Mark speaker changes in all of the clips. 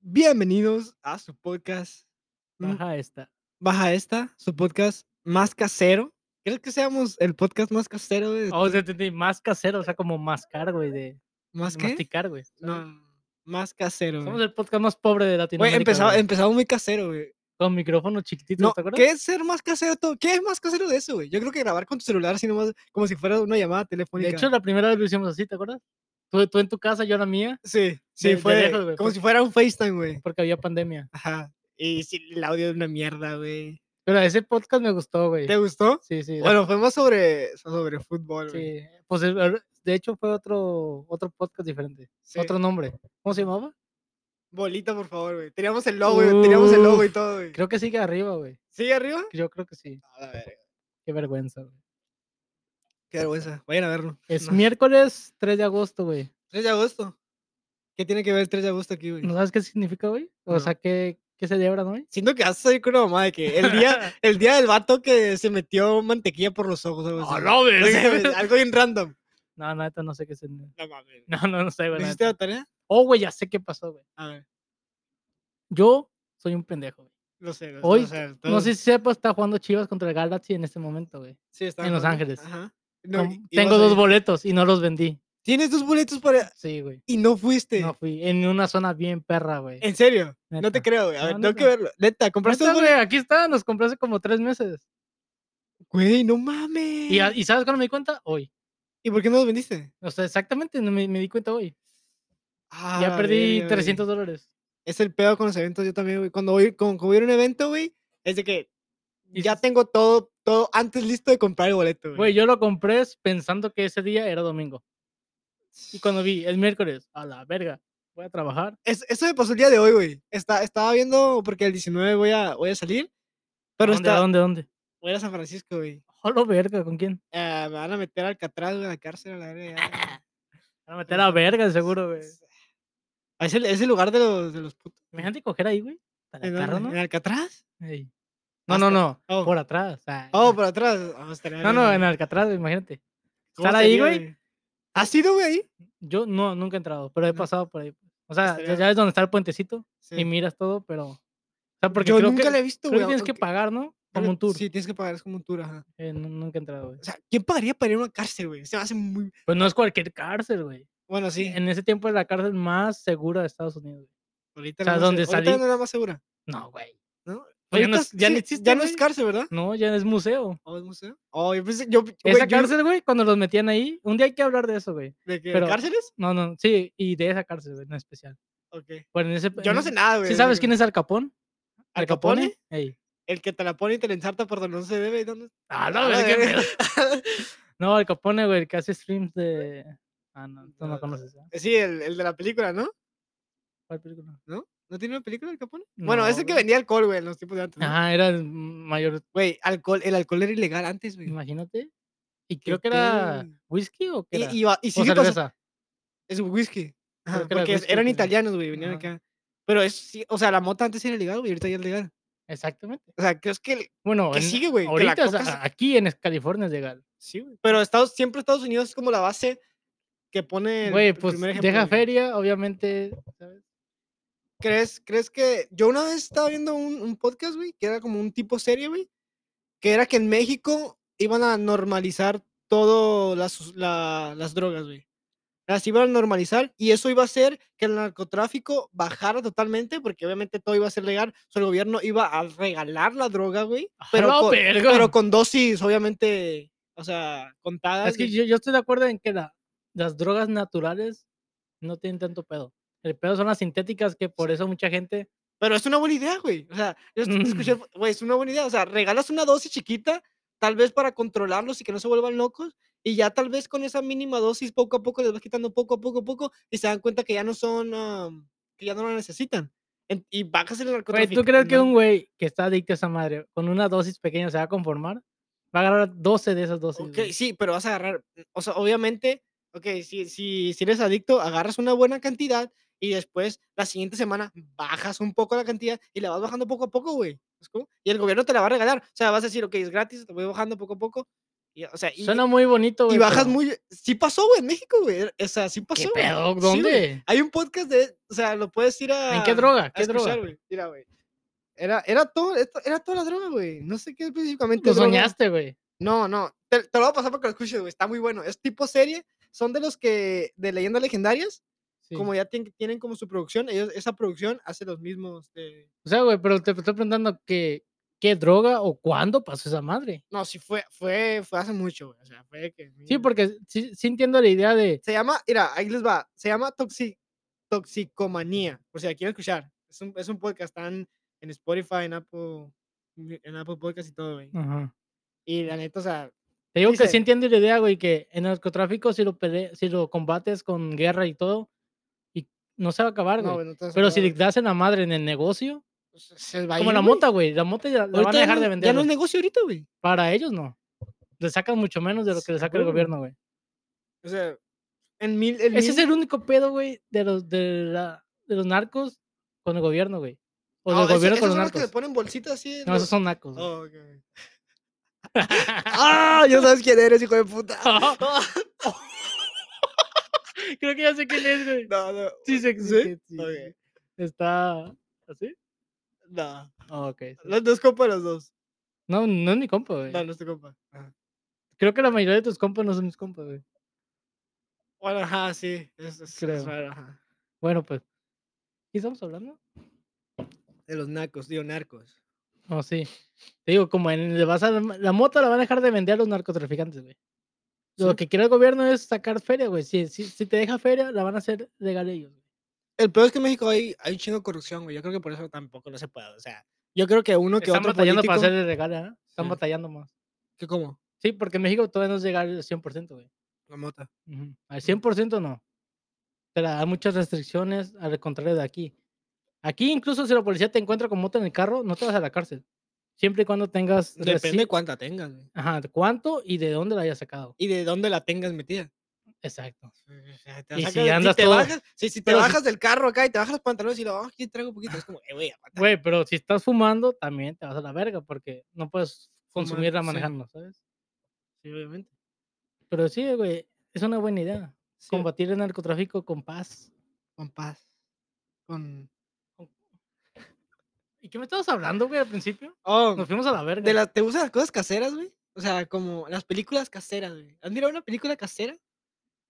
Speaker 1: Bienvenidos a su podcast. mm,
Speaker 2: Baja esta.
Speaker 1: Baja esta, su podcast más casero. ¿Crees que seamos el podcast más casero de
Speaker 2: Oh, ya entendí, más casero, o sea, como mascar, güey, de,
Speaker 1: más
Speaker 2: de
Speaker 1: qué?
Speaker 2: masticar, güey. ¿sabes?
Speaker 1: No, más casero.
Speaker 2: Somos
Speaker 1: güey.
Speaker 2: el podcast más pobre de
Speaker 1: Güey,
Speaker 2: Latinoamérica.
Speaker 1: empezaba,
Speaker 2: güey,
Speaker 1: empezaba muy casero, güey.
Speaker 2: Con micrófono chiquitito,
Speaker 1: No,
Speaker 2: ¿te acuerdas?
Speaker 1: ¿qué es ser más casero? todo? ¿Qué es más casero de eso, güey? Yo creo que grabar con tu celular así nomás, como si fuera una llamada telefónica.
Speaker 2: De hecho, la primera vez lo hicimos así, ¿te acuerdas? Tú, tú en tu casa, yo en la mía,
Speaker 1: sí, sí,
Speaker 2: de- de
Speaker 1: fue
Speaker 2: lejos, güey,
Speaker 1: como
Speaker 2: fue-
Speaker 1: si fuera un FaceTime, güey.
Speaker 2: porque había pandemia.
Speaker 1: Ajá. Y sí, el audio es una mierda, güey.
Speaker 2: Pero ese podcast me gustó, güey.
Speaker 1: ¿Te gustó?
Speaker 2: Sí, sí. la-
Speaker 1: Bueno, fue más sobre, sobre fútbol, güey.
Speaker 2: sí. Pues, el- el- de hecho, fue otro, otro podcast diferente.
Speaker 1: Sí.
Speaker 2: Otro nombre. ¿Cómo se llamaba?
Speaker 1: Bolita, por favor, güey. Teníamos el logo, güey, teníamos el logo y
Speaker 2: Uf,
Speaker 1: todo, güey.
Speaker 2: Creo que sigue arriba, güey.
Speaker 1: ¿Sigue arriba?
Speaker 2: Yo creo que sí.
Speaker 1: A la verga,
Speaker 2: Qué vergüenza, güey.
Speaker 1: Qué vergüenza. Vayan a verlo.
Speaker 2: Es
Speaker 1: No.
Speaker 2: miércoles 3 de agosto, güey.
Speaker 1: 3 de agosto. ¿Qué tiene que ver el 3 de agosto aquí, güey?
Speaker 2: ¿No sabes qué significa, güey? O
Speaker 1: No.
Speaker 2: sea, ¿qué, qué celebran hoy?
Speaker 1: Siento que vas a salir con una mamá de que el día, el día del vato que se metió mantequilla por los ojos. Algo, así, güey. No sé, güey, algo bien random.
Speaker 2: No, no, neta, no sé qué es. el-
Speaker 1: No mames.
Speaker 2: No, no, no sé,
Speaker 1: ¿No
Speaker 2: güey. la
Speaker 1: hiciste
Speaker 2: neta.
Speaker 1: la tarea?
Speaker 2: Oh, güey, ya sé qué pasó, güey.
Speaker 1: A ver,
Speaker 2: Yo soy un pendejo, güey.
Speaker 1: lo sé. lo-
Speaker 2: Hoy,
Speaker 1: lo sé,
Speaker 2: No
Speaker 1: todos-
Speaker 2: sé si sepas, está jugando Chivas contra el Galaxy en este momento, güey.
Speaker 1: sí, estaba
Speaker 2: en Los
Speaker 1: jugando.
Speaker 2: Ángeles.
Speaker 1: Ajá. No,
Speaker 2: Com-
Speaker 1: i- ibas
Speaker 2: Tengo
Speaker 1: a
Speaker 2: dos
Speaker 1: ir.
Speaker 2: boletos y no los vendí.
Speaker 1: Tienes dos boletos para.
Speaker 2: Sí, güey.
Speaker 1: Y no fuiste.
Speaker 2: No fui. En una zona bien perra, güey.
Speaker 1: En serio. No te
Speaker 2: Neta.
Speaker 1: creo, güey. A ver,
Speaker 2: No,
Speaker 1: tengo que
Speaker 2: neta.
Speaker 1: verlo. Neta, compraste
Speaker 2: Neta,
Speaker 1: dos
Speaker 2: güey,
Speaker 1: boletos.
Speaker 2: Aquí está, nos compré hace como tres meses.
Speaker 1: Güey, no mames.
Speaker 2: Y, a- y ¿sabes cuándo me di cuenta? Hoy.
Speaker 1: ¿Y por qué no los vendiste?
Speaker 2: O sea, exactamente, no me, me di cuenta hoy.
Speaker 1: Ah,
Speaker 2: ya
Speaker 1: la
Speaker 2: perdí
Speaker 1: verga, güey.
Speaker 2: 300 dólares.
Speaker 1: Es el pedo con los eventos, yo también, güey. Cuando voy, cuando voy a ir a un evento, güey, es de que
Speaker 2: Y
Speaker 1: ya
Speaker 2: dices,
Speaker 1: tengo todo, todo antes listo de comprar el boleto,
Speaker 2: Güey,
Speaker 1: güey.
Speaker 2: yo lo compré pensando que ese día era domingo. Y cuando vi el miércoles, a la verga, voy a trabajar.
Speaker 1: Es- eso me pasó el día de hoy, güey. Está, estaba viendo, porque el 19 voy a, voy a salir, pero
Speaker 2: ¿A ¿Dónde, a
Speaker 1: está,
Speaker 2: dónde, a dónde?
Speaker 1: voy a ir a San Francisco, güey.
Speaker 2: Hola, verga, ¿con quién?
Speaker 1: Ah, me van a meter al Catraz, güey, a la cárcel, a la verga. ya,
Speaker 2: Van a meter a verga, de seguro, güey.
Speaker 1: güey. Es el, es el lugar de los, de los putos.
Speaker 2: Imagínate coger ahí, güey. Para
Speaker 1: ¿En,
Speaker 2: el carro,
Speaker 1: dónde?
Speaker 2: ¿no?
Speaker 1: ¿En Alcatraz?
Speaker 2: Ey.
Speaker 1: Ah,
Speaker 2: No, no,
Speaker 1: está-
Speaker 2: no.
Speaker 1: oh.
Speaker 2: Por atrás. ay,
Speaker 1: Oh,
Speaker 2: no.
Speaker 1: por atrás. Ah, estaría
Speaker 2: No, no,
Speaker 1: bien,
Speaker 2: en
Speaker 1: güey.
Speaker 2: Alcatraz, güey, imagínate.
Speaker 1: ¿Cómo
Speaker 2: estar ahí,
Speaker 1: sería,
Speaker 2: güey?
Speaker 1: ¿Has ido, güey? ahí?
Speaker 2: Yo no, nunca he entrado, pero he
Speaker 1: No.
Speaker 2: pasado por ahí. O sea, ya,
Speaker 1: Estaría-
Speaker 2: ya ves dónde está el puentecito
Speaker 1: Sí.
Speaker 2: y miras todo, pero. O sea, porque
Speaker 1: yo
Speaker 2: creo,
Speaker 1: nunca
Speaker 2: que,
Speaker 1: la he visto,
Speaker 2: creo
Speaker 1: güey.
Speaker 2: que tienes que
Speaker 1: aunque-
Speaker 2: pagar, ¿no?
Speaker 1: creo-
Speaker 2: Como un tour.
Speaker 1: Sí, tienes que pagar, es como un tour, ajá.
Speaker 2: Eh, nu- nunca he entrado, güey.
Speaker 1: O sea, ¿quién pagaría para ir a una cárcel, güey? Se me hace muy.
Speaker 2: Pues no es cualquier cárcel, güey.
Speaker 1: Bueno, sí.
Speaker 2: En ese tiempo es la cárcel más segura de Estados Unidos. güey.
Speaker 1: Ahorita,
Speaker 2: o sea,
Speaker 1: la más
Speaker 2: donde
Speaker 1: se- ahorita
Speaker 2: salí-
Speaker 1: no es la más segura.
Speaker 2: No, güey.
Speaker 1: ¿No?
Speaker 2: Pues ya no
Speaker 1: Ahorita
Speaker 2: es- ya no
Speaker 1: sí,
Speaker 2: existe,
Speaker 1: Ya no es
Speaker 2: güey.
Speaker 1: cárcel, ¿verdad?
Speaker 2: No, ya es museo.
Speaker 1: ¿O es museo? Oh, yo pensé. Yo, güey,
Speaker 2: Esa
Speaker 1: yo-
Speaker 2: cárcel, güey, cuando los metían ahí, un día hay que hablar de eso, güey.
Speaker 1: ¿De qué?
Speaker 2: pero-
Speaker 1: cárceles?
Speaker 2: No, no, sí, y de esa cárcel, güey, no especial.
Speaker 1: Ok.
Speaker 2: Bueno, en ese,
Speaker 1: Yo
Speaker 2: en
Speaker 1: no
Speaker 2: ese-
Speaker 1: sé nada, güey.
Speaker 2: Pues ¿Sí sabes quién es Al Capón?
Speaker 1: ¿Al Capone?
Speaker 2: Ey.
Speaker 1: El que te la pone y te la ensarta por donde no se debe. ¿dónde?
Speaker 2: Ah,
Speaker 1: A
Speaker 2: no,
Speaker 1: la
Speaker 2: güey, qué
Speaker 1: verga.
Speaker 2: pedo. No, Al Capone, güey, el que hace streams de. Ah, no, tú no
Speaker 1: No,
Speaker 2: lo conoces. ¿eh?
Speaker 1: Sí, el, el de la película, ¿no?
Speaker 2: ¿Cuál película?
Speaker 1: ¿No tiene una película el Capone? Bueno,
Speaker 2: No,
Speaker 1: es el que
Speaker 2: güey.
Speaker 1: vendía alcohol, güey, en los tiempos de antes. ¿no?
Speaker 2: Ajá, era el mayor,
Speaker 1: Güey, alcohol, el alcohol era ilegal antes, güey.
Speaker 2: imagínate. Y
Speaker 1: Qué
Speaker 2: creo que
Speaker 1: pedo,
Speaker 2: era
Speaker 1: güey.
Speaker 2: whisky o qué
Speaker 1: Y,
Speaker 2: era.
Speaker 1: y, va- y
Speaker 2: o
Speaker 1: sigue pasando.
Speaker 2: cerveza.
Speaker 1: Es whisky. Ajá,
Speaker 2: que era
Speaker 1: porque es-
Speaker 2: whisky,
Speaker 1: eran
Speaker 2: pues, sí.
Speaker 1: italianos, güey, venían
Speaker 2: Ajá.
Speaker 1: acá. Pero es, sí, o sea, la mota antes era legal, güey, ahorita ya es legal.
Speaker 2: Exactamente.
Speaker 1: O sea, creo que el-
Speaker 2: Bueno,
Speaker 1: ¿Qué
Speaker 2: en-
Speaker 1: sigue, güey? Que la
Speaker 2: ahorita es-
Speaker 1: coca se-
Speaker 2: aquí en California es legal.
Speaker 1: sí, güey. Pero Estados, siempre Estados Unidos es como la base que pone. el-
Speaker 2: Güey,
Speaker 1: el
Speaker 2: pues
Speaker 1: primer ejemplo,
Speaker 2: deja
Speaker 1: güey.
Speaker 2: feria, obviamente. ¿sabes?
Speaker 1: ¿Crees, ¿Crees que.? Yo una vez estaba viendo un, un podcast, güey, que era como un tipo serie, güey, que era que en México iban a normalizar todas las, sus- la- las drogas, güey. Las iban a normalizar y eso iba a hacer que el narcotráfico bajara totalmente, porque obviamente todo iba a ser legal. O sea, el gobierno iba a regalar la droga, güey.
Speaker 2: ¡A
Speaker 1: Pero,
Speaker 2: la
Speaker 1: con,
Speaker 2: Ah, verga!
Speaker 1: pero con dosis, obviamente, o sea, contadas.
Speaker 2: Es que
Speaker 1: güey.
Speaker 2: yo, yo estoy de acuerdo en que la- las drogas naturales no tienen tanto pedo. El pedo son las sintéticas que por eso mucha gente.
Speaker 1: Pero es una buena idea, güey. O sea, yo est- escuché,
Speaker 2: Mm.
Speaker 1: güey, es una buena idea. O sea, regalas una dosis chiquita, tal vez para controlarlos y que no se vuelvan locos. Y ya tal vez con esa mínima dosis, poco a poco les vas quitando poco a poco a poco y se dan cuenta que ya no son, ah, que ya no lo necesitan. En- y bajas el
Speaker 2: Güey,
Speaker 1: narcotráfico.
Speaker 2: ¿tú crees que
Speaker 1: no-
Speaker 2: un güey que está adicto a esa madre con una dosis pequeña se va a conformar? Va a agarrar 12 de esas dosis.
Speaker 1: Ok,
Speaker 2: güey.
Speaker 1: sí, pero vas a agarrar, mm, o sea, obviamente, ok, si, si, si eres adicto, agarras una buena cantidad y después la siguiente semana bajas un poco la cantidad y la vas bajando poco a poco, güey. ¿sabes cómo? Y el gobierno te la va a regalar. O sea, vas a decir, ok, es gratis, te voy bajando poco a poco Y, o sea, y,
Speaker 2: Suena muy bonito,
Speaker 1: y
Speaker 2: güey.
Speaker 1: bajas
Speaker 2: pero-
Speaker 1: muy. Sí pasó, güey, en México, güey. e, O sea, sí pasó.
Speaker 2: ¿Qué
Speaker 1: güey.
Speaker 2: pedo?
Speaker 1: Sí, güey.
Speaker 2: ¿Dónde?
Speaker 1: Hay un podcast de. O sea, lo puedes ir a.
Speaker 2: ¿En qué droga?
Speaker 1: a
Speaker 2: ¿Qué droga?
Speaker 1: escuchar, güey. Mira, güey. Era, era, todo, esto- era toda la droga, güey. No sé qué específicamente.
Speaker 2: Lo
Speaker 1: droga.
Speaker 2: soñaste, güey.
Speaker 1: No, no. Te, te lo voy a pasar para que lo escuches, güey. Está muy bueno. Es tipo serie. Son de los que. De leyendas legendarias.
Speaker 2: Sí.
Speaker 1: Como ya tien- tienen como su producción. Ellos, esa producción hace los mismos. eh,
Speaker 2: O sea, güey, pero te estoy preguntando que, qué droga o cuándo pasó esa madre.
Speaker 1: No, sí fue, fue, fue hace mucho, güey. O sea, fue que.
Speaker 2: Sí, porque sí, sí entiendo la idea de.
Speaker 1: Se llama, mira, ahí les va. Se llama toxi, Toxicomanía. Por si la quieren escuchar. Es un, es un podcast. Están en Spotify, en Apple, en Apple Podcast y todo, güey.
Speaker 2: Ajá.
Speaker 1: Y la neta, o sea,
Speaker 2: Te digo que
Speaker 1: Dice-
Speaker 2: sí entiendo la idea, güey, que el narcotráfico, si lo, pele- si lo combates con guerra y todo, y no se va a acabar,
Speaker 1: no, güey,
Speaker 2: güey.
Speaker 1: no te vas a
Speaker 2: pero si le
Speaker 1: acabar,
Speaker 2: das en la madre en el negocio,
Speaker 1: pues, se va a
Speaker 2: como
Speaker 1: ir,
Speaker 2: la
Speaker 1: güey.
Speaker 2: mota, güey, la mota ya la van
Speaker 1: Ahorita
Speaker 2: a
Speaker 1: ya
Speaker 2: dejar
Speaker 1: no-
Speaker 2: de
Speaker 1: Ya
Speaker 2: vender.
Speaker 1: no es
Speaker 2: güey.
Speaker 1: negocio ahorita, güey.
Speaker 2: Para ellos no. Le sacan mucho menos de lo que le
Speaker 1: Sí,
Speaker 2: saca el
Speaker 1: güey.
Speaker 2: gobierno, güey.
Speaker 1: O sea, en mil. en
Speaker 2: Ese es
Speaker 1: mil-
Speaker 2: el único pedo, güey, de los, de, la- de los narcos con el gobierno, güey. O
Speaker 1: Ah,
Speaker 2: del
Speaker 1: ese-
Speaker 2: gobierno
Speaker 1: esos
Speaker 2: con los
Speaker 1: son los que le
Speaker 2: narcos.
Speaker 1: ponen bolsitas así.
Speaker 2: No,
Speaker 1: los-
Speaker 2: esos son narcos. güey.
Speaker 1: Oh, ok. ¡Ah! Ya sabes quién eres, hijo de puta.
Speaker 2: Creo que ya sé quién es, güey.
Speaker 1: No, no.
Speaker 2: Sí, sé,
Speaker 1: ¿Sí?
Speaker 2: sí, sí,
Speaker 1: Ok,
Speaker 2: Está así.
Speaker 1: No.
Speaker 2: Ah, ok. sí.
Speaker 1: Los dos compas, los dos.
Speaker 2: No, no es mi compa, güey.
Speaker 1: No, no es tu compa. Ajá.
Speaker 2: Creo que la mayoría de tus compas no son mis compas, güey.
Speaker 1: Bueno, ajá, sí. Es, es- es
Speaker 2: Creo.
Speaker 1: raro, ajá.
Speaker 2: Bueno, pues. ¿Qué estamos hablando?
Speaker 1: De los nacos, digo, narcos.
Speaker 2: No, sí. Te digo, como en, le vas a, la la mota la van a dejar de vender a los narcotraficantes, güey. Lo
Speaker 1: Sí.
Speaker 2: que quiere el gobierno es sacar feria, güey. Si, si, si te deja feria, la van a hacer legal ellos. güey.
Speaker 1: El peor es que en México hay, hay un chingo de corrupción, güey. Yo creo que por eso tampoco no se puede. O sea, yo creo que uno que
Speaker 2: Están
Speaker 1: otro
Speaker 2: batallando
Speaker 1: político...
Speaker 2: para hacerle legal, ¿eh? Están
Speaker 1: Sí.
Speaker 2: batallando más.
Speaker 1: ¿Qué cómo?
Speaker 2: Sí, porque en México todavía no es legal al 100%, güey.
Speaker 1: La mota.
Speaker 2: Ujú. Al 100% no. Pero hay muchas restricciones, al contrario de aquí. Aquí incluso si la policía te encuentra con mota en el carro, no te vas a la cárcel. Siempre y cuando tengas...
Speaker 1: Depende de
Speaker 2: reci-
Speaker 1: cuánta tengas, güey.
Speaker 2: Ajá, de cuánto y de dónde la hayas sacado.
Speaker 1: Y de dónde la tengas metida.
Speaker 2: Exacto.
Speaker 1: O sea, te
Speaker 2: Y
Speaker 1: sacas-
Speaker 2: si andas
Speaker 1: te
Speaker 2: todo-
Speaker 1: bajas, sí, si te
Speaker 2: pero si-
Speaker 1: bajas del carro acá y te bajas los pantalones y lo, ah, aquí traigo poquito. Es como, eh, güey, aparte,
Speaker 2: Güey, pero si estás fumando, también te vas a la verga porque no puedes
Speaker 1: Fumar,
Speaker 2: consumirla
Speaker 1: sí.
Speaker 2: manejando, ¿sabes?
Speaker 1: sí, obviamente.
Speaker 2: Pero sí, güey, es una buena idea.
Speaker 1: Sí,
Speaker 2: Combatir el narcotráfico con paz.
Speaker 1: con paz. Con...
Speaker 2: ¿Y qué me estabas hablando, güey, al principio?
Speaker 1: Oh,
Speaker 2: Nos fuimos a la verga.
Speaker 1: de las ¿Te gustan las cosas caseras, güey? O sea, como las películas caseras, güey. ¿Has mirado una película casera?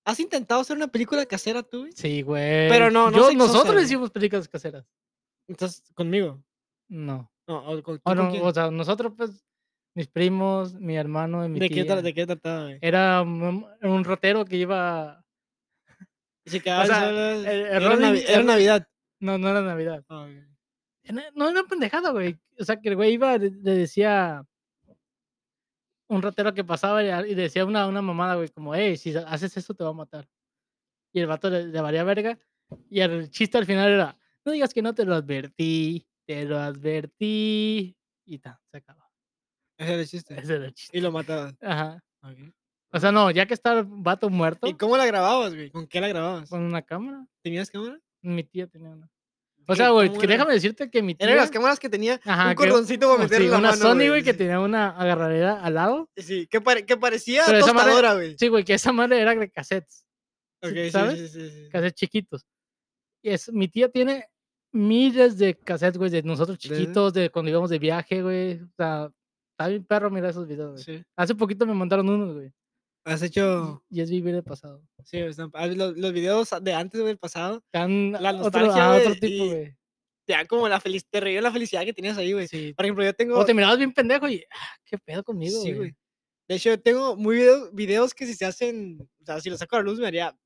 Speaker 1: ¿Has intentado hacer una película casera tú, güey?
Speaker 2: Sí, güey.
Speaker 1: no- no
Speaker 2: Yo-
Speaker 1: se exocia,
Speaker 2: nosotros
Speaker 1: güey.
Speaker 2: hicimos películas caseras.
Speaker 1: Entonces, conmigo.
Speaker 2: No.
Speaker 1: No, o con, ¿tú
Speaker 2: O,
Speaker 1: con
Speaker 2: no,
Speaker 1: quién?
Speaker 2: o sea, nosotros, pues, mis primos, mi hermano y mi
Speaker 1: ¿De,
Speaker 2: tía. Eh,
Speaker 1: qué tra- ¿De qué trataba, güey?
Speaker 2: Era un, un rotero que iba...
Speaker 1: Y se quedaban
Speaker 2: sea,
Speaker 1: solas,
Speaker 2: el- el
Speaker 1: era,
Speaker 2: Robin-
Speaker 1: Navi- era
Speaker 2: el-
Speaker 1: Navidad.
Speaker 2: No, no era Navidad.
Speaker 1: Ah, ok.
Speaker 2: Era- No era pendejada, güey. O sea, que el güey iba, le le decía... Un rotero que pasaba y a- y le decía una, una mamada, güey, como, hey, si haces eso te va a matar. Y el vato le, le valía verga. Y el chiste al final era, no digas que no te lo advertí, te lo advertí. Y ta, se acaba.
Speaker 1: Ese era el chiste.
Speaker 2: Ese era el chiste.
Speaker 1: Y lo mataban.
Speaker 2: Ajá.
Speaker 1: Ok.
Speaker 2: O sea, no, ya que está el vato muerto
Speaker 1: ¿Y cómo la grababas, güey? ¿Con qué la grababas?
Speaker 2: con una cámara,
Speaker 1: ¿Tenías cámara?
Speaker 2: mi tía tenía una. O
Speaker 1: ¿Qué-
Speaker 2: sea, güey,
Speaker 1: cómo
Speaker 2: que
Speaker 1: era?
Speaker 2: déjame decirte que mi tía.
Speaker 1: Eran las cámaras que tenía
Speaker 2: Ajá,
Speaker 1: un
Speaker 2: que-
Speaker 1: cordoncito para
Speaker 2: oh,
Speaker 1: meterle
Speaker 2: sí,
Speaker 1: la
Speaker 2: una
Speaker 1: mano,
Speaker 2: Sony, güey, que
Speaker 1: sí,
Speaker 2: tenía una agarradera al lado.
Speaker 1: Sí, que, pare- que parecía
Speaker 2: Pero esa madre-
Speaker 1: tostadora, güey.
Speaker 2: Sí, güey, que esa madre era de cassettes,
Speaker 1: Ok,
Speaker 2: sí,
Speaker 1: sí,
Speaker 2: ¿sabes?
Speaker 1: sí, sí, sí.
Speaker 2: cassettes chiquitos. Y es, mi tía tiene miles de cassettes, güey, de nosotros
Speaker 1: ¿De- de?
Speaker 2: chiquitos, de cuando íbamos de viaje, güey. O sea, está bien perro mirar esos videos, güey.
Speaker 1: Sí. Oh.
Speaker 2: Hace poquito me mandaron unos, güey.
Speaker 1: Has hecho...
Speaker 2: Y es vivir el pasado.
Speaker 1: Sí, están- ah, los, los videos de antes, güey, del pasado.
Speaker 2: Tan
Speaker 1: La
Speaker 2: otro,
Speaker 1: nostalgia,
Speaker 2: a otro
Speaker 1: güey,
Speaker 2: tipo,
Speaker 1: y-
Speaker 2: güey.
Speaker 1: Te da como la felicidad, te revive la felicidad que tenías ahí, güey.
Speaker 2: Sí,
Speaker 1: Por ejemplo, yo tengo...
Speaker 2: O te mirabas bien pendejo y, "Ah, ¿qué pedo conmigo?
Speaker 1: Sí,
Speaker 2: güey?".
Speaker 1: güey. De hecho, yo tengo muy video- videos que si se hacen, o sea, si los saco a la luz me haría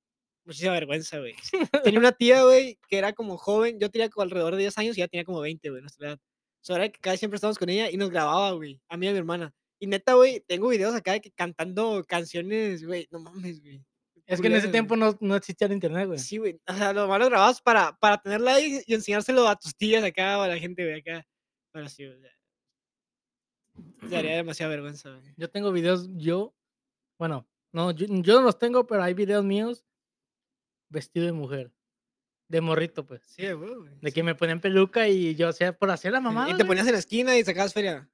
Speaker 1: muchísima vergüenza, güey. Tenía una tía, güey, que era como joven, yo tenía como alrededor de 10 años y ya tenía como 20, güey, nuestra edad. O sea, era que casi siempre estábamos con ella y nos grababa, güey, a mí y a mi hermana. Y neta, güey, tengo videos acá de que cantando canciones, güey, no mames, güey.
Speaker 2: Es que en ese
Speaker 1: culeras,
Speaker 2: tiempo no, no existía el internet, güey.
Speaker 1: Sí, güey. O sea, lo malo grababas para, para tenerla ahí y enseñárselo a tus tías acá o a la gente, güey, acá. Pero sí, o sea. Te daría demasiada vergüenza, güey.
Speaker 2: Yo tengo videos, yo, bueno, no, yo, yo no los tengo, pero hay videos míos vestido de mujer, de morrito, pues.
Speaker 1: Sí, güey, güey.
Speaker 2: De que me ponían peluca y yo hacía por hacer la mamá.
Speaker 1: Y te ponías en la esquina y sacabas feria.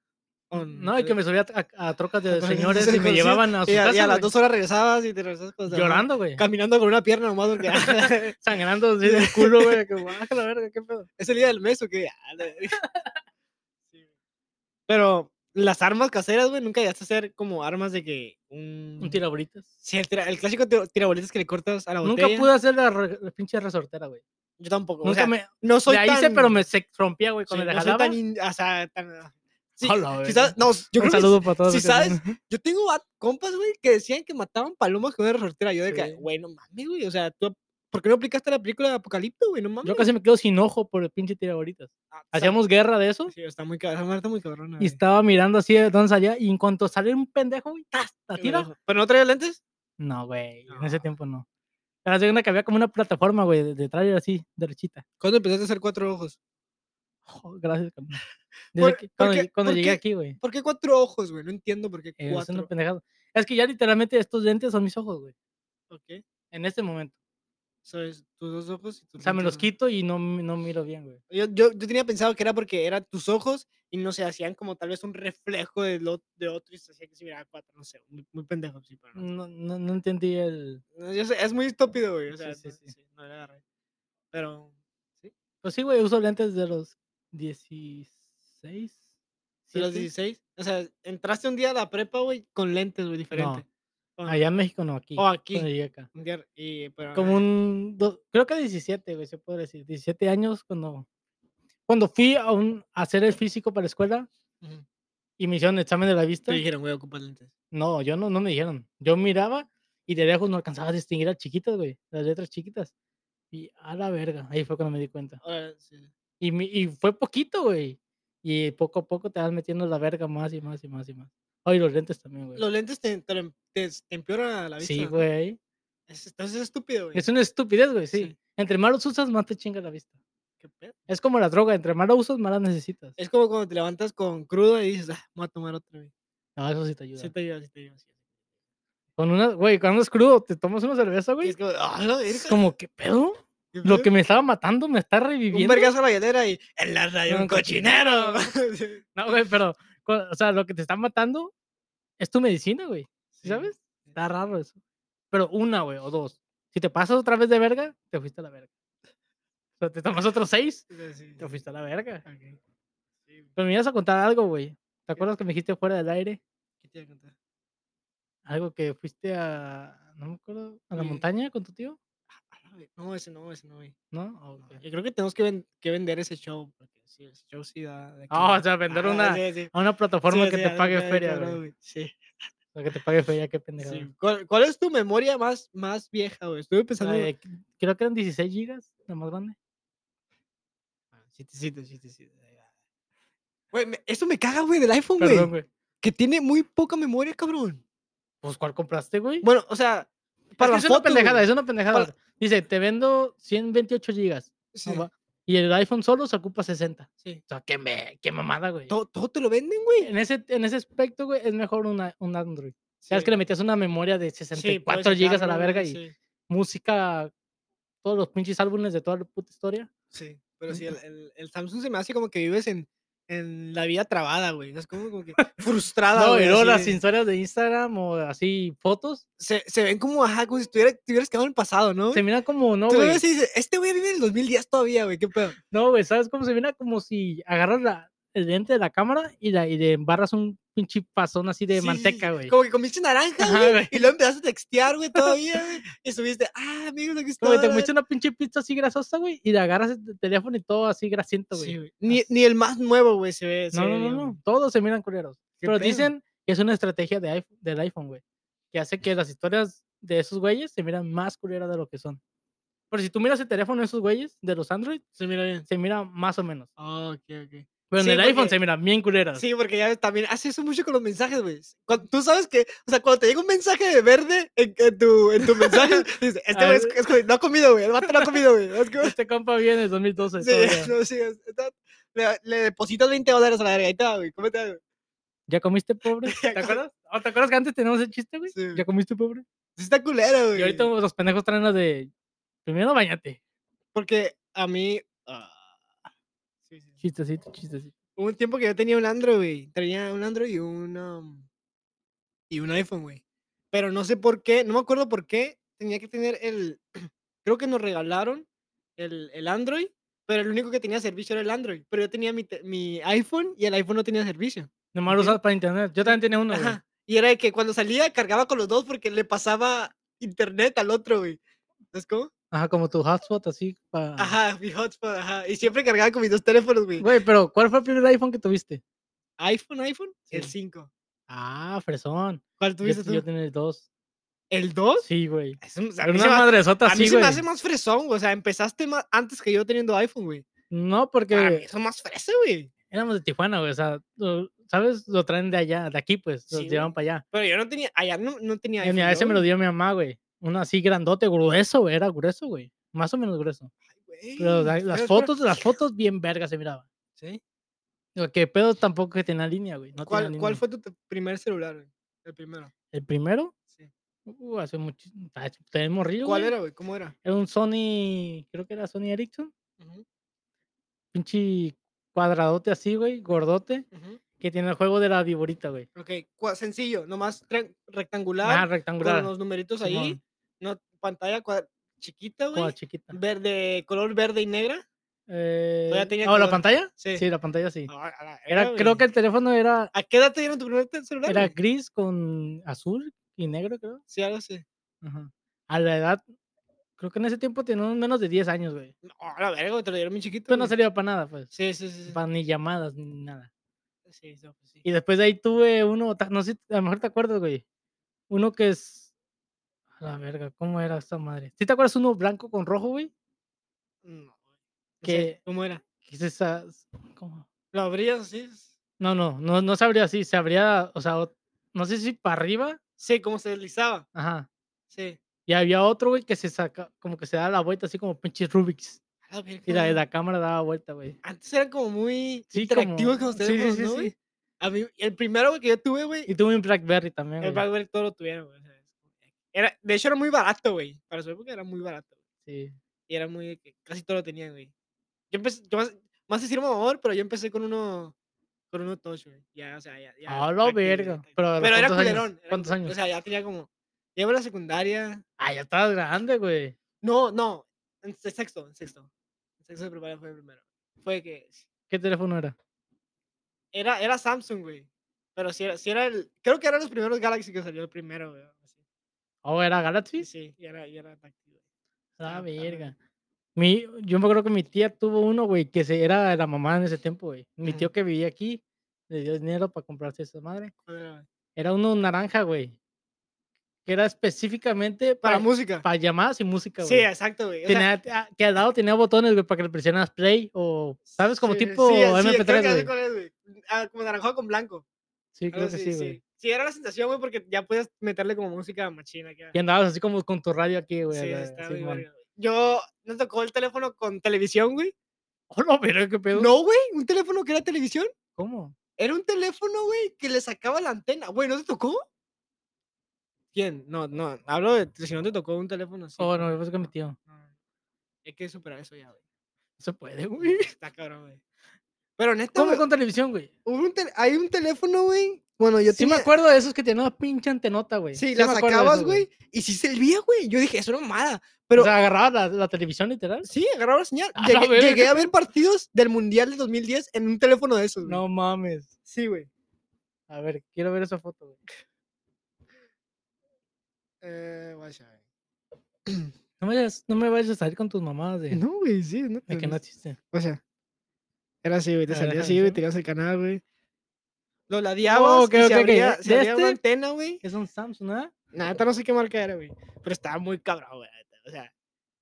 Speaker 1: con-
Speaker 2: Mm, No, y que me subía a, a trocas de
Speaker 1: con-
Speaker 2: señores y
Speaker 1: con-
Speaker 2: me
Speaker 1: sí,
Speaker 2: llevaban a su
Speaker 1: y a, y a
Speaker 2: casa,
Speaker 1: las
Speaker 2: güey,
Speaker 1: dos horas regresabas y te regresabas con
Speaker 2: llorando, güey.
Speaker 1: Caminando con una pierna nomás porque ah,
Speaker 2: Sangrando así del culo, güey. Que baja la verga, qué pedo.
Speaker 1: es el día del mes o qué. Ah, la verga. Pero las armas caseras, güey, nunca llegaste a hacer como armas de que un,
Speaker 2: Un tirabolitas.
Speaker 1: Sí, el, tira- el clásico tiro- tirabolitas que le cortas a la
Speaker 2: Nunca
Speaker 1: botella.
Speaker 2: pude hacer la, re- la pinche resortera, güey.
Speaker 1: Yo tampoco.
Speaker 2: Nunca
Speaker 1: o sea,
Speaker 2: me.
Speaker 1: no soy
Speaker 2: la
Speaker 1: tan,
Speaker 2: hice, pero me se rompía, güey,
Speaker 1: sí,
Speaker 2: cuando la
Speaker 1: no soy
Speaker 2: jalaba.
Speaker 1: tan, in- o sea, tan- sí,
Speaker 2: A la
Speaker 1: si
Speaker 2: verga.
Speaker 1: sabes- no, yo
Speaker 2: Un
Speaker 1: creo que
Speaker 2: saludo para todos.
Speaker 1: si
Speaker 2: los que
Speaker 1: sabes,
Speaker 2: están-
Speaker 1: Yo tengo a- compas, güey, que decían que mataban palomas con una resortera. Yo de que,
Speaker 2: Sí.
Speaker 1: güey, no mames, güey. O sea, ¿tú, ¿por qué no aplicaste la película de Apocalipto, güey? No mames.
Speaker 2: Yo casi me quedo sin ojo por el pinche tirabolitas.
Speaker 1: Ah, está-
Speaker 2: Hacíamos guerra de eso
Speaker 1: Sí, está muy cabrón. está muy cabrona,
Speaker 2: y
Speaker 1: güey.
Speaker 2: estaba mirando así de dónde salía. Y en cuanto salió un pendejo, güey, ¡tas! la
Speaker 1: Sí,
Speaker 2: tira.
Speaker 1: güey, ¿Pero no traía lentes?
Speaker 2: No, güey, en ese
Speaker 1: No.
Speaker 2: tiempo no. Pero segunda que había como una plataforma, güey, de, de trailer así, derechita.
Speaker 1: ¿Cuándo empezaste a hacer cuatro ojos?
Speaker 2: Jo, gracias, carnal.
Speaker 1: Por-
Speaker 2: Desde que- cuando,
Speaker 1: porque-
Speaker 2: lle- cuando llegué
Speaker 1: porque-
Speaker 2: aquí, güey.
Speaker 1: ¿Por qué cuatro ojos, güey? No entiendo por qué
Speaker 2: eh, es una
Speaker 1: cuatro.
Speaker 2: pendejada. Es que ya literalmente estos lentes son mis ojos, güey.
Speaker 1: Ok.
Speaker 2: En este momento.
Speaker 1: ¿Sabes? Tus dos ojos y tus
Speaker 2: O sea, me los
Speaker 1: lentes,
Speaker 2: quito y no, mi- no miro bien, güey.
Speaker 1: ¿no? Yo, yo, yo tenía pensado que era porque eran tus ojos y no se hacían como tal vez un reflejo de, lo- de otro y se hacía que se miraba cuatro, no sé, muy, muy pendejo, sí, pero no.
Speaker 2: No, no, no entendí el.
Speaker 1: No, yo sé, es muy estúpido, güey. O
Speaker 2: Sí,
Speaker 1: sea,
Speaker 2: sí,
Speaker 1: no,
Speaker 2: sí.
Speaker 1: sí, no le agarré. Pero.
Speaker 2: Pues sí, güey, uso lentes de los 16.
Speaker 1: De los
Speaker 2: ¿siete?
Speaker 1: 16. O sea, entraste un día a la prepa, güey, con lentes, güey, diferente. O-
Speaker 2: Allá en México, no, aquí.
Speaker 1: O aquí.
Speaker 2: cuando llegué acá.
Speaker 1: un día- y, pero,
Speaker 2: como un, do- creo que 17, güey, se puede decir, 17 años cuando, cuando fui a, un, a hacer el físico para la escuela
Speaker 1: ujú.
Speaker 2: y me hicieron examen de la vista.
Speaker 1: Te dijeron, güey, ocupas lentes.
Speaker 2: No, yo no, no me dijeron. Yo miraba y de lejos no alcanzaba a distinguir las chiquitas, güey, las letras chiquitas. Y a la verga, ahí fue cuando me di cuenta.
Speaker 1: Ahora, sí.
Speaker 2: Y, mi- y fue poquito, güey. Y poco a poco te vas metiendo la verga más y más y más y más. Ay, los lentes también, güey.
Speaker 1: Los lentes te, te, lo em- te- te empeoran la vista.
Speaker 2: Pues Sí, güey.
Speaker 1: Es- Entonces es estúpido, güey.
Speaker 2: Es una estupidez, güey, sí.
Speaker 1: Sí.
Speaker 2: Entre más los usas, más te chinga la vista.
Speaker 1: ¿Qué pedo?
Speaker 2: Es como la droga, entre más la usas, más la necesitas.
Speaker 1: Es como cuando te levantas con crudo y dices, ah, me voy a tomar otra, güey.
Speaker 2: No, eso sí te ayuda.
Speaker 1: Sí te ayuda, sí te ayuda. sí.
Speaker 2: Con una, güey, cuando es crudo, te tomas una cerveza,
Speaker 1: Y
Speaker 2: güey.
Speaker 1: es como, ah, la
Speaker 2: Es
Speaker 1: verga.
Speaker 2: como, ¿qué pedo?
Speaker 1: ¿qué
Speaker 2: Lo
Speaker 1: pedo?".
Speaker 2: que me estaba matando me está
Speaker 1: Un
Speaker 2: reviviendo.
Speaker 1: vergazo a la galera y en la radio
Speaker 2: Un
Speaker 1: un cochinero. Sí,
Speaker 2: No, güey, pero, cu- o sea, lo que te está matando es tu medicina, güey.
Speaker 1: sí.
Speaker 2: ¿Sabes? Está raro eso. Pero una, güey, o dos. Si te pasas otra vez de verga, te fuiste a la verga. O sea, te tomas otros seis,
Speaker 1: O sea, sí,
Speaker 2: te fuiste a la verga.
Speaker 1: ok. Sí,
Speaker 2: Pero me ibas a contar algo, güey. ¿Te acuerdas que me dijiste fuera del aire?
Speaker 1: ¿qué te iba a contar?
Speaker 2: Algo que fuiste a, no me acuerdo, a la
Speaker 1: Sí.
Speaker 2: montaña con tu tío,
Speaker 1: Ah, güey, No, ese no, ese no, güey.
Speaker 2: ¿no? Ah,
Speaker 1: No,
Speaker 2: ok.
Speaker 1: Yo creo que tenemos que, ven- que vender ese show. Porque sí, ese show sí da. de
Speaker 2: Ah,
Speaker 1: que-
Speaker 2: o sea, vender
Speaker 1: Ajá,
Speaker 2: una-
Speaker 1: sí, sí, sí,
Speaker 2: A una plataforma
Speaker 1: o
Speaker 2: que
Speaker 1: sea,
Speaker 2: te
Speaker 1: de
Speaker 2: pague
Speaker 1: que, ay,
Speaker 2: feria,
Speaker 1: cabrón,
Speaker 2: güey.
Speaker 1: güey, Sí.
Speaker 2: Lo que te pague feria, qué pendejada.
Speaker 1: sí. ¿Cuál, cuál es tu memoria más, más vieja, güey? Estuve
Speaker 2: La
Speaker 1: pensando.
Speaker 2: de qu- creo que eran 16 gigas, la más grande.
Speaker 1: Ah, Sí, te- sí, te- sí, te- sí, te- ahí va. Güey, me- eso me caga, güey, del iPhone,
Speaker 2: Perdón,
Speaker 1: güey.
Speaker 2: güey.
Speaker 1: Que tiene muy poca memoria, cabrón.
Speaker 2: Pues, ¿cuál compraste, güey? Ah,
Speaker 1: Bueno, o sea, para
Speaker 2: es, que
Speaker 1: las
Speaker 2: es una
Speaker 1: fotos,
Speaker 2: pendejada,
Speaker 1: güey.
Speaker 2: es una pendejada.
Speaker 1: Para-
Speaker 2: Dice, te vendo 128 gigas.
Speaker 1: Sí,
Speaker 2: no va, Y el iPhone solo se ocupa 60.
Speaker 1: sí.
Speaker 2: O sea, qué, me- qué mamada, güey.
Speaker 1: Todo, todo te lo venden, güey.
Speaker 2: En ese, en ese aspecto, güey, es mejor una, un Android. Sabes
Speaker 1: Sí.
Speaker 2: que le metías una memoria de
Speaker 1: Sí, puedes
Speaker 2: 64 gigas a la
Speaker 1: sacarlo,
Speaker 2: verga
Speaker 1: güey,
Speaker 2: y
Speaker 1: sí.
Speaker 2: música, todos los pinches álbumes de toda la puta historia.
Speaker 1: Sí, pero sí,
Speaker 2: Mm.
Speaker 1: el, el- el Samsung se me hace como que vives en, en la vida trabada, güey. Es como, como que frustrada,
Speaker 2: No,
Speaker 1: güey.
Speaker 2: y luego
Speaker 1: así
Speaker 2: las
Speaker 1: de-
Speaker 2: historias de Instagram o así fotos,
Speaker 1: se, se ven como, ajá, como si tuviera, te hubieras quedado en el pasado, ¿no?
Speaker 2: se miran como, no,
Speaker 1: Tú lo
Speaker 2: güey.
Speaker 1: ves y dices, este güey vive en el 2010 todavía, güey, qué pedo.
Speaker 2: No, güey, ¿sabes cómo se mira? Como si agarras la- el lente de la cámara y, la, y le embarras un pinche pasón así de
Speaker 1: Sí, sí,
Speaker 2: manteca,
Speaker 1: sí,
Speaker 2: güey.
Speaker 1: Como que comiste naranja,
Speaker 2: Ajá,
Speaker 1: güey.
Speaker 2: güey.
Speaker 1: Y luego empezaste a textear, güey, todavía, güey. Y subiste, ah, amigos, aquí estoy.
Speaker 2: Como que te
Speaker 1: la
Speaker 2: fuiste una pinche pizza así grasosa, güey, y le agarras el teléfono y todo así grasiento,
Speaker 1: verga".
Speaker 2: güey.
Speaker 1: Sí, güey. Ni, ni el más nuevo, güey, se ve. se
Speaker 2: no,
Speaker 1: ve
Speaker 2: no, no,
Speaker 1: bien,
Speaker 2: no,
Speaker 1: güey.
Speaker 2: todos se miran culeros.
Speaker 1: Qué
Speaker 2: Pero
Speaker 1: pedo.
Speaker 2: dicen que es una estrategia de iPhone, del iPhone, güey, que hace que las historias de esos güeyes se miran más culeras de lo que son. Pero si tú miras el teléfono de esos güeyes, de los Android,
Speaker 1: Se mira bien.
Speaker 2: se mira más o menos.
Speaker 1: Ah, ok, ok.
Speaker 2: Pero
Speaker 1: Sí,
Speaker 2: en el iPhone
Speaker 1: porque-
Speaker 2: se miran bien culeras.
Speaker 1: Sí, porque ya también hace eso mucho con los mensajes, güey. Cuan- Tú sabes que, o sea, cuando te llega un mensaje de verde en, en tu, en tu mensaje, dices, este güey es- es co- no ha comido, güey, el vato no ha comido, güey. Es como-
Speaker 2: Este compa viene en 2012.
Speaker 1: Sí,
Speaker 2: todavía.
Speaker 1: no, sí, es- está- le, le depositas 20 dólares a la verga, ahí te va, güey, cómete algo.
Speaker 2: ¿Ya comiste pobre? ¿Te
Speaker 1: com-
Speaker 2: acuerdas? ¿O ¿Te acuerdas que antes teníamos ese chiste, güey?
Speaker 1: Sí.
Speaker 2: ¿Ya comiste pobre?
Speaker 1: Sí está culero, güey.
Speaker 2: Y ahorita los pendejos traen la de. Primero bañate.
Speaker 1: Porque a mí... ah, sí, sí, sí.
Speaker 2: Chistecito, chistecito.
Speaker 1: Hubo un tiempo que yo tenía un Android, güey. Tenía un Android y un, um, y un iPhone, güey. Pero no sé por qué, no me acuerdo por qué tenía que tener el. Creo que nos regalaron el, el Android, pero el único que tenía servicio era el Android. Pero yo tenía mi, te- mi iPhone y el iPhone no tenía servicio.
Speaker 2: Nomás lo
Speaker 1: Entiendo.
Speaker 2: usas para internet. Yo también tenía uno, güey.
Speaker 1: Ajá. Y era de que cuando salía cargaba con los dos porque le pasaba internet al otro, güey. ¿Sabes cómo?
Speaker 2: Ajá, como tu hotspot así para.
Speaker 1: Ajá, mi hotspot, ajá. Y siempre cargaba con mis dos teléfonos, güey.
Speaker 2: Ah. Güey, pero ¿cuál fue el primer iPhone que tuviste?
Speaker 1: iPhone, iPhone, el
Speaker 2: Sí.
Speaker 1: 5.
Speaker 2: Ah, fresón.
Speaker 1: ¿Cuál
Speaker 2: Yo,
Speaker 1: tuviste tú?
Speaker 2: yo tenía el 2.
Speaker 1: ¿El 2?
Speaker 2: Sí, güey.
Speaker 1: a
Speaker 2: Era
Speaker 1: mí,
Speaker 2: una
Speaker 1: se, me-
Speaker 2: madresota
Speaker 1: a mí
Speaker 2: así,
Speaker 1: se me
Speaker 2: güey.
Speaker 1: hace más fresón, güey. O sea, empezaste más antes que yo teniendo iPhone, güey.
Speaker 2: No,
Speaker 1: Para mí
Speaker 2: porque
Speaker 1: son más fresa, güey.
Speaker 2: éramos de Tijuana, güey. O sea, lo- ¿sabes? Lo traen de allá, de aquí, pues. Los
Speaker 1: Sí,
Speaker 2: llevan
Speaker 1: güey.
Speaker 2: para allá.
Speaker 1: Pero yo no tenía, allá no, no tenía
Speaker 2: Y
Speaker 1: iPhone.
Speaker 2: a ese
Speaker 1: yo,
Speaker 2: me lo
Speaker 1: güey.
Speaker 2: dio mi mamá, güey. Uno así grandote, grueso, güey. Era grueso, güey. Más o menos grueso. Pero
Speaker 1: Güey,
Speaker 2: la-
Speaker 1: espera,
Speaker 2: las
Speaker 1: espera.
Speaker 2: fotos, las fotos bien vergas se miraban.
Speaker 1: Sí.
Speaker 2: Lo que pedo tampoco que tenía línea, güey. No tenía
Speaker 1: ¿Cuál, cuál
Speaker 2: línea.
Speaker 1: fue tu te- primer celular, güey? El primero.
Speaker 2: ¿El primero?
Speaker 1: Sí.
Speaker 2: Uh, hace mucho. ah, Tenía morrillo.
Speaker 1: ¿Cuál
Speaker 2: güey.
Speaker 1: era, güey? ¿Cómo era?
Speaker 2: Era un Sony, creo que era Sony Ericsson.
Speaker 1: Ujú,
Speaker 2: Pinche cuadradote así, güey, gordote,
Speaker 1: ujú.
Speaker 2: que tiene el juego de la viborita, güey.
Speaker 1: Ok, cua- sencillo, nomás tran-
Speaker 2: Ah,
Speaker 1: rectangular,
Speaker 2: rectangular.
Speaker 1: con los numeritos ahí,
Speaker 2: Simón,
Speaker 1: no, pantalla cuad- chiquita,
Speaker 2: como
Speaker 1: güey,
Speaker 2: chiquita.
Speaker 1: verde, color verde y negra.
Speaker 2: Eh,
Speaker 1: tenía
Speaker 2: ¿oh, la
Speaker 1: color.
Speaker 2: pantalla?
Speaker 1: Sí.
Speaker 2: la pantalla sí.
Speaker 1: Ah, a la
Speaker 2: Era,
Speaker 1: verga,
Speaker 2: creo
Speaker 1: güey.
Speaker 2: que el teléfono era,
Speaker 1: ¿A qué edad te dieron tu primer te- celular?
Speaker 2: era
Speaker 1: güey?
Speaker 2: gris con azul y negro, creo.
Speaker 1: Sí, ahora sí.
Speaker 2: Ajá. A la edad, creo que en ese tiempo tenía unos menos de 10 años, güey.
Speaker 1: No, a la verga, güey, te lo dieron muy chiquito.
Speaker 2: Pero no
Speaker 1: güey.
Speaker 2: servía para nada, pues.
Speaker 1: Sí, sí, sí. sí.
Speaker 2: Para ni llamadas ni nada.
Speaker 1: Sí, no, pues sí.
Speaker 2: Y después de ahí tuve uno, ta- no sé, a lo mejor te acuerdas, güey. Uno que es. A la verga, ¿cómo era esta madre? ¿Sí te acuerdas uno blanco con rojo, güey?
Speaker 1: No, no sé,
Speaker 2: que-
Speaker 1: ¿Cómo era?
Speaker 2: Que es esa. ¿Cómo?
Speaker 1: ¿Lo abrías así?
Speaker 2: No, no, no, no se abría así, se abría, o sea, ot- no sé si para arriba,
Speaker 1: Sí, cómo se deslizaba.
Speaker 2: ajá.
Speaker 1: Sí.
Speaker 2: Y había otro, güey, que se saca, como que se da la vuelta, así como pinche Rubik's.
Speaker 1: A la verga,
Speaker 2: Y la, la
Speaker 1: güey.
Speaker 2: cámara daba vuelta, güey.
Speaker 1: Antes eran como muy
Speaker 2: Sí,
Speaker 1: interactivos
Speaker 2: como-
Speaker 1: con
Speaker 2: sí,
Speaker 1: los
Speaker 2: sí,
Speaker 1: teléfonos,
Speaker 2: sí,
Speaker 1: ¿no,
Speaker 2: sí.
Speaker 1: güey? A mí, el primero güey, que yo tuve, güey,
Speaker 2: Y tuve un Blackberry también,
Speaker 1: el
Speaker 2: güey.
Speaker 1: BlackBerry todo lo tuvieron, güey. o sea, es como que- Era, de hecho, era muy barato, güey. Para su época era muy barato. güey,
Speaker 2: Sí.
Speaker 1: Y era muy. de que Casi todo lo tenían, güey. Yo empecé. Yo más, más decir mamador, pero yo empecé con uno. Con uno touch, güey. Ya, o sea, ya. ya
Speaker 2: A la
Speaker 1: tranquilo, ya
Speaker 2: verga,
Speaker 1: tranquilo.
Speaker 2: pero a los
Speaker 1: Pero era
Speaker 2: cuántos años,
Speaker 1: culerón. era
Speaker 2: ¿cuántos
Speaker 1: culerón,
Speaker 2: años?
Speaker 1: O sea, ya tenía como. Llevo la secundaria.
Speaker 2: Ah, ya estabas grande, güey.
Speaker 1: No, no. En se- sexto, en sexto. En sexto de primaria fue el primero. Fue que.
Speaker 2: ¿Qué teléfono era?
Speaker 1: Era, era Samsung, güey. Pero si era, si era el. Creo que eran los primeros Galaxy que salió el primero, güey. así,
Speaker 2: ¿O Oh, era Galaxy?
Speaker 1: Sí, sí, y era, y era táctil, güey.
Speaker 2: La
Speaker 1: Ah, está
Speaker 2: verga. Mi, yo me acuerdo que mi tía tuvo uno, güey, que se, era la mamá en ese tiempo, güey. Mi
Speaker 1: Ujú.
Speaker 2: tío que vivía aquí le dio dinero para comprarse esa madre.
Speaker 1: ¿Cuál era, güey?
Speaker 2: Era uno naranja, güey. Que era específicamente
Speaker 1: Para
Speaker 2: para,
Speaker 1: música.
Speaker 2: para llamadas y música,
Speaker 1: sí,
Speaker 2: güey.
Speaker 1: exacto, güey. o sea,
Speaker 2: Tenía- ah, que al lado tenía botones, güey, para que le presionas play o, ¿sabes? Como
Speaker 1: sí,
Speaker 2: tipo
Speaker 1: sí, sí, creo que
Speaker 2: MP3,
Speaker 1: ya sé
Speaker 2: güey.
Speaker 1: cuál es, güey. Ah, como naranjado con blanco.
Speaker 2: Sí,
Speaker 1: algo
Speaker 2: creo que
Speaker 1: así,
Speaker 2: sí, güey.
Speaker 1: Sí, era la sensación, güey, porque ya podías meterle como música machina. Que,
Speaker 2: Y andabas así como con tu radio aquí, güey. a
Speaker 1: sí,
Speaker 2: la-
Speaker 1: está muy
Speaker 2: Simón.
Speaker 1: verga, güey. Yo no tocó el teléfono con televisión, güey.
Speaker 2: Hola, Oh, pero qué pedo.
Speaker 1: No, güey, un teléfono que era televisión.
Speaker 2: ¿Cómo?
Speaker 1: Era un teléfono, güey, que le sacaba la antena. Güey, ¿no te tocó? ¿Quién? No, no, hablo de si no te tocó un teléfono así.
Speaker 2: Oh, no,
Speaker 1: con-
Speaker 2: yo pensé que mi tío.
Speaker 1: no, Hay que superar eso ya, güey.
Speaker 2: No se puede,
Speaker 1: No,
Speaker 2: güey.
Speaker 1: Está cabrón, güey. Pero en esto,
Speaker 2: ¿Cómo con televisión, güey?
Speaker 1: hay un teléfono, güey. Bueno, yo
Speaker 2: sí me acuerdo de esos que tenían una pinche antenota, güey.
Speaker 1: Sí,
Speaker 2: me
Speaker 1: la
Speaker 2: acuerdo de
Speaker 1: sacabas,
Speaker 2: esos,
Speaker 1: güey, y sí servía, güey. Yo dije, es una mamada.
Speaker 2: O
Speaker 1: Pero
Speaker 2: sea, agarrabas la, la televisión literal.
Speaker 1: sí, agarraba la señal.
Speaker 2: A la
Speaker 1: Llegué,
Speaker 2: verga.
Speaker 1: llegué a ver partidos del Mundial de 2010 en un teléfono de esos, güey.
Speaker 2: No mames.
Speaker 1: Sí, güey.
Speaker 2: A ver, quiero ver esa foto, güey.
Speaker 1: Eh, guacha, güey.
Speaker 2: No me, vayas- no me vayas a salir con tus mamadas de,
Speaker 1: No, güey, sí. No,
Speaker 2: de que no
Speaker 1: no-
Speaker 2: existe.
Speaker 1: O sea, era así, güey. Te
Speaker 2: A ver,
Speaker 1: salía
Speaker 2: déjame
Speaker 1: así, güey.
Speaker 2: ver.
Speaker 1: Tenías el canal, güey. Lo ladeabas
Speaker 2: ok,
Speaker 1: y
Speaker 2: ok,
Speaker 1: se
Speaker 2: ok,
Speaker 1: abría,
Speaker 2: ¿de-
Speaker 1: se
Speaker 2: de
Speaker 1: abría una
Speaker 2: este?
Speaker 1: antena, güey.
Speaker 2: Es un Samsung, ¿ah?
Speaker 1: Nada, no sé qué marca era, güey. Pero estaba muy cabrón, güey. la neta, O sea,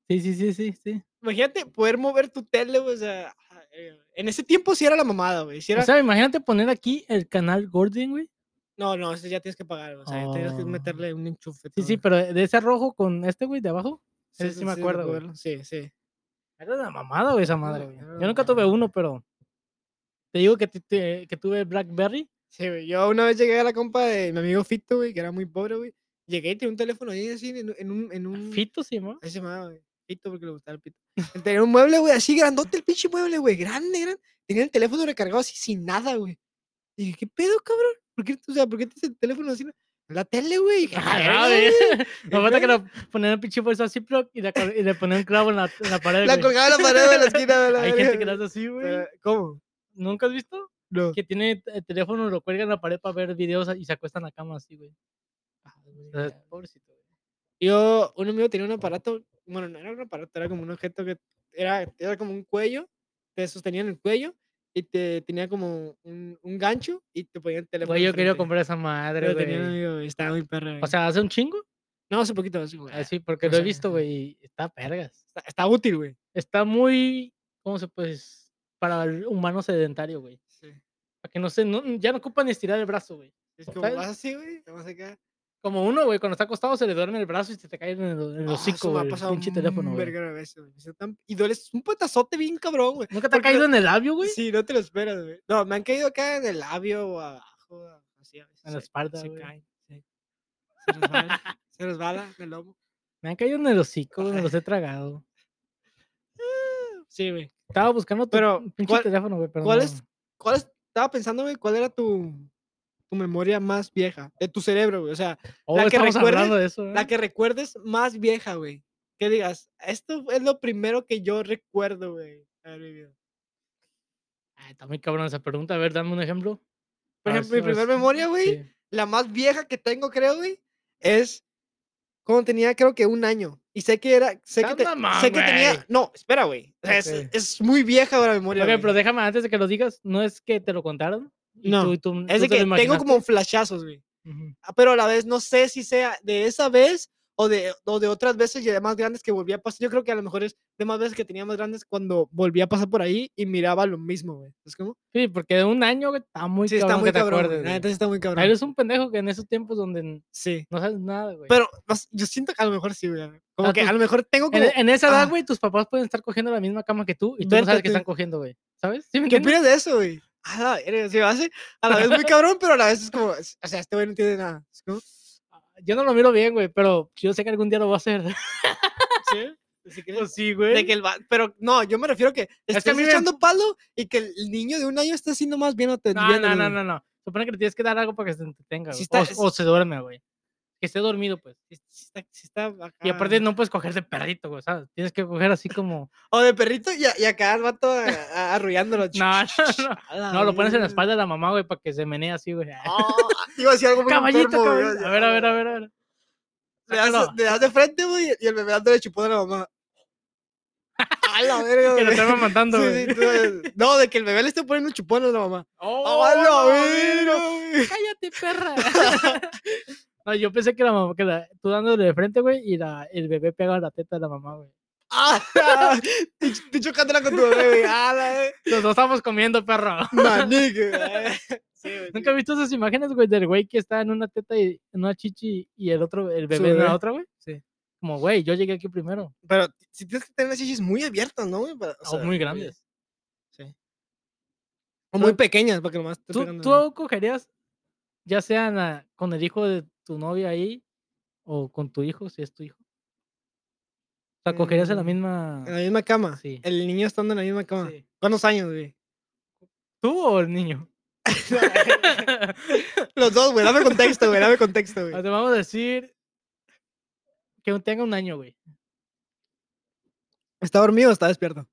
Speaker 2: Sí, sí, sí, sí, sí.
Speaker 1: imagínate poder mover tu tele, güey. O sea, ah, eh, en ese tiempo sí era la mamada, güey. Sí era...
Speaker 2: O sea, imagínate poner aquí el canal Gordon, güey.
Speaker 1: No, no, ese ya tienes que pagar, o sea, ya tienes que
Speaker 2: Oh.
Speaker 1: meterle un enchufe.
Speaker 2: Sí, sí,
Speaker 1: todo.
Speaker 2: pero de ese rojo con este, güey, de abajo. ese sí me
Speaker 1: de
Speaker 2: acuerdo, güey.
Speaker 1: acuerdo, Sí, sí.
Speaker 2: Era una mamada, güey, esa
Speaker 1: No,
Speaker 2: madre, güey.
Speaker 1: era
Speaker 2: Yo
Speaker 1: una
Speaker 2: nunca tuve
Speaker 1: mamada.
Speaker 2: uno, pero. Te digo que, te- te- que tuve Blackberry.
Speaker 1: Sí, güey. Yo una vez llegué a la compa de mi amigo Fito, güey, que era muy pobre, güey. Llegué y tenía un teléfono ahí así en, un- en un... En un
Speaker 2: Fito, sí, ¿no?
Speaker 1: Ahí se llamaba, güey. pito porque le gustaba el pito. Tenía un mueble, güey, así grandote el pinche mueble, güey, grande, grande. Tenía el teléfono recargado así sin nada, güey. Y dije, ¿qué pedo, cabrón? ¿Por qué, o sea, ¿por qué tienes el teléfono así? La tele, güey. Y dije, "A la
Speaker 2: Ah,
Speaker 1: verga, güey".
Speaker 2: Me falta que le poner un pinche bolso así y, la col- y le poner un clavo en la, en la pared.
Speaker 1: La
Speaker 2: güey.
Speaker 1: colgaba en la pared de la esquina. güey, la
Speaker 2: Hay
Speaker 1: verga,
Speaker 2: gente que la
Speaker 1: güey.
Speaker 2: hace así, güey.
Speaker 1: Eh, ¿Cómo?
Speaker 2: ¿Nunca has visto?
Speaker 1: No.
Speaker 2: Que tiene el teléfono, lo cuelga en la pared para ver videos y se acuesta en la cama así, güey. Eh, Pobrecito, güey.
Speaker 1: Yo, un amigo tenía un aparato, bueno, no era un aparato, era como un objeto que era, era como un cuello, te sostenían el cuello y te tenía como un, un gancho y te ponían el teléfono.
Speaker 2: Güey, yo quería
Speaker 1: enfrente.
Speaker 2: comprar esa madre,
Speaker 1: Pero tenía un
Speaker 2: güey.
Speaker 1: amigo, güey, estaba muy perra. güey.
Speaker 2: O sea, hace un chingo.
Speaker 1: no, hace poquito. hace como-
Speaker 2: Ah, sí, porque
Speaker 1: o
Speaker 2: lo he
Speaker 1: sea,
Speaker 2: visto, güey. y Está vergas.
Speaker 1: está, está útil, güey.
Speaker 2: Está muy, ¿cómo se puede? decir? Para el humano sedentario, güey. Para que no se, no, ya no ocupan ni estirar el brazo, güey.
Speaker 1: Es como,
Speaker 2: ¿Sabes?
Speaker 1: vas así, güey, te vas acá.
Speaker 2: Como uno, güey, cuando está acostado se le duerme el brazo y se te cae en el, en el
Speaker 1: Ah,
Speaker 2: hocico,
Speaker 1: eso me ha
Speaker 2: güey, el
Speaker 1: pasado
Speaker 2: pinche teléfono,
Speaker 1: un
Speaker 2: güey.
Speaker 1: verguero de veces, güey. Eso tan- Y dueles un patazote bien cabrón, güey.
Speaker 2: ¿Nunca te ha
Speaker 1: porque lo-
Speaker 2: caído en el labio, güey?
Speaker 1: Sí, no te lo esperas, güey. No, me han caído acá en el labio o abajo, así a veces.
Speaker 2: En la
Speaker 1: se-
Speaker 2: espalda,
Speaker 1: Se
Speaker 2: güey.
Speaker 1: caen, sí. Se resbalan, se resbala en el lomo.
Speaker 2: Me han caído en el hocico, güey, me los he tragado.
Speaker 1: Sí, güey.
Speaker 2: Estaba buscando tu
Speaker 1: Pero,
Speaker 2: pinche
Speaker 1: ¿cuál-
Speaker 2: teléfono, güey, pero
Speaker 1: ¿Cuál
Speaker 2: no.
Speaker 1: es? ¿Cuál es? Estaba pensando, güey, ¿cuál era tu, tu memoria más vieja? De tu cerebro, güey. O sea,
Speaker 2: Oh,
Speaker 1: la que
Speaker 2: estamos
Speaker 1: recuerdes-
Speaker 2: hablando de eso,
Speaker 1: la
Speaker 2: ¿eh?
Speaker 1: que recuerdes más vieja, güey. Que digas, esto es lo primero que yo recuerdo, güey. haber vivido".
Speaker 2: Ay, Ah, está muy cabrón esa pregunta. A ver, dame un ejemplo.
Speaker 1: Por
Speaker 2: Ah, A ver
Speaker 1: ejemplo,
Speaker 2: si
Speaker 1: mi
Speaker 2: me res-
Speaker 1: primer memoria, güey,
Speaker 2: sí.
Speaker 1: la más vieja que tengo, creo, güey, es cuando tenía, creo que un año. Y sé que era, sé que,
Speaker 2: Estás
Speaker 1: te-
Speaker 2: mamón,
Speaker 1: sé que
Speaker 2: güey.
Speaker 1: tenía, no, espera, güey. O sea, es-
Speaker 2: Ok.
Speaker 1: es, muy vieja la memoria.
Speaker 2: Ok,
Speaker 1: güey.
Speaker 2: pero déjame, antes de que lo digas, no es que te lo contaron. y
Speaker 1: No,
Speaker 2: tú- y tú-
Speaker 1: es
Speaker 2: tú
Speaker 1: de
Speaker 2: te
Speaker 1: que
Speaker 2: lo
Speaker 1: tengo como
Speaker 2: imaginaste.
Speaker 1: flashazos, güey.
Speaker 2: Ujú.
Speaker 1: ah, pero a la vez no sé si sea de esa vez o de, o de otras veces ya más grandes que volví a pasar. Yo creo que a lo mejor es de más veces que tenía más grandes cuando volví a pasar por ahí y miraba lo mismo, güey. ¿Es como?
Speaker 2: Sí, porque de un año, güey, está muy
Speaker 1: Sí,
Speaker 2: cabrón
Speaker 1: está muy
Speaker 2: que te
Speaker 1: cabrón.
Speaker 2: acuerdes,
Speaker 1: güey, la neta
Speaker 2: güey.
Speaker 1: sí está muy cabrón.
Speaker 2: Eres un pendejo que en esos tiempos donde n-
Speaker 1: Sí.
Speaker 2: no sabes nada, güey.
Speaker 1: Pero vas- yo siento que a lo mejor sí, güey. Como
Speaker 2: Ah,
Speaker 1: que
Speaker 2: tú-
Speaker 1: a lo mejor tengo
Speaker 2: En,
Speaker 1: como.
Speaker 2: en esa edad,
Speaker 1: ah.
Speaker 2: güey, tus papás pueden estar cogiendo la misma cama que tú y tú no
Speaker 1: Verte
Speaker 2: sabes que
Speaker 1: tú.
Speaker 2: están cogiendo, güey. ¿Sabes? ¿Sí me
Speaker 1: ¿Qué
Speaker 2: entiendes?
Speaker 1: opinas de eso, güey? A la verga, se me hace a la vez muy cabrón, pero a la vez es como. es- O sea, este güey no entiende nada. ¿Es como?
Speaker 2: Yo no lo miro bien, güey, pero yo sé que algún día lo voy a hacer.
Speaker 1: Sí. ¿Sí crees?
Speaker 2: Pues sí,
Speaker 1: De
Speaker 2: güey.
Speaker 1: que el va- Pero no, yo me refiero que
Speaker 2: que a
Speaker 1: estás
Speaker 2: mí me-
Speaker 1: echando palo y que el niño de un año está haciendo más bien o te
Speaker 2: No, no, no, no, no. Supone que le tienes que dar algo para que se entretenga,
Speaker 1: Sí
Speaker 2: güey, o-
Speaker 1: está-
Speaker 2: o, se duerme, güey. Que esté dormido, pues.
Speaker 1: Sí está- sí está
Speaker 2: Y aparte
Speaker 1: acá.
Speaker 2: no puedes coger de perrito, güey, ¿sabes? Tienes que coger así como...
Speaker 1: O de perrito y, a- y acá el vato a- a- arrullándolo.
Speaker 2: No, no, no.
Speaker 1: A la
Speaker 2: No, lo pones en la
Speaker 1: verga.
Speaker 2: espalda de la mamá, güey, para que se menee así, güey.
Speaker 1: No, iba a decir algo muy
Speaker 2: Caballito,
Speaker 1: Ah, enfermo, güey, iba
Speaker 2: caballito.
Speaker 1: decir,
Speaker 2: A ver, a ver, a ver, a ver.
Speaker 1: Le das,
Speaker 2: sácalo.
Speaker 1: le das de frente, güey, y el bebé dándole chupón a la mamá. A la verga,
Speaker 2: Que lo
Speaker 1: güey.
Speaker 2: están matando,
Speaker 1: Sí,
Speaker 2: güey.
Speaker 1: sí, tú- no, de que el bebé le esté poniendo chupón a la mamá.
Speaker 2: ¡Oh,
Speaker 1: A la
Speaker 2: la
Speaker 1: verga,
Speaker 2: verga!
Speaker 1: güey.
Speaker 2: cállate, perra. no, yo pensé que la mamá, que la, tú dándole de frente, güey, y la, el bebé pega la teta de la mamá, güey.
Speaker 1: Ah, Estoy ch- estoy chocándola con tu bebé, güey. A la verga.
Speaker 2: Los dos estamos comiendo, perro.
Speaker 1: Manique, güey. Sí, güey,
Speaker 2: ¿Nunca
Speaker 1: sí.
Speaker 2: has visto esas imágenes, güey, del güey que está en una teta y en una chichi y el otro, el bebé en
Speaker 1: bebé.
Speaker 2: la otra, güey?
Speaker 1: Sí.
Speaker 2: Como, güey, yo llegué aquí primero.
Speaker 1: Pero t- si tienes que tener las chichis muy abiertas, ¿no? güey? Para-
Speaker 2: O muy grandes.
Speaker 1: O muy
Speaker 2: No.
Speaker 1: pequeñas, para que nomás esté
Speaker 2: ¿Tú,
Speaker 1: pegando,
Speaker 2: tú
Speaker 1: ¿no?
Speaker 2: cogerías, ya sea en la- con el hijo de tu novia ahí o con tu hijo, si es tu hijo? O sea, cogerías en la
Speaker 1: Mm,
Speaker 2: misma...
Speaker 1: En la misma cama.
Speaker 2: Sí.
Speaker 1: El niño estando en la misma cama.
Speaker 2: Sí.
Speaker 1: ¿Cuántos años, güey?
Speaker 2: ¿Tú o el niño?
Speaker 1: Los dos, güey. Dame contexto, güey. Dame contexto,
Speaker 2: O
Speaker 1: güey.
Speaker 2: sea, vamos a decir que tenga un año, güey.
Speaker 1: ¿Está dormido o está despierto?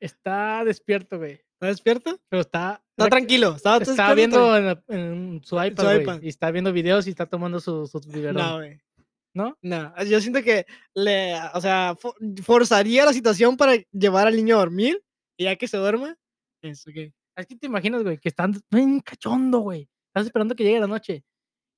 Speaker 2: Está despierto, güey.
Speaker 1: ¿Está despierto?
Speaker 2: Pero está.
Speaker 1: Está
Speaker 2: rec-
Speaker 1: tranquilo. Está,
Speaker 2: Está
Speaker 1: despierto, Eh,
Speaker 2: viendo en, la- en su iPad, güey,
Speaker 1: iPad.
Speaker 2: Y está viendo videos y está tomando su, su
Speaker 1: tranquilo.
Speaker 2: biberón.
Speaker 1: No, güey.
Speaker 2: ¿No?
Speaker 1: No, yo siento que le, o sea, fo- forzaría la situación para llevar al niño a dormir y ya que se duerma, es ok.
Speaker 2: Es que te imaginas, güey, que están bien cachondo, güey. Estás esperando que llegue la noche.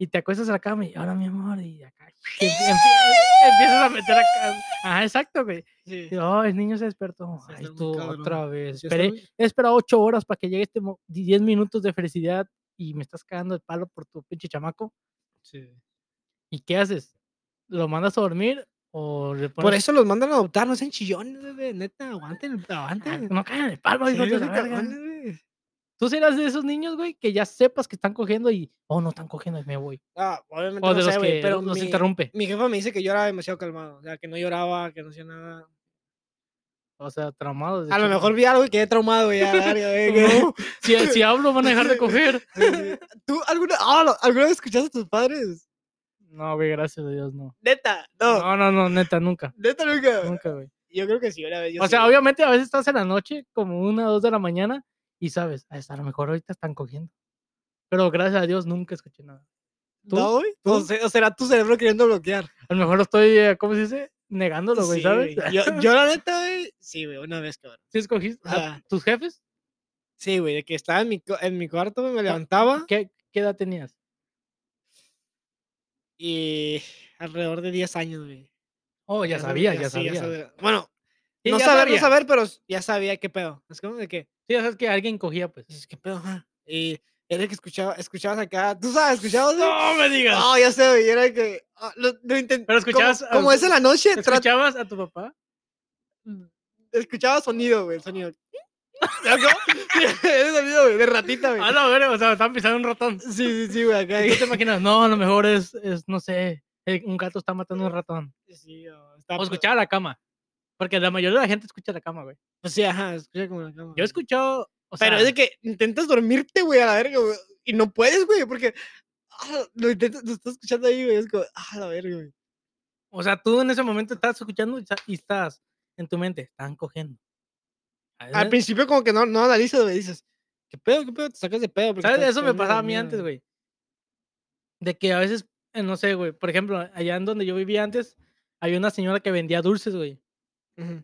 Speaker 2: Y te acuestas a la cama y ahora, mi amor, y acá. y empie- empiezas a meter acá. Ajá, exacto, güey.
Speaker 1: Sí.
Speaker 2: Y, Oh, el niño se despertó.
Speaker 1: Sí,
Speaker 2: Ay,
Speaker 1: está muy
Speaker 2: tú
Speaker 1: cabrón.
Speaker 2: otra vez.
Speaker 1: Sí, está
Speaker 2: Esperé,
Speaker 1: muy-
Speaker 2: He esperado ocho horas para que llegue este mo- 10 minutos de felicidad y me estás cagando el palo por tu pinche chamaco. ¿Y qué haces? ¿Lo mandas a dormir o le pones...
Speaker 1: Por eso los mandan a adoptar, no sean chillones, bebé, neta, aguanten,
Speaker 2: Ah,
Speaker 1: aguanten.
Speaker 2: No caen el palo,
Speaker 1: Sí,
Speaker 2: hijo de
Speaker 1: no
Speaker 2: la
Speaker 1: sean
Speaker 2: verga.
Speaker 1: cabrones, bebé.
Speaker 2: ¿Tú serás de esos niños, güey, que ya sepas que están cogiendo y, oh, no están cogiendo y me voy?
Speaker 1: Ah, obviamente
Speaker 2: O
Speaker 1: no
Speaker 2: de los
Speaker 1: sé, güey,
Speaker 2: que
Speaker 1: pero
Speaker 2: nos
Speaker 1: mi,
Speaker 2: interrumpe.
Speaker 1: mi jefa me dice que yo era demasiado calmado, o sea, que no lloraba, que no hacía nada.
Speaker 2: O sea, traumados. de
Speaker 1: A lo
Speaker 2: chico.
Speaker 1: mejor vi algo y quedé traumado, güey, a la verga, güey, que-
Speaker 2: No, Si, si hablo, van a dejar de coger.
Speaker 1: Sí, sí. ¿Tú alguna, ah, lo- alguna vez escuchaste a tus padres?
Speaker 2: No, güey, gracias a Dios, no.
Speaker 1: Neta, no,
Speaker 2: No, no, no, neta, nunca.
Speaker 1: neta nunca.
Speaker 2: Nunca, güey.
Speaker 1: Yo creo que sí, una vez. yo
Speaker 2: O
Speaker 1: sí,
Speaker 2: sea,
Speaker 1: güey.
Speaker 2: obviamente a veces estás en la noche, como una o dos de la mañana, y sabes, "Ah, a lo mejor ahorita están cogiendo. Pero gracias a Dios nunca escuché nada. ¿Tú?
Speaker 1: ¿No, güey? O
Speaker 2: ¿Tú?
Speaker 1: se- o será tu cerebro queriendo bloquear.
Speaker 2: A lo mejor lo estoy, eh, ¿cómo se dice? Negándolo, güey,
Speaker 1: Sí,
Speaker 2: ¿sabes?
Speaker 1: güey. Yo, yo la neta, güey, sí, güey, una vez, cabrón.
Speaker 2: ¿Sí escogiste?
Speaker 1: O
Speaker 2: Ah,
Speaker 1: sea,
Speaker 2: ¿Tus jefes?
Speaker 1: sí, güey, de que estaba en mi, co- en mi cuarto,
Speaker 2: ah.
Speaker 1: güey, me levantaba
Speaker 2: ¿Qué, qué edad tenías?
Speaker 1: y alrededor de 10 años, güey.
Speaker 2: Oh, ya
Speaker 1: Alrededor-
Speaker 2: sabía, ya
Speaker 1: sí,
Speaker 2: sabía.
Speaker 1: Bueno,
Speaker 2: Sí,
Speaker 1: no
Speaker 2: ya
Speaker 1: saber,
Speaker 2: sabía.
Speaker 1: no saber, pero s- ya sabía qué pedo. Es como de que,
Speaker 2: Sí, ya sabes que alguien cogía, pues.
Speaker 1: dices, qué pedo, ajá? Y era el que escuchaba, escuchabas acá, tú sabes, escuchabas, güey.
Speaker 2: ¡No me digas!
Speaker 1: No, ya sé, güey, era el que, ah, lo, lo intent-
Speaker 2: Pero
Speaker 1: como-
Speaker 2: escuchabas a-
Speaker 1: Como, es en la noche, tra-
Speaker 2: ¿Escuchabas a tu papá?
Speaker 1: escuchaba sonido, güey, el sonido. ¿Sabes cómo? Ese sonido, güey, de ratita, güey.
Speaker 2: Ah, no, güey, o sea, estaban pisando un ratón.
Speaker 1: Sí, sí, sí, güey, acá.
Speaker 2: ¿Tú te imaginas? No, a lo mejor es, es no sé, eh, un gato está matando a un ratón.
Speaker 1: Sí, o está
Speaker 2: O
Speaker 1: pe-
Speaker 2: escuchaba la cama. Porque la mayoría de la gente escucha la cama, güey.
Speaker 1: Pues sí, ajá, escucha como la cama.
Speaker 2: Yo he escuchado. O
Speaker 1: Pero
Speaker 2: sea,
Speaker 1: es de que intentas dormirte, güey, a la verga, güey. Y no puedes, güey, porque ah, lo, intentas, lo estás escuchando ahí, güey. Es como, ah, la verga, güey.
Speaker 2: o sea, tú en ese momento estás escuchando y sa- y estás en tu mente, están cogiendo. A
Speaker 1: Al
Speaker 2: veces-
Speaker 1: principio, como que no, no analizas, güey. Dices, ¿qué pedo, qué pedo? Te sacas de pedo. porque
Speaker 2: ¿Sabes?
Speaker 1: estás
Speaker 2: Eso me
Speaker 1: quedando
Speaker 2: pasaba a mí
Speaker 1: dormido,
Speaker 2: antes, güey. De que a veces, eh, no sé, güey. Por ejemplo, allá en donde yo vivía antes, había una señora que vendía dulces, güey.
Speaker 1: Ujú.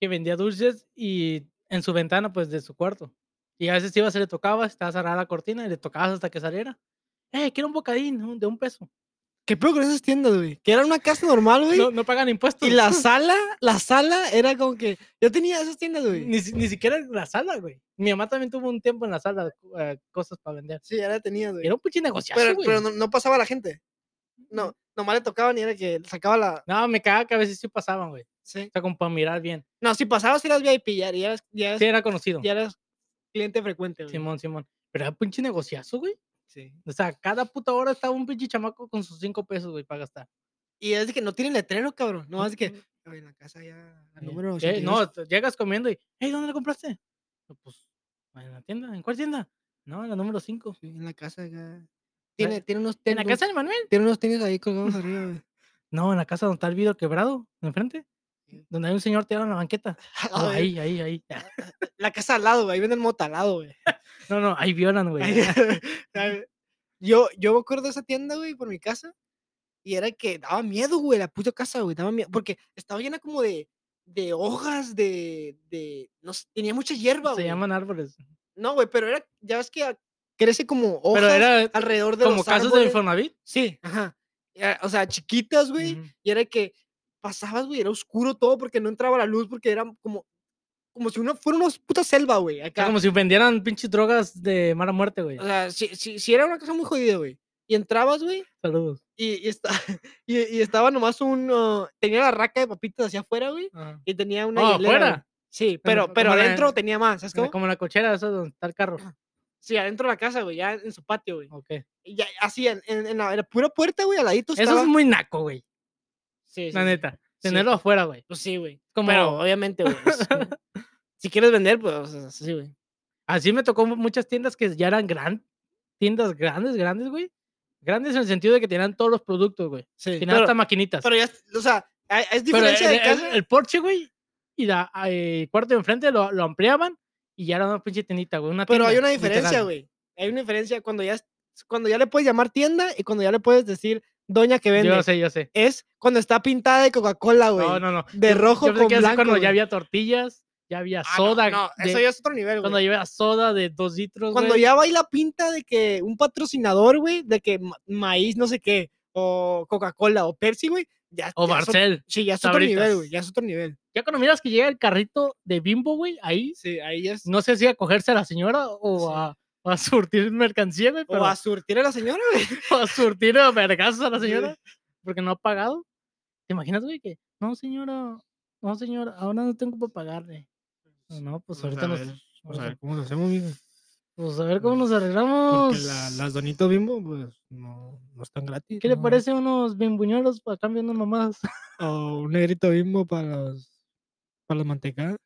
Speaker 2: Que vendía dulces y en su ventana, pues, de su cuarto. Y a veces ibas y le tocabas, estaba cerrada la cortina y le tocabas hasta que saliera. Eh, quiero un bocadín un- de un peso.
Speaker 1: ¿Qué pedo con esas tiendas, güey? Que era una casa normal, güey.
Speaker 2: No, no pagan impuestos.
Speaker 1: Y la sala, la sala era como que. Yo tenía esas tiendas, güey.
Speaker 2: Ni, si- ni siquiera en la sala, güey. Mi mamá también tuvo un tiempo en la sala eh, cosas para vender.
Speaker 1: Sí, ya la tenía, güey.
Speaker 2: Era un pinche negociazo,
Speaker 1: Pero,
Speaker 2: güey.
Speaker 1: pero no, no pasaba la gente. No, nomás le tocaban y era que sacaba la.
Speaker 2: No, me cagaba que a veces sí pasaban, güey.
Speaker 1: Sí.
Speaker 2: O sea, como para mirar bien.
Speaker 1: No, si pasabas, sí las VIP, ya, ya, eras- ya, eras-
Speaker 2: Sí, era conocido.
Speaker 1: ya eras cliente frecuente, güey.
Speaker 2: Simón, Simón. Pero era un pinche negociazo, güey.
Speaker 1: Sí.
Speaker 2: O sea, cada puta hora estaba un pinche chamaco con sus cinco pesos, güey, para gastar.
Speaker 1: Y es de que no tienen letrero, cabrón. No, es de que.
Speaker 2: Mm,
Speaker 1: "Oye, en la casa ya. al
Speaker 2: eh,
Speaker 1: número
Speaker 2: eh,
Speaker 1: 82".
Speaker 2: no, te- llegas comiendo y, hey, ¿dónde lo compraste? No, Pues, en la tienda. ¿En cuál tienda? No, en la número cinco.
Speaker 1: Sí, en la casa acá. Tiene,
Speaker 2: Ay,
Speaker 1: tiene unos
Speaker 2: ¿En la
Speaker 1: tenis.
Speaker 2: casa de Manuel?
Speaker 1: Tiene unos tenis ahí colgados arriba, güey.
Speaker 2: No, en la casa donde está el vidrio quebrado, enfrente.
Speaker 1: Sí.
Speaker 2: Donde hay un señor tirado en la banqueta.
Speaker 1: A
Speaker 2: No,
Speaker 1: ver,
Speaker 2: ahí, ahí, ahí.
Speaker 1: La casa al lado, güey. Ahí venden mota al lado, güey.
Speaker 2: No, no, ahí violan,
Speaker 1: Ahí-
Speaker 2: güey.
Speaker 1: ahí- yo, yo me acuerdo de esa tienda, güey, por mi casa. Y era que daba miedo, güey, la puta casa, güey. Daba miedo. Porque estaba llena como de, de hojas, de, de. No sé, tenía mucha hierba,
Speaker 2: Se
Speaker 1: güey.
Speaker 2: llaman árboles.
Speaker 1: No, güey, pero era. Ya ves que a- crece como hojas
Speaker 2: Pero era
Speaker 1: alrededor de
Speaker 2: como
Speaker 1: los
Speaker 2: casos de
Speaker 1: árboles.
Speaker 2: Infonavit.
Speaker 1: Sí, ajá. Era- o sea, chiquitas, güey.
Speaker 2: Ujú.
Speaker 1: Y era que pasabas, güey, era oscuro todo porque no entraba la luz, porque era como. Como si uno fuera una puta selva, güey.
Speaker 2: O sea,
Speaker 1: Acá.
Speaker 2: como si vendieran pinches drogas de mala muerte, güey.
Speaker 1: O sea, si, si, si era una casa muy jodida, güey. Y entrabas, güey,
Speaker 2: Saludos.
Speaker 1: y, y, esta- y, y estaba nomás un. ah, tenía la raca de papitas hacia afuera, güey.
Speaker 2: Ajá.
Speaker 1: Y tenía una.
Speaker 2: Ah,
Speaker 1: hielera, güey.
Speaker 2: afuera.
Speaker 1: Sí, pero,
Speaker 2: como
Speaker 1: pero
Speaker 2: la-
Speaker 1: adentro tenía más, ¿sabes cómo? Ah.
Speaker 2: Como la cochera, eso donde está el carro.
Speaker 1: Sí, adentro de la casa, güey, ya en su patio, güey.
Speaker 2: Ok.
Speaker 1: Y ya- así, en, en- en la, en la pura puerta, güey, al ladito Pues estaba.
Speaker 2: Eso es muy naco, güey.
Speaker 1: Sí, sí,
Speaker 2: La
Speaker 1: sí.
Speaker 2: neta.
Speaker 1: Sí.
Speaker 2: Tenerlo afuera, güey.
Speaker 1: Pues sí, güey.
Speaker 2: Como...
Speaker 1: Pero obviamente, güey. pues, si quieres vender, pues o sea, sí, güey.
Speaker 2: Así me tocó mu- muchas tiendas que ya eran gran... tiendas grandes, grandes, güey. Grandes en el sentido de que tenían todos los productos, güey.
Speaker 1: Sí.
Speaker 2: Tenían
Speaker 1: Pero,
Speaker 2: hasta maquinitas.
Speaker 1: pero ya, es- o sea, hay- es
Speaker 2: Pero
Speaker 1: diferencia
Speaker 2: el, e,
Speaker 1: de
Speaker 2: el-
Speaker 1: casa.
Speaker 2: el porche, güey, y la, ah, el cuarto de enfrente lo, lo ampliaban y ya era una pinche tiendita, güey.
Speaker 1: pero hay una
Speaker 2: tienda,
Speaker 1: diferencia,
Speaker 2: literal.
Speaker 1: güey. Hay una diferencia cuando ya, es- cuando ya le puedes llamar tienda y cuando ya le puedes decir doña que vende.
Speaker 2: Yo sé, yo sé.
Speaker 1: Es cuando está pintada de Coca-Cola, güey.
Speaker 2: No, no, no.
Speaker 1: De rojo
Speaker 2: Yo pensé
Speaker 1: con
Speaker 2: que era
Speaker 1: blanco.
Speaker 2: así cuando
Speaker 1: güey.
Speaker 2: ya había tortillas, ya había
Speaker 1: Ah, no,
Speaker 2: soda.
Speaker 1: No, eso
Speaker 2: de-
Speaker 1: ya es otro nivel,
Speaker 2: Cuando
Speaker 1: güey.
Speaker 2: llevé a soda de dos litros.
Speaker 1: Cuando
Speaker 2: güey.
Speaker 1: ya va ahí la pinta de que un patrocinador, güey, de que ma- maíz, no sé qué, o Coca-Cola o Pepsi, güey, ya,
Speaker 2: O
Speaker 1: ya es ot-
Speaker 2: Barcel.
Speaker 1: Sí, ya es otro nivel, güey.
Speaker 2: Sabritas.
Speaker 1: Ya es otro nivel.
Speaker 2: Ya cuando miras que llega el carrito de Bimbo, güey, ahí
Speaker 1: Sí, ahí ya es.
Speaker 2: no sé si a cogerse a la señora o
Speaker 1: Sí.
Speaker 2: a, o a surtir mercancía, güey, pero
Speaker 1: O a surtir a la señora, güey.
Speaker 2: o a surtir a vergazos a la
Speaker 1: Sí.
Speaker 2: señora porque no ha pagado. ¿Te imaginas, güey, que no, señora, no, señora, ahora no tengo para pagarle? No, No, pues
Speaker 1: Pues,
Speaker 2: ahorita
Speaker 1: a
Speaker 2: nos.
Speaker 1: ver,
Speaker 2: ahorita-
Speaker 1: cómo lo hacemos, mijo.
Speaker 2: Pues a ver cómo nos arreglamos.
Speaker 1: Porque la- las donitos bimbo, pues, no, no están gratis.
Speaker 2: ¿Qué le
Speaker 1: ¿no?
Speaker 2: parece unos bimbuñuelos para cambio de unas mamadas?
Speaker 1: O un negrito bimbo para los, para los mantecadas.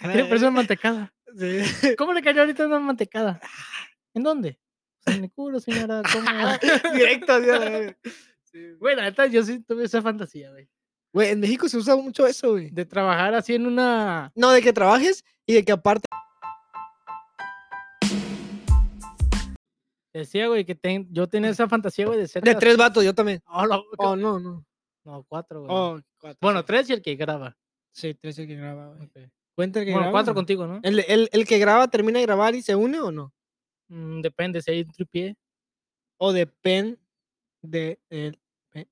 Speaker 2: ¿Qué le
Speaker 1: Eh.
Speaker 2: parece una mantecada?
Speaker 1: Ah, Sí.
Speaker 2: ¿Cómo le cayó ahorita una mantecada?
Speaker 1: Ah.
Speaker 2: ¿En dónde? Pues En el culo, señora. ¿cómo?
Speaker 1: Directo, así a la verga.
Speaker 2: Bueno, la neta, yo sí tuve esa fantasía, güey.
Speaker 1: Güey, en México se usa mucho eso, güey.
Speaker 2: De trabajar así en una.
Speaker 1: No, de que trabajes y de que aparte.
Speaker 2: Decía, güey, que ten- yo tenía esa fantasía, güey, de ser.
Speaker 1: De
Speaker 2: las-
Speaker 1: tres vatos, yo también.
Speaker 2: Oh, la-
Speaker 1: Oh, no, no.
Speaker 2: No, cuatro, güey.
Speaker 1: Oh, cuatro.
Speaker 2: bueno, tres y el que graba.
Speaker 1: Sí, tres el que graba, güey.
Speaker 2: Ok.
Speaker 1: Cuenta el que
Speaker 2: Bueno,
Speaker 1: graba.
Speaker 2: cuatro
Speaker 1: güey.
Speaker 2: contigo, ¿no?
Speaker 1: ¿El, el, el que graba termina de grabar y se une o no?
Speaker 2: Mm, depende si hay un tripié.
Speaker 1: O depende de eh, él.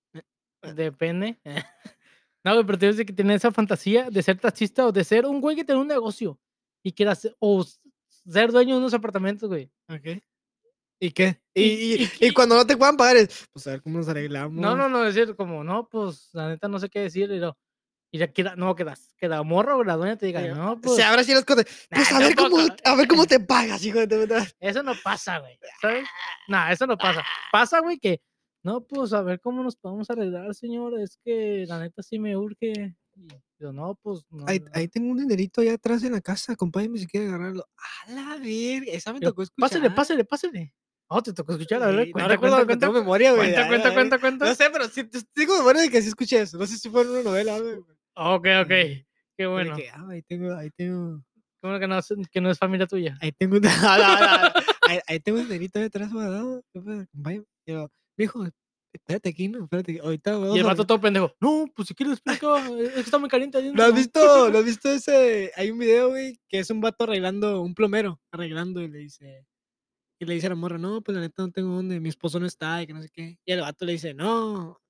Speaker 2: Ah. Depende. No, güey, pero te dice que tiene esa fantasía de ser taxista o de ser un güey que tiene un negocio y quiera ser, o s- ser dueño de unos apartamentos, güey.
Speaker 1: ¿Y qué? Y,
Speaker 2: Y-
Speaker 1: y-
Speaker 2: y-
Speaker 1: y cuando no te puedan pagar es, pues a ver cómo nos arreglamos.
Speaker 2: No, no, no, decir como, no, pues la neta no sé qué decir. Y, lo- y la, que la- no, que la, que la morra o la dueña te diga,
Speaker 1: Diga,
Speaker 2: no, pues
Speaker 1: Se abre así las cosas. Pues
Speaker 2: nah,
Speaker 1: a ver, cómo,
Speaker 2: tampoco".
Speaker 1: a ver cómo te pagas, hijo de tu puta.
Speaker 2: eso no pasa, güey. ¿Sabes? No, eso no pasa. Pasa, güey, que no, pues a ver cómo nos podemos arreglar, señor. Es que la neta sí me urge. Y yo, no, pues no.
Speaker 1: Ahí,
Speaker 2: no".
Speaker 1: ahí tengo un dinerito allá atrás en la casa, acompáñame si quiere agarrarlo. A la verga, esa me
Speaker 2: Yo,
Speaker 1: tocó escuchar.
Speaker 2: Pásale, pásale, pásale. Oh, te tocó escuchar, a ver,
Speaker 1: Sí,
Speaker 2: cuenta,
Speaker 1: no recuerdo,
Speaker 2: cuenta,
Speaker 1: pero
Speaker 2: cuenta,
Speaker 1: tengo memoria, güey.
Speaker 2: cuenta,
Speaker 1: a
Speaker 2: cuenta,
Speaker 1: la
Speaker 2: cuenta,
Speaker 1: verga.
Speaker 2: cuenta.
Speaker 1: No sé, pero sí, t- tengo memoria de que sí escuché eso. No sé si fue en una novela, güey. pero
Speaker 2: Ok, ok, qué
Speaker 1: de
Speaker 2: bueno.
Speaker 1: que, ah, ahí tengo, ahí tengo,
Speaker 2: Qué bueno que no, es- que no es familia tuya.
Speaker 1: ahí tengo, un- ah, a la- a la- ahí, ahí tengo un dinerito allá atrás guardado. ¿qué pedo? Acompáñame. Y yo, mijo, espérate aquí, no, espérate. aquí, Ahorita vamos
Speaker 2: Y el
Speaker 1: a
Speaker 2: vato
Speaker 1: arreglar".
Speaker 2: todo pendejo. No, pues si quieres explica, es que está muy caliente. ahí
Speaker 1: ¿Lo has
Speaker 2: adentro".
Speaker 1: visto? ¿Lo has visto ese? Hay un video, güey, que es un vato arreglando, un plomero, arreglando y le dice, y le dice a la morra, no, pues la neta no tengo dónde, mi esposo no está y que no sé qué. Y el vato le dice, no,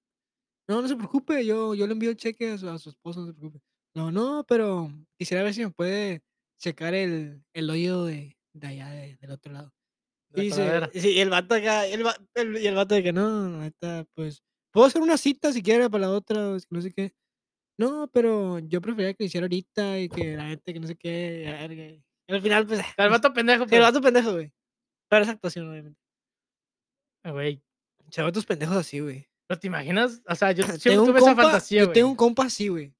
Speaker 1: no, no se preocupe, yo, yo le envío el cheque a su, a su esposo, no se preocupe. No, no, pero quisiera ver si me puede checar el, el hoyo de, de allá, de- del otro lado.
Speaker 2: La
Speaker 1: y, dice-
Speaker 2: coladera.
Speaker 1: sí, y el vato acá, y el, va- el- y el vato de que no, la neta, pues, puedo hacer una cita si quiere para la otra, no sé qué. No, pero yo prefería que lo hiciera ahorita y que la gente que no sé qué. y la verga, y al final, pues.
Speaker 2: El vato pendejo,
Speaker 1: El
Speaker 2: pero.
Speaker 1: vato pendejo, güey. Pero esa actuación, obviamente.
Speaker 2: Ah, Güey,
Speaker 1: tus pendejos así, güey.
Speaker 2: ¿no te imaginas? O sea, yo siempre
Speaker 1: Tengo un
Speaker 2: tuve esa
Speaker 1: compa,
Speaker 2: fantasía,
Speaker 1: yo
Speaker 2: güey.
Speaker 1: tengo un compa así, güey.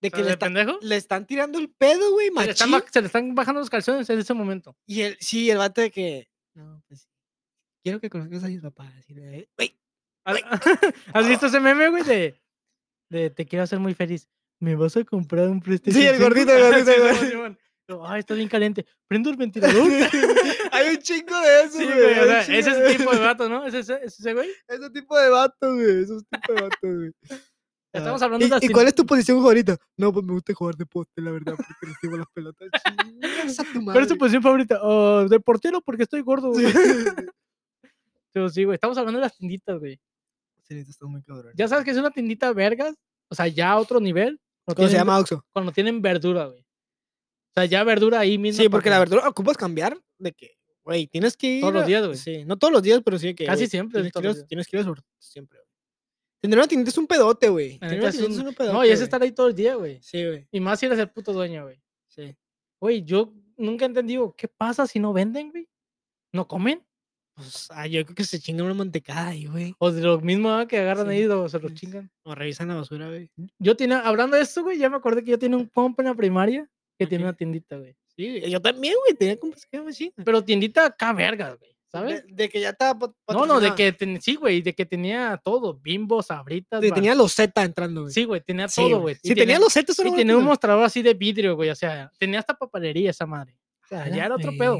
Speaker 1: De
Speaker 2: O sea,
Speaker 1: que le,
Speaker 2: de
Speaker 1: está-
Speaker 2: pendejo?
Speaker 1: le están tirando el pedo, güey,
Speaker 2: Se le, están
Speaker 1: machín.
Speaker 2: baj- se le están bajando los calzones en ese momento.
Speaker 1: Y el, sí, el vato de que. No, pues. Quiero que conozcas a mis papás. Y le- güey,
Speaker 2: ¿Has,
Speaker 1: Güey.
Speaker 2: has
Speaker 1: ah.
Speaker 2: visto ese meme, güey? De, de te quiero hacer muy feliz. ¿Me vas a comprar un PlayStation?
Speaker 1: el
Speaker 2: 5?"
Speaker 1: gordito, el gordito, el
Speaker 2: Simón,
Speaker 1: gordito.
Speaker 2: Simón. Yo, Ay, está bien caliente. Prendo el ventilador.
Speaker 1: Hay un chingo de eso,
Speaker 2: Sí,
Speaker 1: güey.
Speaker 2: güey, o
Speaker 1: hay un
Speaker 2: sea,
Speaker 1: chingo
Speaker 2: ese es
Speaker 1: de-
Speaker 2: el tipo de gato, ¿no? ¿Es ese, es ese güey?
Speaker 1: Ese tipo de vatos, güey. Esos tipos de vatos, güey.
Speaker 2: Estamos
Speaker 1: Ah,
Speaker 2: hablando
Speaker 1: ¿y-
Speaker 2: de
Speaker 1: ¿Y
Speaker 2: Dustin-
Speaker 1: cuál es tu posición favorita? No, pues me gusta jugar de poste, la verdad, porque les tengo las pelotas. Chingas a tu
Speaker 2: ¿Cuál es tu
Speaker 1: madre.
Speaker 2: posición favorita? Ah, de portero porque estoy gordo. güey.
Speaker 1: Sí,
Speaker 2: Pero sí, güey, estamos hablando de las tienditas, güey.
Speaker 1: neta, está muy cabrón.
Speaker 2: Ya sabes que es una tiendita vergas, o sea, ya a otro nivel. cuando
Speaker 1: ¿Cómo se
Speaker 2: tienen-
Speaker 1: llama Oxxo?
Speaker 2: Cuando tienen verdura, güey. O sea, ya verdura ahí mismo.
Speaker 1: Sí, porque la verdad ocupas cambiar de que, güey, tienes que ir.
Speaker 2: Todos los
Speaker 1: a-
Speaker 2: días, güey.
Speaker 1: Sí, no todos los días, pero sí de que.
Speaker 2: Casi
Speaker 1: güey,
Speaker 2: siempre,
Speaker 1: Tienes que,
Speaker 2: todos
Speaker 1: ir
Speaker 2: los
Speaker 1: a-
Speaker 2: días.
Speaker 1: tienes que ir a Sor- siempre, güey. Tener una tiendita es un pedote, güey.
Speaker 2: La
Speaker 1: Tener
Speaker 2: neta
Speaker 1: una
Speaker 2: es
Speaker 1: tiendita es
Speaker 2: un-
Speaker 1: un pedote.
Speaker 2: No, y es
Speaker 1: güey.
Speaker 2: estar ahí todo el día, güey.
Speaker 1: Sí, güey.
Speaker 2: Y más si eres el puto dueño, güey.
Speaker 1: Sí.
Speaker 2: Güey, yo nunca he entendido qué pasa si no venden, güey. ¿No comen?
Speaker 1: Pues, ah, yo creo que se chingan una mantecada ahí, güey.
Speaker 2: O de lo mismo ah, que agarran
Speaker 1: Sí,
Speaker 2: ahí o se lo
Speaker 1: sí, sí.
Speaker 2: chingan. ¿Mm?
Speaker 1: O revisan la basura, güey.
Speaker 2: Yo tenía, hablando de esto, güey, ya me acordé que yo tenía un compa en la primaria que tiene
Speaker 1: Ok.
Speaker 2: una tiendita, güey.
Speaker 1: Sí, yo también, güey. Tenía compas que eran así.
Speaker 2: Pero tiendita acá, vergas, güey, ¿sabes?
Speaker 1: De, de que ya estaba. pat-
Speaker 2: no, no, de
Speaker 1: patrocinada.
Speaker 2: que ten- sí, güey, de que tenía todo, bimbo, sabritas.
Speaker 1: De-
Speaker 2: ba-
Speaker 1: tenía los Z entrando, güey.
Speaker 2: Sí, güey, tenía
Speaker 1: Sí,
Speaker 2: todo, güey.
Speaker 1: Si tenía los Z, solo
Speaker 2: Y tenía un mostrador así de vidrio, güey, o sea, tenía hasta papelería esa madre. O sea, ya era otro pedo.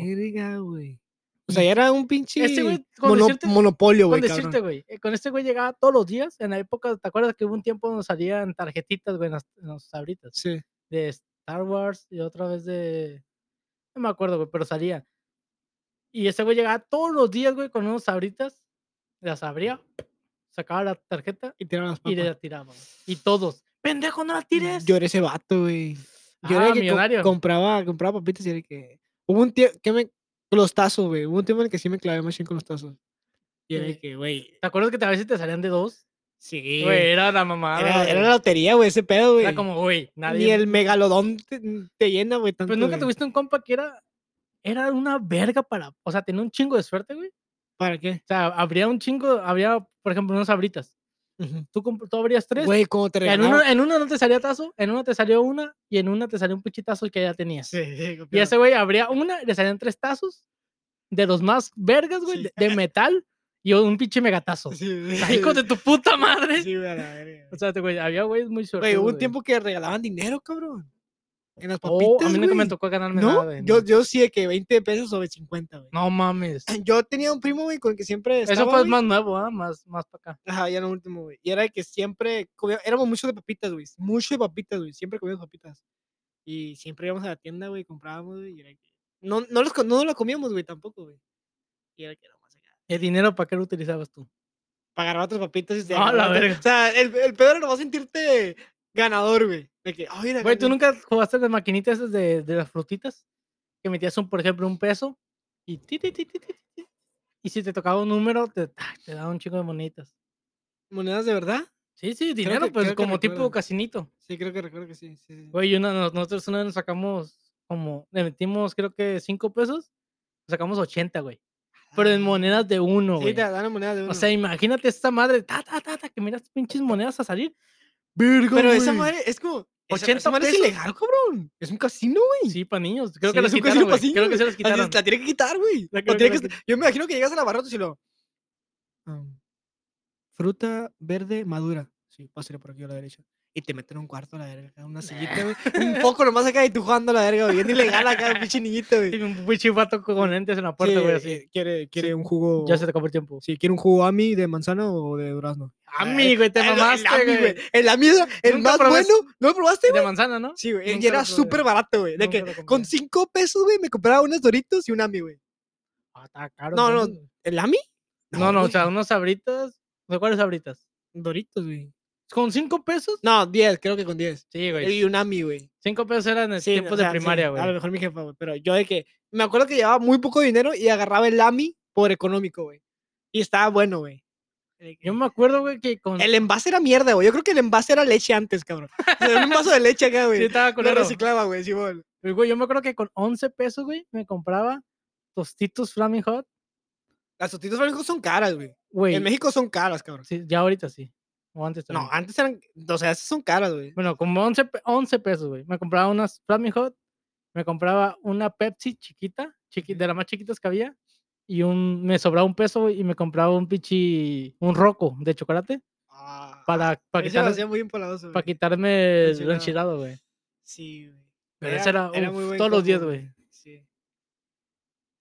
Speaker 1: O sea, ya era un pinche
Speaker 2: Este güey, con
Speaker 1: mono-
Speaker 2: decirte-
Speaker 1: monopolio,
Speaker 2: Con
Speaker 1: güey.
Speaker 2: decirte,
Speaker 1: cabrón.
Speaker 2: güey, eh, con este güey llegaba todos los días, en la época, ¿te acuerdas que hubo un tiempo donde salían tarjetitas, güey, en las, en las sabritas?
Speaker 1: Sí.
Speaker 2: de Star Wars y otra vez de. No me acuerdo, güey, pero salía. Y ese güey llegaba todos los días, güey, con unos sabritas. Las abría, sacaba la tarjeta
Speaker 1: Y tiraba las
Speaker 2: y
Speaker 1: papas.
Speaker 2: la tiraba. güey. Y todos, pendejo, no la tires.
Speaker 1: Yo era ese vato, güey. Yo
Speaker 2: Ah,
Speaker 1: era el que co-
Speaker 2: millonario.
Speaker 1: compraba, compraba papitas y era el que. Hubo un tiempo que me. con Los tazos, güey. Hubo un tiempo en el que sí me clavé machine con los tazos. Y era el
Speaker 2: Sí.
Speaker 1: que, güey.
Speaker 2: ¿Te acuerdas que te- a veces te salían de dos?
Speaker 1: Sí.
Speaker 2: Güey,
Speaker 1: güey,
Speaker 2: era la mamada.
Speaker 1: Era,
Speaker 2: güey.
Speaker 1: era la lotería, güey, ese pedo, güey.
Speaker 2: Era como, güey, nadie.
Speaker 1: Ni el megalodón te, te llena, güey.
Speaker 2: Pero
Speaker 1: tanto,
Speaker 2: nunca
Speaker 1: güey.
Speaker 2: tuviste un compa que era era una verga para, o sea, tenía un chingo de suerte, güey.
Speaker 1: ¿Para qué?
Speaker 2: O sea, habría un chingo, habría, por ejemplo, unas abritas.
Speaker 1: Ujú.
Speaker 2: Tú, comp- tú abrías tres.
Speaker 1: Güey, ¿cómo te
Speaker 2: en, uno,
Speaker 1: regalaban?
Speaker 2: en uno no te salía tazo, en uno te salió una y en una te salió un pichitazo que ya tenías.
Speaker 1: Sí, sí,
Speaker 2: Y a
Speaker 1: claro.
Speaker 2: ese güey abría una, le salían tres tazos de los más vergas, güey,
Speaker 1: Sí.
Speaker 2: de, de metal y un pinche megatazo.
Speaker 1: Sí, sí,
Speaker 2: O sea, hijo de tu puta madre.
Speaker 1: sí, güey, a la verga,
Speaker 2: O
Speaker 1: güey.
Speaker 2: sea, te- güey, había güeyes muy suerte.
Speaker 1: Güey, hubo un tiempo que regalaban dinero, cabrón. En las papitas,
Speaker 2: Oh, a mí nunca me
Speaker 1: güey.
Speaker 2: tocó ganarme
Speaker 1: ¿No?
Speaker 2: nada. güey,
Speaker 1: yo,
Speaker 2: no.
Speaker 1: yo sí de que 20 pesos sobre 50, güey.
Speaker 2: No mames.
Speaker 1: Yo tenía un primo, güey, con el que siempre estaba,
Speaker 2: Eso fue
Speaker 1: güey.
Speaker 2: más nuevo, ¿ah? Más, más para acá.
Speaker 1: Ajá, ya lo último, güey. Y era de que siempre comía- éramos muchos de papitas, güey. Mucho de papitas, güey. Siempre comíamos papitas. Y siempre íbamos a la tienda, güey, comprábamos, güey. Y era de que... No, no, los, co- no nos lo comíamos, güey, tampoco, güey. Y era que nomás acá.
Speaker 2: ¿El dinero para qué lo utilizabas tú?
Speaker 1: Para agarrar otras papitas y te
Speaker 2: Ah, la
Speaker 1: agarrabas,
Speaker 2: verga.
Speaker 1: O sea, el, el peor era nomás sentirte ganador, güey. De que, ay, mira,
Speaker 2: Güey, ¿tú
Speaker 1: gané".
Speaker 2: nunca jugaste las maquinitas esas de, de las frutitas? Que metías, un, por ejemplo, un peso y... ti, ti, ti, ti, ti, ti. Y si te tocaba un número, te, ta- te daba un chico de monitas.
Speaker 1: ¿Monedas de verdad?
Speaker 2: Sí, sí,
Speaker 1: Creo
Speaker 2: dinero,
Speaker 1: que-
Speaker 2: pues
Speaker 1: creo que
Speaker 2: como tipo
Speaker 1: recuerdo.
Speaker 2: casinito.
Speaker 1: Sí, creo que recuerdo que sí. sí, sí.
Speaker 2: Güey, y una, nos- nosotros una vez nos sacamos como, le metimos creo que 5 pesos, nos sacamos 80, güey. Pero en
Speaker 1: Ah,
Speaker 2: monedas de uno,
Speaker 1: Sí,
Speaker 2: güey.
Speaker 1: te dan una moneda de uno.
Speaker 2: O sea, imagínate esta madre, ta, ta, ta, ta, que miras pinches monedas a salir. Verga,
Speaker 1: Pero esa
Speaker 2: güey.
Speaker 1: madre es como. Esa,
Speaker 2: 80
Speaker 1: esa madre es
Speaker 2: pesos.
Speaker 1: ilegal, cabrón. Es un casino, güey.
Speaker 2: Sí, para niños. Creo
Speaker 1: Sí,
Speaker 2: que las
Speaker 1: es un
Speaker 2: quitaron,
Speaker 1: casino
Speaker 2: güey.
Speaker 1: pasillo,
Speaker 2: Creo que
Speaker 1: güey.
Speaker 2: se las
Speaker 1: Así es,
Speaker 2: quitaron.
Speaker 1: La tiene que quitar, güey.
Speaker 2: La
Speaker 1: La
Speaker 2: creo que
Speaker 1: tiene
Speaker 2: la
Speaker 1: que- Yo me imagino que llegas a la barra y lo. "Am, fruta verde madura. Sí, pásale por aquí a la derecha. Y te meten un cuarto a la verga, una sillita, güey. Un poco nomás acá y tú jugando a la verga, güey. Es ilegal acá, pinche niñito, güey.
Speaker 2: Y un pinche vato con lentes en la puerta, güey,
Speaker 1: Sí,
Speaker 2: así.
Speaker 1: eh, uh. quiere, quiere un jugo.
Speaker 2: Ya se te acabó el tiempo.
Speaker 1: Sí, quiere un jugo Ami de manzana o de durazno.
Speaker 2: Ami, güey, te
Speaker 1: El- el
Speaker 2: mamaste,
Speaker 1: Ami,
Speaker 2: güey.
Speaker 1: El Ami era el
Speaker 2: Nunca
Speaker 1: más
Speaker 2: probé-
Speaker 1: bueno. ¿No lo probaste,
Speaker 2: De manzana, ¿no?
Speaker 1: Sí, güey. Y
Speaker 2: Nunca
Speaker 1: era
Speaker 2: lo probé.
Speaker 1: súper barato, güey. De que
Speaker 2: Nunca lo
Speaker 1: con
Speaker 2: compré.
Speaker 1: 5 pesos, güey, me compraba unos doritos y un Ami, güey.
Speaker 2: Ah, está caro.
Speaker 1: No, no,
Speaker 2: entonces, güey.
Speaker 1: ¿El Ami?
Speaker 2: No, no, o
Speaker 1: güey.
Speaker 2: sea, unos sabritas. ¿De cuáles sabritas?
Speaker 1: Doritos, güey.
Speaker 2: ¿Con cinco pesos?
Speaker 1: No, 10, creo que con 10.
Speaker 2: Sí, güey.
Speaker 1: Y un Ami, güey.
Speaker 2: Cinco pesos eran en
Speaker 1: Pues. Sí,
Speaker 2: tiempos
Speaker 1: o
Speaker 2: de
Speaker 1: sea, sí,
Speaker 2: primaria,
Speaker 1: A lo
Speaker 2: güey.
Speaker 1: mejor mi jefa, güey. Pero yo de que. Me acuerdo que llevaba muy poco dinero y agarraba el Ami por económico, güey. Y estaba bueno, güey. De que-
Speaker 2: Yo me acuerdo, güey, que con.
Speaker 1: El envase era mierda, güey. Yo creo que el envase era leche antes, cabrón. O sea, era un vaso de leche acá,
Speaker 2: Sí,
Speaker 1: güey.
Speaker 2: estaba
Speaker 1: Lo
Speaker 2: culero.
Speaker 1: reciclaba, güey, Simón.
Speaker 2: Pero, Güey, yo me acuerdo que con 11 pesos, güey, me compraba tostitos Flaming Hot.
Speaker 1: Las tortitas francos son caras, güey.
Speaker 2: Güey,
Speaker 1: En México son caras, cabrón.
Speaker 2: sí, ya ahorita sí. O antes también.
Speaker 1: No, antes eran. O sea, esas son caras, güey.
Speaker 2: Bueno, como 11, pe- 11 pesos, güey. Me compraba unas Flaming Hot, me compraba una Pepsi chiquita, chiqui-
Speaker 1: Ujú.
Speaker 2: de las más chiquitas que había, y un, me sobraba un peso, güey, y me compraba un pichi, un roco de chocolate
Speaker 1: Ah,
Speaker 2: para, para,
Speaker 1: ese lo
Speaker 2: quitarme,
Speaker 1: hacía muy empalagoso,
Speaker 2: para
Speaker 1: güey.
Speaker 2: quitarme el
Speaker 1: enchilado.
Speaker 2: enchilado, güey.
Speaker 1: Sí, güey.
Speaker 2: Pero ese era,
Speaker 1: era
Speaker 2: uf,
Speaker 1: muy buen
Speaker 2: todos los días,
Speaker 1: combo,
Speaker 2: güey.
Speaker 1: Sí.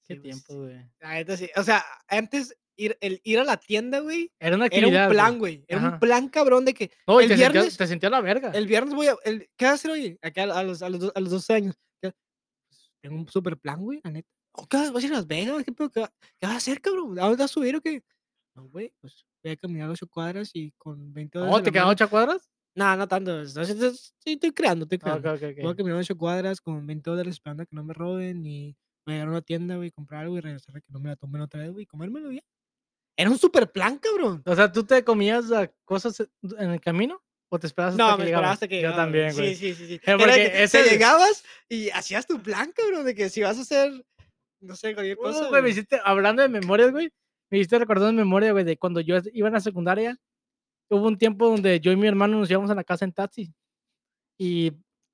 Speaker 2: Qué
Speaker 1: Sí, güey,
Speaker 2: tiempo,
Speaker 1: sí.
Speaker 2: güey.
Speaker 1: La neta sí. O sea, antes ir, el ir a la tienda, güey,
Speaker 2: Era una
Speaker 1: era
Speaker 2: actividad.
Speaker 1: un
Speaker 2: güey.
Speaker 1: plan, güey. Era
Speaker 2: Ajá. Ah.
Speaker 1: un plan cabrón de que
Speaker 2: No, y
Speaker 1: el
Speaker 2: te, sentía-
Speaker 1: viernes-
Speaker 2: te sentía la verga.
Speaker 1: el viernes voy a. El, ¿Qué vas a hacer hoy? Acá a los, a los, do- a los 12 años. ya, pues, Tengo un super plan, güey, la neta. "Oh, ¿Qué vas vas a ir a Las Vegas? ¿Qué, pedo? ¿Qué va- qué vas a hacer, cabrón? ¿A dónde vas a subir o qué? No, güey, pues voy a caminar 8 cuadras y con 20 dólares.
Speaker 2: Oh, ¿te quedaban ocho cuadras?
Speaker 1: No, no tanto. es- es- es- Sí, estoy creando, estoy
Speaker 2: Ah,
Speaker 1: creando.
Speaker 2: Ok, ok, ok.
Speaker 1: Voy a caminar 8 cuadras con 20 dólares esperando a que no me roben y voy a llegar a una tienda, güey, comprar algo y regresar a que no me la tomen otra vez, güey, y comérmelo ya. Era un super plan, cabrón.
Speaker 2: O sea, ¿tú te comías ah, cosas eh, en el camino? ¿O te esperabas hasta
Speaker 1: No,
Speaker 2: que
Speaker 1: me
Speaker 2: llegabas?
Speaker 1: esperaba hasta que
Speaker 2: Yo
Speaker 1: llegaba,
Speaker 2: también,
Speaker 1: Sí,
Speaker 2: güey.
Speaker 1: sí, sí. sí.
Speaker 2: Eh,
Speaker 1: Era de
Speaker 2: porque
Speaker 1: que
Speaker 2: ese
Speaker 1: te
Speaker 2: es-
Speaker 1: llegabas y hacías tu plan, cabrón, de que si vas a hacer, no sé, cualquier
Speaker 2: Uh,
Speaker 1: cosa.
Speaker 2: güey, me
Speaker 1: güey.
Speaker 2: hiciste, hablando de memorias, güey, me hiciste recordar una memoria, güey, de cuando yo iba a la secundaria. Hubo un tiempo donde yo y mi hermano nos íbamos a la casa en taxi. Y,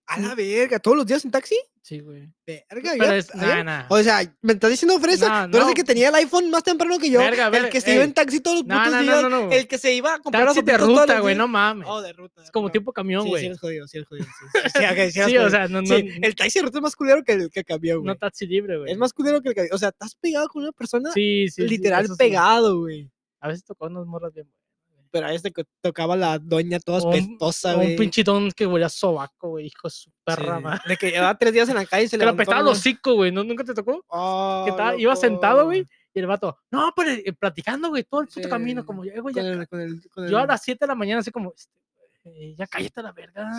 Speaker 1: A la verga, todos los días en taxi.
Speaker 2: sí, güey.
Speaker 1: Verga,
Speaker 2: Pero
Speaker 1: había-
Speaker 2: es,
Speaker 1: había-
Speaker 2: nah, nah.
Speaker 1: O sea, me estás diciendo fresa.
Speaker 2: No,
Speaker 1: tú eres el
Speaker 2: no.
Speaker 1: que tenía el iPhone más temprano que yo.
Speaker 2: Verga, verga,
Speaker 1: el que se iba
Speaker 2: ey.
Speaker 1: en taxi todos los
Speaker 2: No,
Speaker 1: putos
Speaker 2: no, no,
Speaker 1: días.
Speaker 2: no, no.
Speaker 1: El que se iba a comprar
Speaker 2: Taxi de
Speaker 1: papitas todos los
Speaker 2: ruta, güey,
Speaker 1: días.
Speaker 2: no mames.
Speaker 1: Oh, de ruta.
Speaker 2: es como tipo camión,
Speaker 1: Sí, sí,
Speaker 2: güey.
Speaker 1: eres jodido, sí, eres jodido. Sí, sí, sí, ok, sí eres
Speaker 2: Sí, o
Speaker 1: jodido.
Speaker 2: sea, no, no,
Speaker 1: Sí, el taxi de ruta es más culero que el que cambió,
Speaker 2: no
Speaker 1: güey.
Speaker 2: taxi libre, güey.
Speaker 1: es más culero que el cambió. O sea, estás pegado con una persona
Speaker 2: Sí, sí, sí,
Speaker 1: literal
Speaker 2: eso sí.
Speaker 1: pegado, güey.
Speaker 2: A veces tocó unas morras bien.
Speaker 1: Pero a veces tocaba la doña toda
Speaker 2: O un-
Speaker 1: espestosa,
Speaker 2: o
Speaker 1: güey.
Speaker 2: un pinchitón que huele a sobaco, güey, hijo de su
Speaker 1: Sí,
Speaker 2: perra,
Speaker 1: sí,
Speaker 2: madre.
Speaker 1: De que llevaba tres días en la calle y se
Speaker 2: Que le
Speaker 1: levantó.
Speaker 2: apestaba los
Speaker 1: nomás.
Speaker 2: hocico, güey. ¿no? ¿Nunca te tocó? que
Speaker 1: Oh,
Speaker 2: estaba, iba sentado,
Speaker 1: loco.
Speaker 2: güey, y el vato, no, pero eh, platicando, güey, todo el puto camino,
Speaker 1: Sí,
Speaker 2: como, "Eh, güey,
Speaker 1: Con
Speaker 2: ya
Speaker 1: el, con el, con
Speaker 2: ca- yo a
Speaker 1: el-
Speaker 2: las 7 de la mañana, así como, "Este, güey, ya cállate a la verga.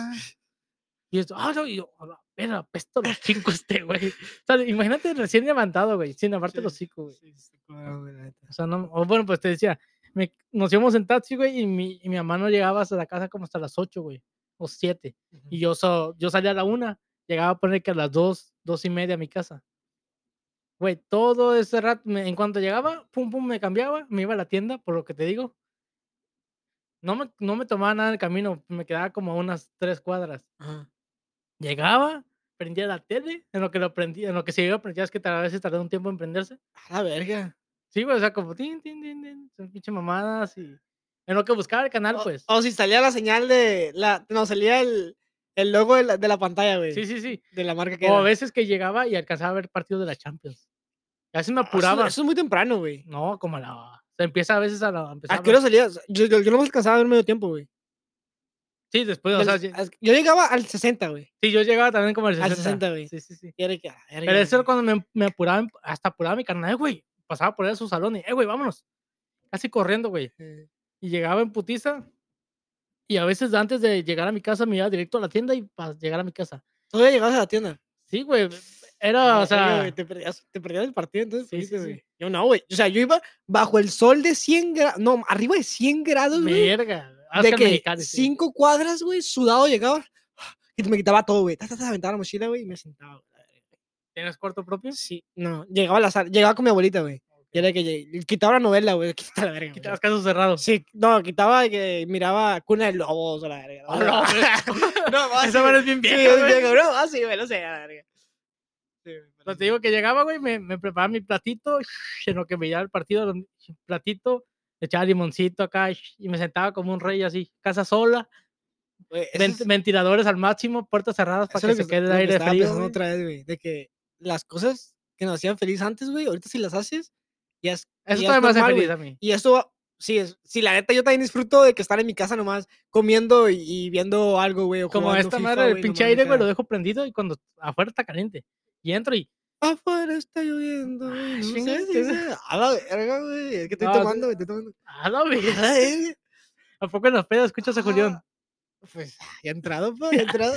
Speaker 2: Y esto, ah, no, y yo, a la verga, apesto los cinco este, güey. O sea, imagínate recién levantado, güey, sin lavarte
Speaker 1: Sí,
Speaker 2: los cinco, güey.
Speaker 1: sí, sí, claro, güey, la neta.
Speaker 2: O sea, no, o bueno, pues te decía, me- nos íbamos en taxi, güey, y mi, y mi mamá no llegaba hasta la casa como hasta las 8, güey, o 7. Y yo, so- yo salía a la una, llegaba a poner que a las dos, dos y media a mi casa. Güey, todo ese rato, me- en cuanto llegaba, pum, pum, me cambiaba, me iba a la tienda, por lo que te digo. No me, no me tomaba nada en el camino, me quedaba como a unas tres cuadras.
Speaker 1: Ajá.
Speaker 2: Llegaba, prendía la tele, en lo que lo prendía, en lo que se iba a prender, ya es que a veces tardaba un tiempo en prenderse.
Speaker 1: A la verga.
Speaker 2: Sí, güey, o sea, como tin, tin, tin, tin, son pinche mamadas y... En lo que buscaba el canal,
Speaker 1: O-
Speaker 2: pues.
Speaker 1: O, si salía la señal de. La, no, salía el, el logo de la, de la pantalla, güey.
Speaker 2: Sí, sí, sí.
Speaker 1: De la marca que
Speaker 2: O a
Speaker 1: era.
Speaker 2: veces que llegaba y alcanzaba a ver partidos de la Champions. Casi me
Speaker 1: Ah, eso-
Speaker 2: apuraba.
Speaker 1: Eso, es muy temprano, güey.
Speaker 2: No, como a la... Se empieza a veces a la... a empezar
Speaker 1: ¿A
Speaker 2: la-
Speaker 1: Ah, qué hora salías? Yo, yo, yo no me alcanzaba a ver medio tiempo, güey.
Speaker 2: Sí, después, o
Speaker 1: Del-
Speaker 2: sea, lle-
Speaker 1: as- Yo llegaba al 60, güey.
Speaker 2: sí, yo llegaba también como al
Speaker 1: Al
Speaker 2: 60.
Speaker 1: 60, güey.
Speaker 2: Sí, sí, sí.
Speaker 1: Y era que, ah, verga,
Speaker 2: Pero eso era
Speaker 1: güey.
Speaker 2: cuando me, me apuraba, en- hasta apuraba mi carnal, "Eh, güey. Pasaba por él a su salón y, eh, güey, vámonos. Casi corriendo, güey.
Speaker 1: Eh,
Speaker 2: Y llegaba en putiza. Y a veces antes de llegar a mi casa me iba directo a la tienda y para llegar a mi casa.
Speaker 1: Todavía llegabas a la tienda.
Speaker 2: Sí, güey.
Speaker 1: Ah,
Speaker 2: Era, o
Speaker 1: verga,
Speaker 2: sea...
Speaker 1: güey, te, perdías, te perdías el partido, entonces.
Speaker 2: Sí, sí,
Speaker 1: fuiste,
Speaker 2: sí.
Speaker 1: güey. Yo no, güey. O sea, yo iba bajo el sol de 100 grados. No, arriba de 100 grados, güey.
Speaker 2: Verga.
Speaker 1: De
Speaker 2: Oscar
Speaker 1: que
Speaker 2: Mexicali, sí.
Speaker 1: cinco cuadras, güey, sudado llegaba. Y me quitaba todo, güey. Ta, ta, ta, Aventaba la mochila, güey, y me sentaba. güey.
Speaker 2: ¿Tienes cuarto propio?
Speaker 1: Sí, no, llegaba a la sala, llegaba con mi abuelita, güey. Y era que lleg- quitaba la novela, güey, quitaba la verga. güey.
Speaker 2: Quitabas casos cerrados.
Speaker 1: Sí, no, quitaba que miraba Cuna de Lobos a la verga.
Speaker 2: Oh, no, güey.
Speaker 1: no, no,
Speaker 2: Esa madre es bien
Speaker 1: sí,
Speaker 2: vieja, güey.
Speaker 1: viejo, no, así, güey, no sé, a la verga. Sí, güey, pero
Speaker 2: Pero te
Speaker 1: sí.
Speaker 2: digo que llegaba, güey, me, me preparaba mi platito, en lo que me llevaba el partido, lo- platito, le echaba limoncito acá y me sentaba como un rey así, casa sola,
Speaker 1: Güey, eso
Speaker 2: ven-
Speaker 1: es-
Speaker 2: ventiladores al máximo, puertas cerradas
Speaker 1: eso
Speaker 2: para
Speaker 1: es
Speaker 2: que se
Speaker 1: lo
Speaker 2: quede el
Speaker 1: lo que
Speaker 2: aire
Speaker 1: estaba
Speaker 2: frío.
Speaker 1: pensando
Speaker 2: güey.
Speaker 1: otra vez, güey, de que las cosas que nos hacían feliz antes, güey, ahorita si las haces, ya es.
Speaker 2: Eso
Speaker 1: ya
Speaker 2: todavía
Speaker 1: es
Speaker 2: me hace
Speaker 1: normal, güey.
Speaker 2: feliz a mí.
Speaker 1: Y eso, va- sí, es, sí, la neta, yo también disfruto de que estar en mi casa nomás comiendo y, y viendo algo, güey. o
Speaker 2: Como
Speaker 1: jugando
Speaker 2: esta
Speaker 1: FIFA,
Speaker 2: madre, el
Speaker 1: güey,
Speaker 2: pinche
Speaker 1: nomás
Speaker 2: aire,
Speaker 1: acá.
Speaker 2: güey, lo dejo prendido y cuando afuera está caliente. Y entro y,
Speaker 1: Afuera está lloviendo, güey. No
Speaker 2: chinga
Speaker 1: sé
Speaker 2: tu
Speaker 1: si
Speaker 2: madre.
Speaker 1: sea- A la verga, güey. Es que estoy
Speaker 2: No,
Speaker 1: tomando, güey. Estoy tomando.
Speaker 2: ¡ah, la
Speaker 1: A
Speaker 2: verga!
Speaker 1: la verga.
Speaker 2: ¿A poco en los pedos escuchas
Speaker 1: Ah.
Speaker 2: a Julián?
Speaker 1: Pues ya he entrado, pa, ya he entrado.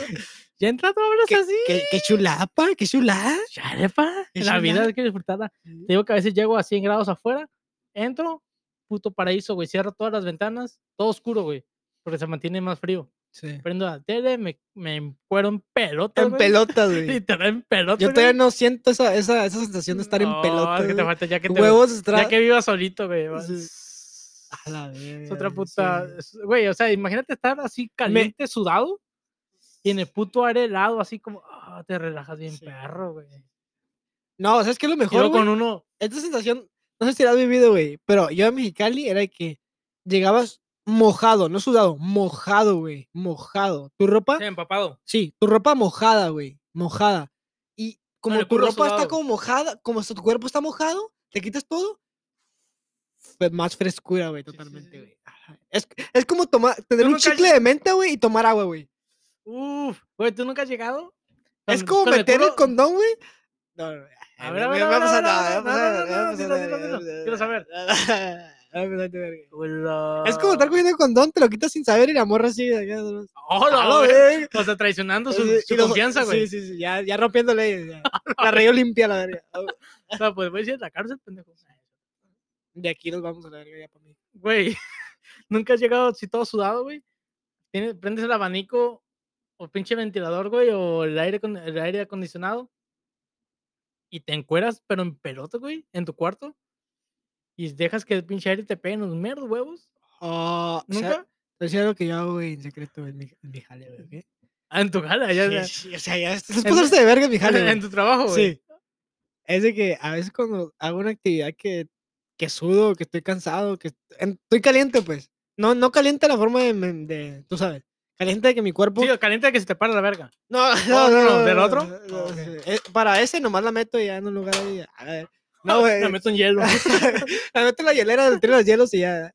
Speaker 2: ¿Ya entra tú hablas
Speaker 1: ¿Qué,
Speaker 2: así?
Speaker 1: qué, qué chulapa, qué chulada.
Speaker 2: Charepa,
Speaker 1: Es
Speaker 2: la vida
Speaker 1: una-
Speaker 2: hay que disfrutarla.
Speaker 1: Sí.
Speaker 2: Te digo que a veces llego a 100 grados afuera, entro, puto paraíso, güey. Cierro todas las ventanas, todo oscuro, güey. Porque se mantiene más frío. Prendo la tele, me, me cuero en pelota.
Speaker 1: En pelotas, güey.
Speaker 2: Literal, en pelota.
Speaker 1: Yo todavía
Speaker 2: güey.
Speaker 1: no siento esa, esa, esa sensación de estar en
Speaker 2: No,
Speaker 1: pelotas.
Speaker 2: es que te
Speaker 1: güey.
Speaker 2: falta ya que te.
Speaker 1: Huevos estra-
Speaker 2: Ya que vivas solito, güey. va.
Speaker 1: Sí.
Speaker 2: Es
Speaker 1: A la verga.
Speaker 2: otra
Speaker 1: sí,
Speaker 2: puta.
Speaker 1: güey.
Speaker 2: es- Güey, o sea, imagínate estar así caliente, sudado. Y en el puto aire helado, así como. ah, te relajas bien,
Speaker 1: Sí.
Speaker 2: perro, güey.
Speaker 1: No, ¿sabes qué es lo
Speaker 2: Y luego
Speaker 1: mejor? güey?
Speaker 2: con uno.
Speaker 1: esta sensación, no sé si la has vivido, güey, pero yo en Mexicali era que llegabas mojado, no sudado, mojado, güey, mojado. Tu ropa,
Speaker 2: Sí, empapado.
Speaker 1: sí, tu ropa mojada, güey, mojada. Y como
Speaker 2: el
Speaker 1: tu
Speaker 2: culo
Speaker 1: ropa está
Speaker 2: sudado.
Speaker 1: como mojada, como hasta tu cuerpo está mojado, te quitas todo, pues más frescura, güey,
Speaker 2: Sí, sí,
Speaker 1: totalmente,
Speaker 2: sí.
Speaker 1: güey. Ajá. Es, es como tomar, tener un
Speaker 2: nunca has
Speaker 1: chicle de menta, güey, y tomar agua, güey.
Speaker 2: Uf, güey, ¿tú nunca has llegado?
Speaker 1: Es
Speaker 2: Con-
Speaker 1: como
Speaker 2: con
Speaker 1: meter el
Speaker 2: culo-
Speaker 1: condón, güey. No, no, no.
Speaker 2: A
Speaker 1: eh,
Speaker 2: ver,
Speaker 1: no,
Speaker 2: a ver,
Speaker 1: no,
Speaker 2: a
Speaker 1: no
Speaker 2: ver,
Speaker 1: pasa
Speaker 2: a ver,
Speaker 1: nada,
Speaker 2: a ver,
Speaker 1: no
Speaker 2: no,
Speaker 1: pasa nada,
Speaker 2: no, no,
Speaker 1: no
Speaker 2: dilo,
Speaker 1: pasa
Speaker 2: dilo,
Speaker 1: nada,
Speaker 2: dilo,
Speaker 1: no
Speaker 2: quiero
Speaker 1: pasa
Speaker 2: saber.
Speaker 1: nada. Ah, me late verga.
Speaker 2: Hola.
Speaker 1: Es como estar cogiendo el condón, te lo quitas sin saber y la morra sigue de acá. nomás.
Speaker 2: Hola,
Speaker 1: A la
Speaker 2: güey.
Speaker 1: verga.
Speaker 2: O sea, traicionando su,
Speaker 1: Sí,
Speaker 2: su
Speaker 1: y los-
Speaker 2: confianza, güey.
Speaker 1: Sí, sí, sí, ya, ya rompiendo leyes. ya. La rey limpia, la verga. Ah,
Speaker 2: O sea, pues voy a ir a la cárcel, pendejo.
Speaker 1: De aquí nos vamos a la verga ya para mí.
Speaker 2: Güey, nunca has llegado así todo sudado, güey. Tienes- Prendes el abanico o pinche ventilador, güey, o el aire, acon- el aire acondicionado. Y te encueras, pero en pelota, güey, en tu cuarto. Y dejas que el pinche aire te pegue en los meros huevos.
Speaker 1: Ah, o sea,
Speaker 2: ¿Nunca?
Speaker 1: Te decía lo que yo hago, güey, en secreto, en mi, en mi jale, güey. ¿ok?
Speaker 2: Ah, en tu cara, ya. ya.
Speaker 1: Sí, sí, o sea, ya es, es
Speaker 2: En-
Speaker 1: pasarse de verga en mi jale, güey.
Speaker 2: en tu trabajo, güey.
Speaker 1: Sí. Es de que a veces cuando hago una actividad que, que sudo, que estoy cansado, que est- en- estoy caliente, pues. No, no caliente la forma de, me- de- tú sabes, caliente de que mi cuerpo...
Speaker 2: Sí, o caliente que se te para la verga.
Speaker 1: no,
Speaker 2: no, no, ¿del otro?
Speaker 1: no,
Speaker 2: Ah, ok.
Speaker 1: sí, eh, para ese nomás la meto ya en un lugar ahí. a ver, No,
Speaker 2: Me
Speaker 1: güey.
Speaker 2: meto en hielo.
Speaker 1: la meto en la hielera, le tiro los hielos y ya.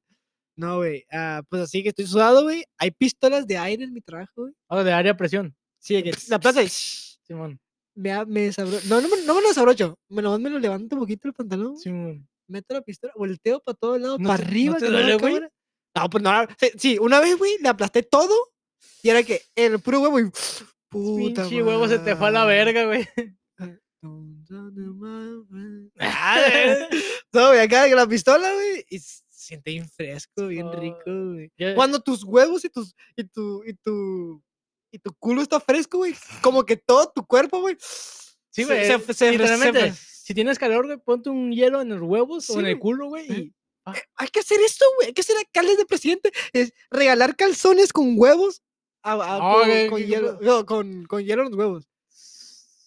Speaker 1: No, güey. ah, pues así que estoy sudado, güey. Hay pistolas de aire en mi trabajo, güey.
Speaker 2: O de área presión,
Speaker 1: Sí, de que la plaza y
Speaker 2: Simón.
Speaker 1: me, a- me desabro- No, no, me- no me lo desabrocho. Me, nomás me lo levanto un poquito el pantalón.
Speaker 2: Simón.
Speaker 1: meto la pistola, volteo para todos lados,
Speaker 2: ¿No
Speaker 1: para
Speaker 2: te- no
Speaker 1: arriba.
Speaker 2: te
Speaker 1: que vea la
Speaker 2: duele, güey?
Speaker 1: cámara. No, pues no. sí, Sí, una vez, güey, le aplasté todo y era que el puro huevo y. Puta.
Speaker 2: Pinche huevo se te fue a la verga, güey.
Speaker 1: Ah, No, güey, acá con la pistola, güey, y s- siente bien fresco, bien
Speaker 2: Ah,
Speaker 1: rico, güey.
Speaker 2: Ya-
Speaker 1: Cuando tus huevos y tus. y tu. y tu. y tu culo está fresco, güey. Como que todo tu cuerpo, güey.
Speaker 2: Sí,
Speaker 1: se-
Speaker 2: güey. eh,
Speaker 1: se- se- se- se-
Speaker 2: literalmente, si tienes calor, güey, ponte un hielo en los huevos
Speaker 1: Sí,
Speaker 2: o en el
Speaker 1: güey.
Speaker 2: culo, güey,
Speaker 1: Ujú.
Speaker 2: y
Speaker 1: eh, Hay que hacer esto, güey. Hay que ser alcaldes de presidente. Es regalar calzones con huevos. a- a-
Speaker 2: No,
Speaker 1: con,
Speaker 2: güey,
Speaker 1: con
Speaker 2: qué- qué
Speaker 1: hielo, no, con, con hielo en los huevos.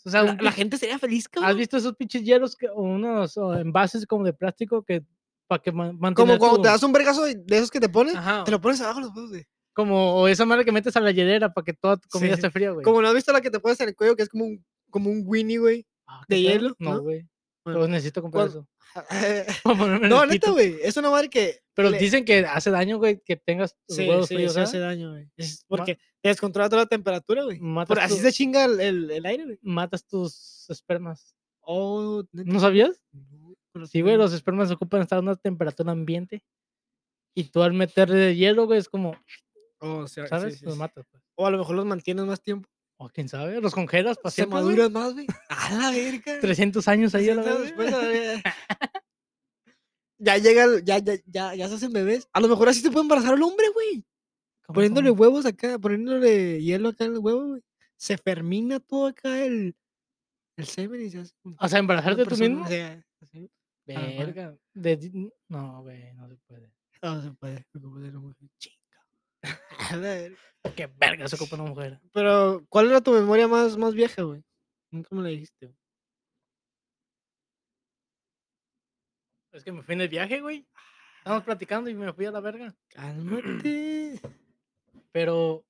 Speaker 2: O sea,
Speaker 1: la,
Speaker 2: un
Speaker 1: la
Speaker 2: pin-
Speaker 1: gente sería feliz,
Speaker 2: ¿has
Speaker 1: cabrón.
Speaker 2: visto esos pinches hielos que, o unos o envases como de plástico que para que man-
Speaker 1: Como
Speaker 2: mantener
Speaker 1: cuando te
Speaker 2: tu-
Speaker 1: das un vergazo de, de esos que te pones,
Speaker 2: Ajá,
Speaker 1: te lo pones abajo de los huevos, güey.
Speaker 2: como o esa madre que metes a la hielera para que toda tu comida
Speaker 1: sí.
Speaker 2: esté fría, güey.
Speaker 1: Como no has visto la que te pones en el cuello, que es como un, como un Winnie, güey.
Speaker 2: Ah,
Speaker 1: de
Speaker 2: ¿qué pedo?
Speaker 1: hielo,
Speaker 2: No,
Speaker 1: ¿no?
Speaker 2: güey.
Speaker 1: Bueno,
Speaker 2: Pues necesito comprar
Speaker 1: cuando-
Speaker 2: eso. para ponerme en
Speaker 1: no,
Speaker 2: el
Speaker 1: neta,
Speaker 2: pito.
Speaker 1: güey. Es una madre que.
Speaker 2: Pero
Speaker 1: le-
Speaker 2: dicen que hace daño, güey, que tengas tus
Speaker 1: Sí,
Speaker 2: huevos
Speaker 1: sí,
Speaker 2: fríos,
Speaker 1: sí
Speaker 2: ¿ah?
Speaker 1: hace daño, güey. Es
Speaker 2: Ma-
Speaker 1: porque te descontrola toda la temperatura, güey.
Speaker 2: Matas,
Speaker 1: Por así
Speaker 2: tu-
Speaker 1: se chinga el, el- el aire, güey.
Speaker 2: matas tus espermas.
Speaker 1: Oh, neta,
Speaker 2: ¿No sabías?
Speaker 1: no, no
Speaker 2: Sí, güey,
Speaker 1: sabía.
Speaker 2: los espermas ocupan estar a una temperatura ambiente. Y tú al meterle hielo, güey, es como,
Speaker 1: Oh, o sea, sí,
Speaker 2: ¿sabes?
Speaker 1: sí,
Speaker 2: los
Speaker 1: sí.
Speaker 2: matas, pues.
Speaker 1: O a lo mejor los mantienes más tiempo.
Speaker 2: O quién sabe, los congelas para
Speaker 1: Se
Speaker 2: siempre, güey.
Speaker 1: maduran más, güey. A la verga.
Speaker 2: 300 años ahí a la
Speaker 1: 300
Speaker 2: verga.
Speaker 1: después, a la verga. Ya llega, el- ya, ya, ya, ya se hacen bebés. A lo mejor así se puede embarazar al hombre, güey.
Speaker 2: ¿Cómo
Speaker 1: Poniéndole
Speaker 2: son?
Speaker 1: huevos acá, poniéndole hielo acá en el huevo, güey. Se fermina todo acá el, el semen y se hace. un-
Speaker 2: O sea,
Speaker 1: una
Speaker 2: embarazarte tú
Speaker 1: persona,
Speaker 2: mismo.
Speaker 1: o sea, así. a lo mejor.
Speaker 2: Verga. De- di- No, güey, no se puede.
Speaker 1: No se puede, no se puede, no puede. Chinga. A la verga.
Speaker 2: Qué verga se ocupa una mujer.
Speaker 1: Pero, ¿cuál era tu memoria más, más vieja, güey? Nunca me la dijiste. güey.
Speaker 2: Es que me fui en el viaje, güey. Estábamos platicando y me fui a la verga.
Speaker 1: Cálmate.
Speaker 2: Pero.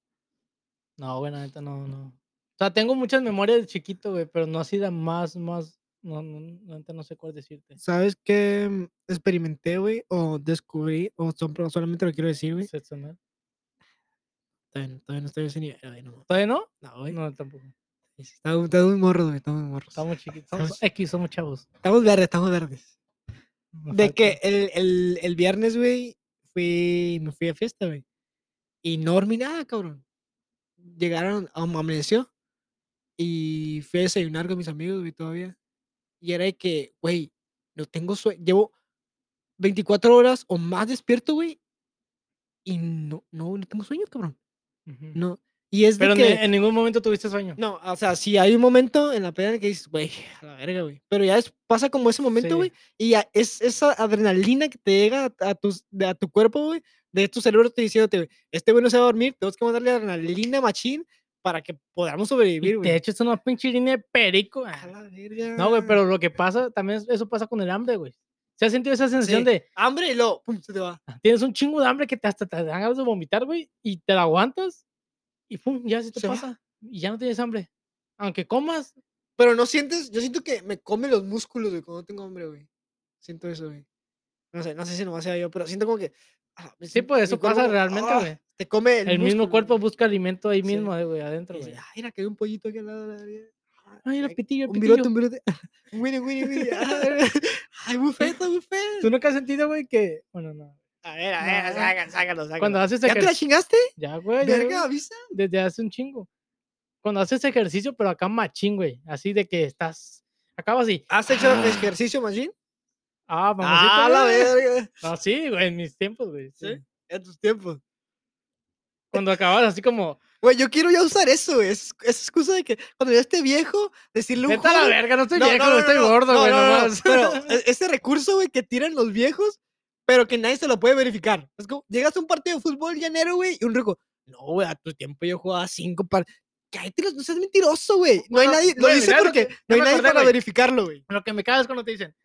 Speaker 2: No, güey, la neta, no, no. O sea, tengo muchas memorias de chiquito, güey, pero no así de más, más. No, no, la neta, no sé cuál decirte.
Speaker 1: ¿Sabes qué mm, experimenté, güey? O descubrí, o son- pero solamente lo quiero decir, güey.
Speaker 2: Sexual.
Speaker 1: Todavía, no- todavía no estoy en ese nivel, güey, no,
Speaker 2: ¿Todavía no?
Speaker 1: no, güey.
Speaker 2: No, tampoco.
Speaker 1: Estamos, estamos morros, güey, estamos morros. Estamos,
Speaker 2: Estamos chiquitos.
Speaker 1: Pues, Estamos
Speaker 2: Somos X, somos chavos.
Speaker 1: verdes, estamos verdes.
Speaker 2: Nos
Speaker 1: De
Speaker 2: falta.
Speaker 1: que el, el, el viernes, güey, fui, me fui a fiesta, güey. Y no dormí nada, cabrón. Llegaron, am- amaneció. Y fui a desayunar con mis amigos, güey, todavía. Y era de que, güey, no tengo sueño. Llevo 24 horas o más despierto, güey. Y no, no, no tengo sueño, cabrón.
Speaker 2: Ujú.
Speaker 1: No. Y es de
Speaker 2: Pero ni-
Speaker 1: que...
Speaker 2: en ningún momento tuviste sueño.
Speaker 1: No, o sea, sí hay un momento en la pelea en el que dices, güey, a la verga, güey. Pero ya es- pasa como ese
Speaker 2: Sí.
Speaker 1: momento, güey. Y ya es esa adrenalina que te llega a, a tus, de- a tu cuerpo, güey. De tu cerebro te diciéndote, güey, este güey no se va a dormir, tenemos que mandarle adrenalina machín para que podamos
Speaker 2: Y
Speaker 1: sobrevivir,
Speaker 2: De
Speaker 1: güey.
Speaker 2: hecho, es una pinche línea de perico. ah.
Speaker 1: A la verga.
Speaker 2: No, güey, pero lo que pasa, también es- eso pasa con el hambre, güey. ¿Se ha sentido esa sensación
Speaker 1: Sí.
Speaker 2: de
Speaker 1: Hambre y luego, pum, se te va.
Speaker 2: tienes un chingo de hambre que te hasta te dan ganas de vomitar, güey, y te la aguantas y pum, ya se te
Speaker 1: Se va.
Speaker 2: pasa y ya no tienes hambre. Aunque comas,
Speaker 1: Pero no sientes, yo siento que me come los músculos, güey, cuando tengo hambre, güey. Siento eso, güey. No sé, no sé si nomás sea yo, pero siento como que... ah, me
Speaker 2: sí,
Speaker 1: siento-
Speaker 2: pues
Speaker 1: mi
Speaker 2: eso
Speaker 1: cuerpo
Speaker 2: pasa
Speaker 1: como,
Speaker 2: realmente,
Speaker 1: ah,
Speaker 2: güey.
Speaker 1: Te come el,
Speaker 2: El, mismo
Speaker 1: músculo,
Speaker 2: cuerpo
Speaker 1: güey.
Speaker 2: busca alimento ahí
Speaker 1: Sí.
Speaker 2: mismo, eh, güey, adentro,
Speaker 1: Y dice,
Speaker 2: güey.
Speaker 1: "Ah, mira, que hay un pollito aquí al lado de la verga. Ah,
Speaker 2: Ay, el
Speaker 1: hay
Speaker 2: pitillo, el
Speaker 1: Un virote,
Speaker 2: pitillo.
Speaker 1: un virote. Un Winnie, Winnie, Winnie. Ah, Ay, buffet, está buffet.
Speaker 2: ¿Tú nunca has sentido, güey, que... Bueno, no.
Speaker 1: A ver, a
Speaker 2: ver,
Speaker 1: ver, sácalo, sácalo, sácalo.
Speaker 2: Cuando haces
Speaker 1: ¿Ya te la
Speaker 2: ejercicio...
Speaker 1: chingaste?
Speaker 2: Ya, güey. ya, güey.
Speaker 1: Verga, avisa.
Speaker 2: desde hace un chingo. Cuando haces ejercicio, pero acá machín, güey. Así de que estás. Acabas así.
Speaker 1: ¿Has hecho
Speaker 2: Ah.
Speaker 1: ejercicio, Machín?
Speaker 2: Ah, vamos.
Speaker 1: Ah, la verga.
Speaker 2: Así, güey, en mis tiempos, güey.
Speaker 1: ¿Sí?
Speaker 2: sí.
Speaker 1: En tus tiempos.
Speaker 2: Cuando acabas así como.
Speaker 1: Güey, yo quiero ya usar eso, güey. Es- Esa excusa de que cuando ya esté viejo, decirle a un
Speaker 2: Vete a la
Speaker 1: joven-
Speaker 2: verga, no estoy
Speaker 1: No,
Speaker 2: Este viejo,
Speaker 1: no,
Speaker 2: no,
Speaker 1: no,
Speaker 2: estoy
Speaker 1: no,
Speaker 2: gordo,
Speaker 1: no,
Speaker 2: güey,
Speaker 1: no, no,
Speaker 2: nomás.
Speaker 1: Pero e- ese recurso, güey, que tiran los viejos, pero que nadie se lo puede verificar. Es como, llegas a un partido de fútbol llanero, güey, y un rico, no, güey, a tu tiempo yo jugaba cinco par... Cállate, los- no seas mentiroso, güey. No hay
Speaker 2: Bueno,
Speaker 1: nadie, lo
Speaker 2: bueno,
Speaker 1: dice
Speaker 2: ya
Speaker 1: porque
Speaker 2: recor-
Speaker 1: no hay nadie
Speaker 2: ya recordé,
Speaker 1: para
Speaker 2: güey.
Speaker 1: verificarlo, güey.
Speaker 2: Lo que me caga es cuando te dicen.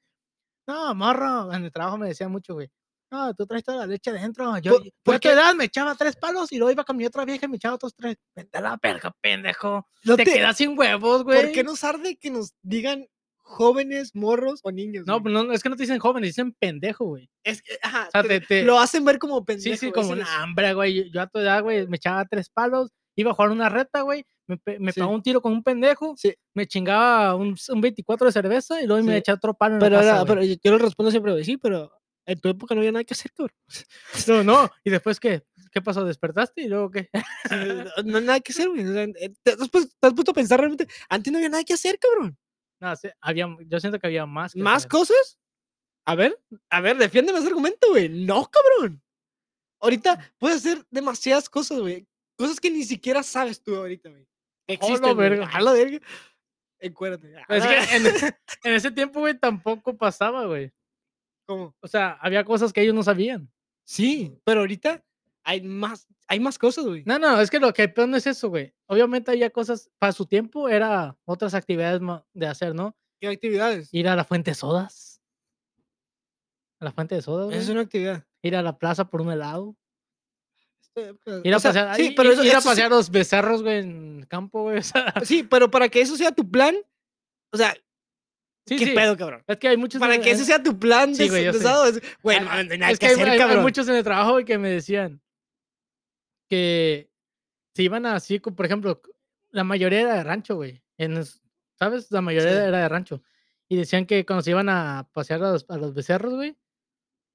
Speaker 2: No, morro. En el trabajo me decían mucho, güey. No, tú traes toda la leche adentro. Yo,
Speaker 1: Por-
Speaker 2: yo
Speaker 1: ¿por
Speaker 2: a tu
Speaker 1: qué?
Speaker 2: edad me echaba tres palos y luego iba con mi otra vieja y me echaba otros tres. Vete a la verga, pendejo.
Speaker 1: No
Speaker 2: te,
Speaker 1: te-
Speaker 2: quedas sin huevos, güey.
Speaker 1: ¿Por qué nos arde que nos digan jóvenes, morros o niños?
Speaker 2: No,
Speaker 1: güey?
Speaker 2: pues no, es que no te dicen joven, dicen pendejo, güey.
Speaker 1: es que, ajá,
Speaker 2: O sea,
Speaker 1: te-
Speaker 2: te, te-
Speaker 1: lo hacen ver como
Speaker 2: sí,
Speaker 1: pendejo.
Speaker 2: sí,
Speaker 1: ese
Speaker 2: como
Speaker 1: es-
Speaker 2: un hambre, güey. Yo, yo a tu edad, güey, me echaba tres palos, iba a jugar una reta, güey. Me, pe- me
Speaker 1: Sí.
Speaker 2: pegaba un tiro con un pendejo,
Speaker 1: Sí.
Speaker 2: me chingaba un, un 24 de cerveza y luego me
Speaker 1: Sí.
Speaker 2: echaba otro palo en
Speaker 1: Pero,
Speaker 2: la
Speaker 1: era-
Speaker 2: casa,
Speaker 1: pero
Speaker 2: güey.
Speaker 1: yo, yo le respondo siempre, güey, sí, pero en tu época no había nada que hacer, cabrón.
Speaker 2: No, no. ¿Y después qué? ¿Qué pasó? ¿Despertaste y luego qué?
Speaker 1: Sí, No, no hay nada que hacer, güey. o sea, eh, ¿Te has, puesto, te has puesto a pensar realmente? Antes no había nada que hacer, cabrón.
Speaker 2: No, sí, había, yo siento que había más. que
Speaker 1: ¿Más
Speaker 2: hacer.
Speaker 1: cosas? A ver, a ver, defiéndeme ese argumento, güey. No, cabrón. Ahorita puedes hacer demasiadas cosas, güey. Cosas que ni siquiera sabes tú ahorita, güey. Existen, güey,
Speaker 2: verga.
Speaker 1: A la verga. Encuérdate.
Speaker 2: Es
Speaker 1: Ah,
Speaker 2: que en, e, en ese tiempo, güey, tampoco pasaba, güey.
Speaker 1: ¿Cómo?
Speaker 2: O sea, había cosas que ellos no sabían.
Speaker 1: Sí, pero ahorita hay más, hay más cosas, güey.
Speaker 2: No, no, es que lo que peor no es eso, güey. Obviamente había cosas, para su tiempo era otras actividades ma- de hacer, ¿no?
Speaker 1: ¿Qué actividades?
Speaker 2: Ir a la fuente de sodas. A la fuente de sodas,
Speaker 1: Esa es
Speaker 2: güey.
Speaker 1: una actividad.
Speaker 2: Ir a la plaza por un helado. Ir
Speaker 1: Ir
Speaker 2: a pasear,
Speaker 1: pues, Eh, sí,
Speaker 2: i-
Speaker 1: pero
Speaker 2: i-
Speaker 1: eso-
Speaker 2: ir a
Speaker 1: eso sí-
Speaker 2: pasear los becerros, güey, en campo, güey. O sea,
Speaker 1: Sí, pero para que eso sea tu plan, o sea,
Speaker 2: sí,
Speaker 1: ¿qué
Speaker 2: sí.
Speaker 1: pedo, cabrón?
Speaker 2: Es que hay muchos.
Speaker 1: Para
Speaker 2: en-
Speaker 1: que
Speaker 2: en-
Speaker 1: ese sea tu plan
Speaker 2: Sí,
Speaker 1: de,
Speaker 2: güey, yo
Speaker 1: de
Speaker 2: sé.
Speaker 1: sábado, es- Güey,
Speaker 2: Ah,
Speaker 1: no
Speaker 2: ah,
Speaker 1: mames, no hay nada
Speaker 2: es
Speaker 1: que
Speaker 2: hay-
Speaker 1: hacer,
Speaker 2: hay, hay
Speaker 1: cabrón.
Speaker 2: muchos en el trabajo güey, que me decían que se iban así, co- por ejemplo, c- la mayoría era de rancho, güey. en los- ¿Sabes? La mayoría
Speaker 1: Sí.
Speaker 2: era de rancho. Y decían que cuando se iban a pasear a los, a los becerros, güey,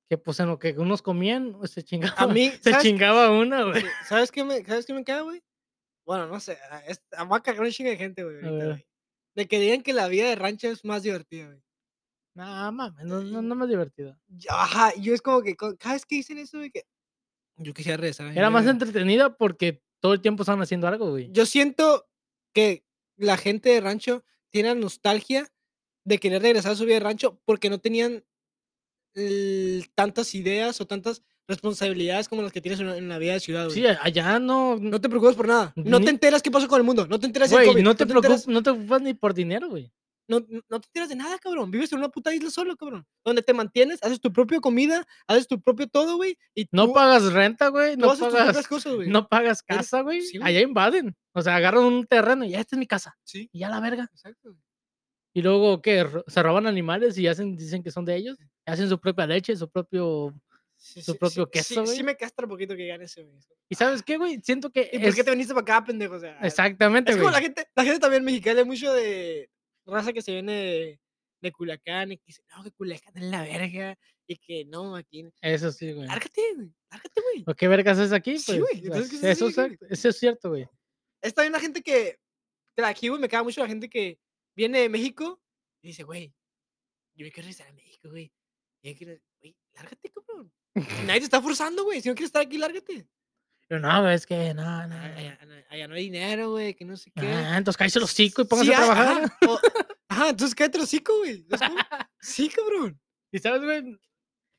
Speaker 2: que pues en lo que unos comían, pues, se chingaba.
Speaker 1: A mí,
Speaker 2: se
Speaker 1: ¿sabes,
Speaker 2: chingaba uno, güey.
Speaker 1: sí, ¿sabes qué me, ¿sabes qué me queda, güey? Bueno, no sé, a- es, a- me voy a cagar un chingo de gente, güey,
Speaker 2: A
Speaker 1: ahorita,
Speaker 2: ver.
Speaker 1: güey. De que digan que la vida de rancho es más divertida, güey.
Speaker 2: No, mames, no, no, no más divertido.
Speaker 1: Yo- Ajá, yo es como que, co- cada vez que dicen eso, güey, que yo quisiera regresar. a mi
Speaker 2: Era más
Speaker 1: vida.
Speaker 2: entretenida porque todo el tiempo estaban haciendo algo, güey.
Speaker 1: Yo siento que la gente de rancho tiene la nostalgia de querer regresar a su vida de rancho porque no tenían el- tantas ideas o tantas responsabilidades como las que tienes en la, en la vida de ciudad. güey.
Speaker 2: Sí, a- allá no.
Speaker 1: No te preocupes por nada. No
Speaker 2: Ni-
Speaker 1: te enteras qué pasó con el mundo. No te enteras del
Speaker 2: güey,
Speaker 1: COVID,
Speaker 2: no te, preocupas,
Speaker 1: enteras-
Speaker 2: no te preocupas ni por dinero, güey.
Speaker 1: no, no- no te enteras de nada, cabrón. Vives en una puta isla solo, cabrón. Donde te mantienes, haces tu propia comida, haces tu propio todo, güey. Y
Speaker 2: No
Speaker 1: tú-
Speaker 2: pagas renta, güey.
Speaker 1: tú
Speaker 2: No
Speaker 1: haces tus propias
Speaker 2: pagas,
Speaker 1: cosas, güey.
Speaker 2: no pagas
Speaker 1: Eres-
Speaker 2: casa, güey.
Speaker 1: sí, güey.
Speaker 2: Allá invaden. O sea, agarran un terreno y ya esta es mi casa.
Speaker 1: Sí,
Speaker 2: Y ya la verga.
Speaker 1: exacto. güey.
Speaker 2: Y luego, ¿qué? Ro- Se roban animales y hacen, dicen que son de ellos. Hacen su propia leche, su propio.
Speaker 1: Sí,
Speaker 2: Tu
Speaker 1: sí,
Speaker 2: propio
Speaker 1: sí,
Speaker 2: queso,
Speaker 1: sí, Sí,
Speaker 2: güey.
Speaker 1: me castra un poquito que gane ese, güey.
Speaker 2: ¿Y sabes qué, güey? Siento que.
Speaker 1: ¿Y por qué
Speaker 2: es-
Speaker 1: te viniste para acá, pendejo? O sea,
Speaker 2: Exactamente,
Speaker 1: Es como
Speaker 2: güey.
Speaker 1: la gente, la gente también mexicana, hay mucho de raza que se viene de, de Culiacán y que dice, no, que Culiacán es la verga y que no, aquí.
Speaker 2: Eso sí, güey.
Speaker 1: Lárgate, güey, lárgate, güey.
Speaker 2: ¿O qué vergas es aquí?
Speaker 1: Sí,
Speaker 2: Pues,
Speaker 1: güey, entonces, ¿qué
Speaker 2: as-
Speaker 1: se
Speaker 2: eso,
Speaker 1: sigue,
Speaker 2: es- eso es cierto, güey.
Speaker 1: Está bien la gente que, que aquí, güey, me caga mucho la gente que viene de México y dice, güey, yo me quiero regresar a México, güey. Yo me quiero, güey, lárgate, cabrón. Nadie te está forzando, güey. Si no quieres estar aquí, lárgate.
Speaker 2: Pero no, güey, es que no, no.
Speaker 1: "Ay,
Speaker 2: no.
Speaker 1: Allá, no- allá no hay dinero, güey, que no sé qué.
Speaker 2: Ah, entonces cállese los hocico y
Speaker 1: Sí
Speaker 2: póngase a
Speaker 1: hay-
Speaker 2: trabajar.
Speaker 1: Ajá, o- ajá, entonces cállate el hocico, güey. ¿sabes cómo? Sí, cabrón.
Speaker 2: Y sabes, güey,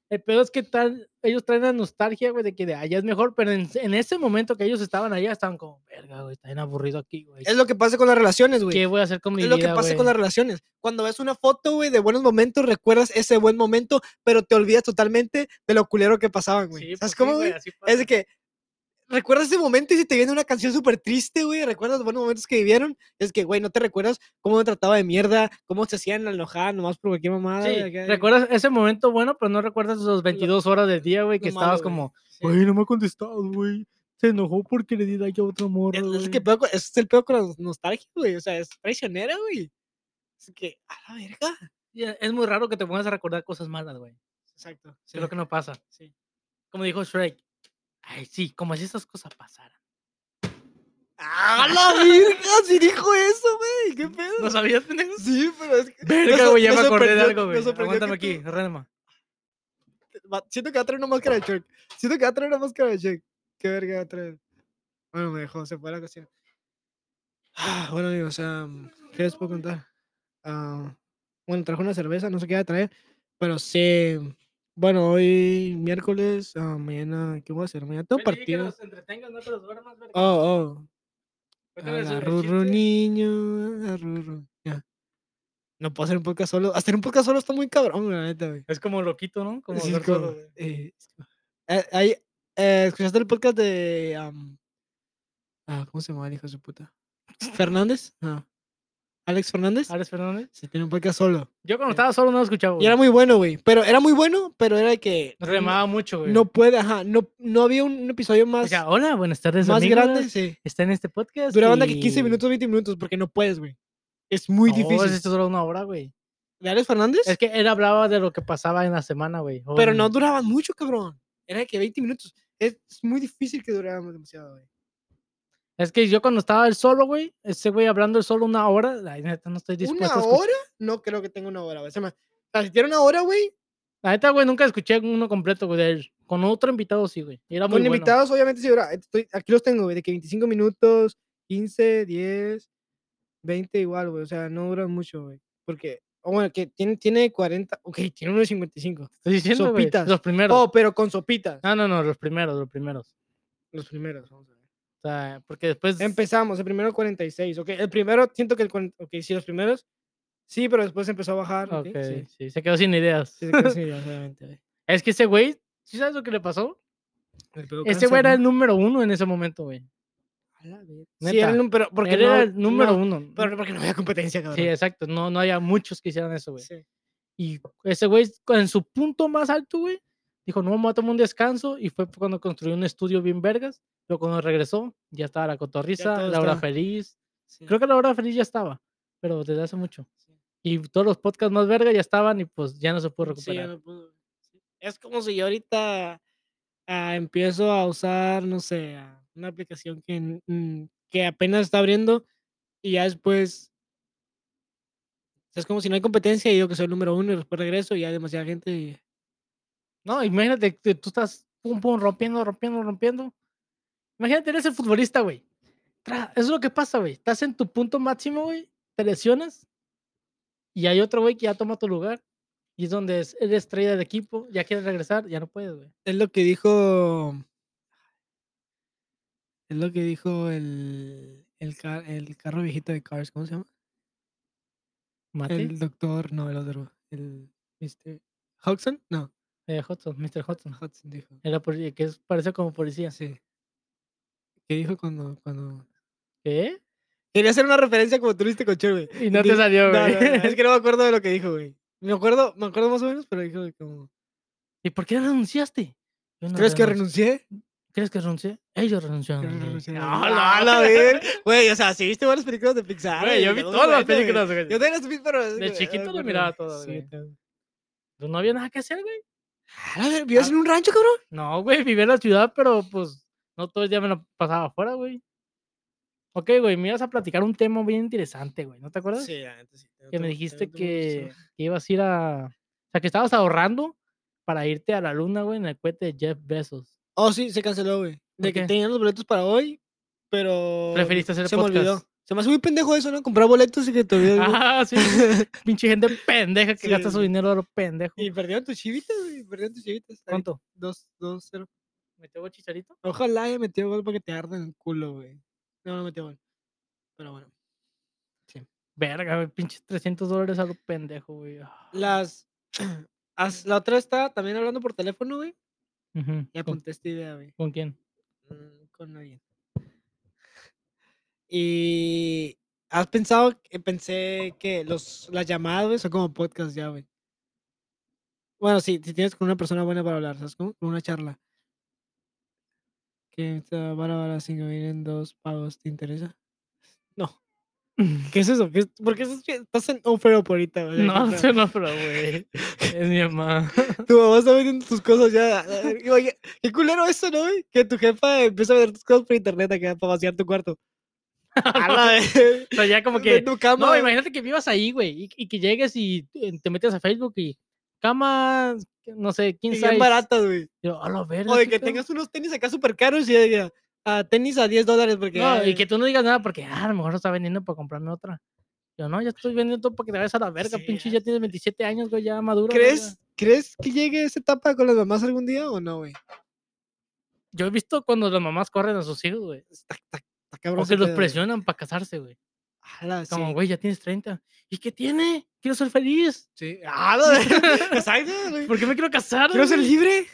Speaker 2: el pedo es que tal, ellos traen la nostalgia, güey, de que de allá es mejor, pero en, en ese momento que ellos estaban allá, estaban como, verga, güey, está bien aburrido aquí, güey.
Speaker 1: Es lo que pasa con las relaciones, güey.
Speaker 2: ¿Qué voy a hacer con mi
Speaker 1: Es
Speaker 2: vida,
Speaker 1: lo que pasa
Speaker 2: güey?"
Speaker 1: con las relaciones. Cuando ves una foto, güey, de buenos momentos, recuerdas ese buen momento, pero te olvidas totalmente de lo culero que pasaban, güey.
Speaker 2: Sí, pues
Speaker 1: ¿Sabes
Speaker 2: sí,
Speaker 1: cómo,
Speaker 2: güey,
Speaker 1: güey?
Speaker 2: así
Speaker 1: Es
Speaker 2: pasa.
Speaker 1: de que recuerdas ese momento y si te viene una canción súper triste, güey, recuerdas los buenos momentos que vivieron. Es que, güey, no te recuerdas cómo me trataba de mierda, cómo se hacían enojar nomás por cualquier mamada.
Speaker 2: Sí,
Speaker 1: güey, acá,
Speaker 2: recuerdas ese momento bueno, pero no recuerdas los 22 horas del día, güey,
Speaker 1: lo
Speaker 2: que
Speaker 1: malo,
Speaker 2: estabas
Speaker 1: güey.
Speaker 2: como,
Speaker 1: Sí.
Speaker 2: güey, no me ha contestado, güey. Se enojó porque le di like a otra morra,
Speaker 1: Es, es
Speaker 2: güey.
Speaker 1: que pedo con- es el peor con la nostalgia, güey. O sea, es traicionera, güey. Es que, a la verga.
Speaker 2: Y Es muy raro que te pongas a recordar cosas malas, güey.
Speaker 1: Exacto.
Speaker 2: Es lo que no pasa.
Speaker 1: sí.
Speaker 2: Como dijo Shrek, ay, sí, como si estas cosas pasaran.
Speaker 1: ¡Ah, la verga! ¡Sí dijo eso, güey! ¡Qué pedo!
Speaker 2: ¿No sabías, pendejo?
Speaker 1: Sí, pero es que. me
Speaker 2: Verga,
Speaker 1: sor-
Speaker 2: güey, ya
Speaker 1: me
Speaker 2: me acordé de
Speaker 1: sorprendió-
Speaker 2: algo,
Speaker 1: me
Speaker 2: güey.
Speaker 1: sorprendió que
Speaker 2: Aguántame aquí,
Speaker 1: tú-
Speaker 2: renma.
Speaker 1: va- Siento que va a traer una máscara de Shrek. Siento que va a traer una máscara de Shrek. ¡Qué verga va a traer! Bueno, me dejó, se fue la cuestión. Ah, bueno, amigos, am, ¿qué les puedo contar? Ah, bueno, trajo una cerveza, no sé qué va a traer, pero sí. Bueno, hoy miércoles, ah, mañana, ¿qué voy a hacer? Mañana tengo partido.
Speaker 2: entretengan, no te los duermas, verga.
Speaker 1: Oh, oh.
Speaker 2: Cuéntales el
Speaker 1: Agarro
Speaker 2: chiste.
Speaker 1: niño, agarro. Ya. No puedo hacer un podcast solo. Hacer un podcast solo está muy cabrón, la neta, güey.
Speaker 2: Es como loquito, ¿no? Como
Speaker 1: Sí, es
Speaker 2: hablar
Speaker 1: como,
Speaker 2: solo, güey.
Speaker 1: eh, es como- Eh, ahí, eh, ¿Escuchaste el podcast de. am, ah, ¿Cómo se llama el hijo de su puta? ¿Fernández? No. ¿Alex Fernández?
Speaker 2: Alex Fernández.
Speaker 1: Se tiene un podcast solo.
Speaker 2: Yo cuando
Speaker 1: Eh,
Speaker 2: estaba solo no lo escuchaba.
Speaker 1: Y era
Speaker 2: güey.
Speaker 1: muy bueno, güey. Pero era muy bueno, pero era de que. no-
Speaker 2: Remaba mucho, güey.
Speaker 1: No puede, ajá. No, no había un, un episodio
Speaker 2: O
Speaker 1: más,
Speaker 2: sea, hola, buenas tardes.
Speaker 1: más
Speaker 2: amigos.
Speaker 1: grande. Sí.
Speaker 2: Está en este podcast.
Speaker 1: Duraba onda que 15
Speaker 2: y-
Speaker 1: minutos, 20 minutos, porque no puedes, güey. Es muy
Speaker 2: No,
Speaker 1: difícil.
Speaker 2: Esto duró una hora, güey.
Speaker 1: ¿De Alex Fernández?
Speaker 2: Es que él hablaba de lo que pasaba en la semana, güey. o
Speaker 1: Pero
Speaker 2: en-
Speaker 1: no duraban mucho, cabrón. Era de que 20 minutos. Es muy difícil que duraran demasiado, güey.
Speaker 2: Es que yo cuando estaba él solo, güey, ese güey hablando él solo una hora, la neta no estoy dispuesto
Speaker 1: ¿Una
Speaker 2: a escuchar.
Speaker 1: hora? No creo que tenga una hora, güey. Se me- O sea, si tiene una hora, güey,
Speaker 2: La neta, güey, nunca escuché uno completo, güey, de él. Con otro invitado sí, güey. y Era muy
Speaker 1: con
Speaker 2: bueno.
Speaker 1: invitados, obviamente sí dura. Estoy- aquí los tengo, güey, de que 25 minutos, 15, 10, 20 igual, güey. O sea, no duran mucho, güey. Porque, o bueno, que tiene, tiene 40, ok, tiene unos 55.
Speaker 2: Estoy diciendo, güey,
Speaker 1: Sopitas.
Speaker 2: los primeros. Ah,
Speaker 1: Oh, pero con sopitas.
Speaker 2: No, no, no, los primeros, los primeros.
Speaker 1: Los primeros, vamos a ver.
Speaker 2: O sea, porque después...
Speaker 1: Empezamos, el primero 46. Ok, el primero, siento que el 40, ok, sí, los primeros. Sí, pero después empezó a bajar. ok,
Speaker 2: Ok,
Speaker 1: sí.
Speaker 2: sí, se quedó sin ideas.
Speaker 1: Sí, se quedó sin ideas, obviamente, güey.
Speaker 2: Es que ese güey, ¿sí sabes lo que le pasó?
Speaker 1: Le pegó
Speaker 2: Ese
Speaker 1: cáncer,
Speaker 2: güey era
Speaker 1: ¿no?
Speaker 2: el número uno en ese momento, güey.
Speaker 1: A la verga. Sí,
Speaker 2: Neta.
Speaker 1: era el, num- pero porque
Speaker 2: Él
Speaker 1: no,
Speaker 2: era el número
Speaker 1: no,
Speaker 2: uno.
Speaker 1: Pero porque no había competencia, cabrón.
Speaker 2: sí, exacto. No, no había muchos que hicieran eso, güey.
Speaker 1: Sí.
Speaker 2: Y ese güey, en su punto más alto, güey, dijo, no, vamos a tomar un descanso. Y fue cuando construyó un estudio bien vergas. Pero cuando regresó, ya estaba la cotorriza,
Speaker 1: todo
Speaker 2: la hora
Speaker 1: estaba.
Speaker 2: feliz.
Speaker 1: sí.
Speaker 2: Creo que la hora feliz ya estaba, pero desde hace mucho.
Speaker 1: Sí.
Speaker 2: Y todos los podcasts más verga ya estaban y pues ya no se pudo
Speaker 1: Sí, ya
Speaker 2: recuperar.
Speaker 1: no pudo. Sí. Es como si yo ahorita ah, empiezo a usar, no sé, ah, una aplicación que, n- mm, que apenas está abriendo y ya después. Es como si no hay competencia y yo que soy el número uno y después regreso y ya hay demasiada gente. Y...
Speaker 2: No, imagínate que tú estás pum, pum, rompiendo, rompiendo, rompiendo. Imagínate, eres el futbolista, güey. Tra- Eso es lo que pasa, güey. Estás en tu punto máximo, güey. Te lesionas. Y hay otro güey que ya toma tu lugar. Y es donde es, eres estrella del equipo. Ya quieres regresar. Ya no puedes, güey.
Speaker 1: Es lo que dijo. Es lo que dijo el, el, ca- el carro viejito de Cars, ¿cómo se llama?
Speaker 2: Mate.
Speaker 1: El doctor, no, el otro. El
Speaker 2: este,
Speaker 1: Mr. Hudson? No,
Speaker 2: eh, Hudson, Mr. Hudson.
Speaker 1: Hudson dijo.
Speaker 2: Era poli- que es- parece como policía.
Speaker 1: Sí. ¿Qué dijo cuando, cuando...
Speaker 2: ¿Qué?
Speaker 1: Quería hacer una referencia como tú lo hiciste con Cher, güey.
Speaker 2: Y no te
Speaker 1: Di-
Speaker 2: salió,
Speaker 1: No, no,
Speaker 2: güey.
Speaker 1: no, es que no me acuerdo de lo que dijo, güey. Me acuerdo, me acuerdo más o menos, pero dijo de como...
Speaker 2: ¿Y por qué renunciaste? Yo no
Speaker 1: ¿Crees que
Speaker 2: renuncio.
Speaker 1: renuncié?
Speaker 2: ¿Crees que renuncié? Ellos renunciaron.
Speaker 1: Creo que
Speaker 2: a mí".
Speaker 1: renuncié.
Speaker 2: ¡Ah,
Speaker 1: Ah, la ver- Güey, o sea, sí viste varias películas de Pixar.
Speaker 2: Güey, yo
Speaker 1: y
Speaker 2: vi
Speaker 1: todo
Speaker 2: todas las
Speaker 1: bueno, güey.
Speaker 2: películas, güey.
Speaker 1: Yo también las vi, pero... es
Speaker 2: De
Speaker 1: que,
Speaker 2: chiquito
Speaker 1: ah,
Speaker 2: lo
Speaker 1: bueno,
Speaker 2: miraba
Speaker 1: güey,
Speaker 2: todas,
Speaker 1: sí,
Speaker 2: güey.
Speaker 1: también.
Speaker 2: Pues no había nada que hacer, güey.
Speaker 1: A Ah, la ver,
Speaker 2: Ah.
Speaker 1: ¿Vivías en un rancho, cabrón?
Speaker 2: No, güey, vivía en la ciudad, pero pues no todo el día me lo pasaba afuera, güey. Ok, güey, me ibas a platicar un tema bien interesante, güey, ¿no te acuerdas?
Speaker 1: Sí, antes sí.
Speaker 2: que me dijiste que, que ibas a ir a... O sea, que estabas ahorrando para irte a la luna, güey, en el cohete de Jeff Bezos.
Speaker 1: Oh, sí, se canceló, güey.
Speaker 2: ¿Por
Speaker 1: De que
Speaker 2: qué?
Speaker 1: tenían los boletos para hoy, pero.
Speaker 2: Preferiste hacer
Speaker 1: Se
Speaker 2: podcast.
Speaker 1: me olvidó. Se me hace muy pendejo eso, ¿no? Comprar boletos y que te olvidó.
Speaker 2: Ah, sí, sí, pinche gente pendeja que
Speaker 1: Sí,
Speaker 2: gasta su
Speaker 1: sí.
Speaker 2: dinero a lo pendejo.
Speaker 1: y perdieron tus chivitas, güey. Perdieron tus chivitas. Ahí,
Speaker 2: ¿Cuánto?
Speaker 1: 2 dos, 0
Speaker 2: ¿Me tengo chicharito?
Speaker 1: Ojalá haya metido gol para que te arda en el culo, güey. No, no metió gol. Pero bueno.
Speaker 2: Verga, güey, pinche 300 dólares a lo pendejo, güey. Ah,
Speaker 1: Las. as- La otra está también hablando por teléfono, güey.
Speaker 2: ujú,
Speaker 1: Ya
Speaker 2: ¿Con,
Speaker 1: apunté esta idea, güey.
Speaker 2: ¿Con quién?
Speaker 1: Mm, Con alguien. Y. ¿Has pensado, que- pensé que los, las llamadas, güey, son como podcast ya, güey? Bueno, sí, si tienes con una persona buena para hablar, ¿sabes? Como una charla. Que está para ahora cinco mil en dos pagos, ¿te interesa? No. ¿Qué es eso? ¿Qué es- ¿Por qué estás- estás en Ofero por ahorita, güey?
Speaker 2: No,
Speaker 1: Compra-
Speaker 2: eso no, pero güey. Es mi mamá.
Speaker 1: Tu mamá está vendiendo tus cosas ya. a la verga. Y, Oye, qué culero eso, ¿no? güey? Que tu jefa empieza a vender tus cosas por internet acá para vaciar tu cuarto. A la vez.
Speaker 2: O sea, ya como
Speaker 1: De
Speaker 2: que.
Speaker 1: tu cama.
Speaker 2: No,
Speaker 1: güey.
Speaker 2: imagínate que vivas ahí, güey. Y, y que llegues y eh, te metes a Facebook y. Cama, no sé,
Speaker 1: Y
Speaker 2: 15
Speaker 1: bien baratas, güey.
Speaker 2: Yo, a la verga.
Speaker 1: O de
Speaker 2: qué
Speaker 1: que
Speaker 2: pedo".
Speaker 1: tengas unos tenis acá súper caros y diga, "Ah, tenis a 10 dólares porque.
Speaker 2: No, y
Speaker 1: ay,
Speaker 2: que tú no digas nada porque, ah, a lo mejor lo está vendiendo para comprarme otra. Yo, no, ya
Speaker 1: Pues,
Speaker 2: estoy vendiendo todo para que te vayas a la verga,
Speaker 1: Sí,
Speaker 2: pinche.
Speaker 1: ya
Speaker 2: Ya tienes 27 años, güey, ya maduro. güey, ya".
Speaker 1: ¿Crees, ¿Crees que llegue esa etapa con las mamás algún día o no, güey?
Speaker 2: Yo he visto cuando las mamás corren a sus hijos, güey.
Speaker 1: Está, está- está cabrón.
Speaker 2: O
Speaker 1: ese
Speaker 2: que los
Speaker 1: pedo, güey.
Speaker 2: presionan para casarse, güey.
Speaker 1: Ala,
Speaker 2: Como,
Speaker 1: sí,
Speaker 2: güey, ya tienes 30. ¿Y qué tiene? Quiero ser feliz.
Speaker 1: Sí. Ala, exacto, güey.
Speaker 2: ¿Por qué me quiero casar?
Speaker 1: Quiero ser
Speaker 2: güey?
Speaker 1: libre.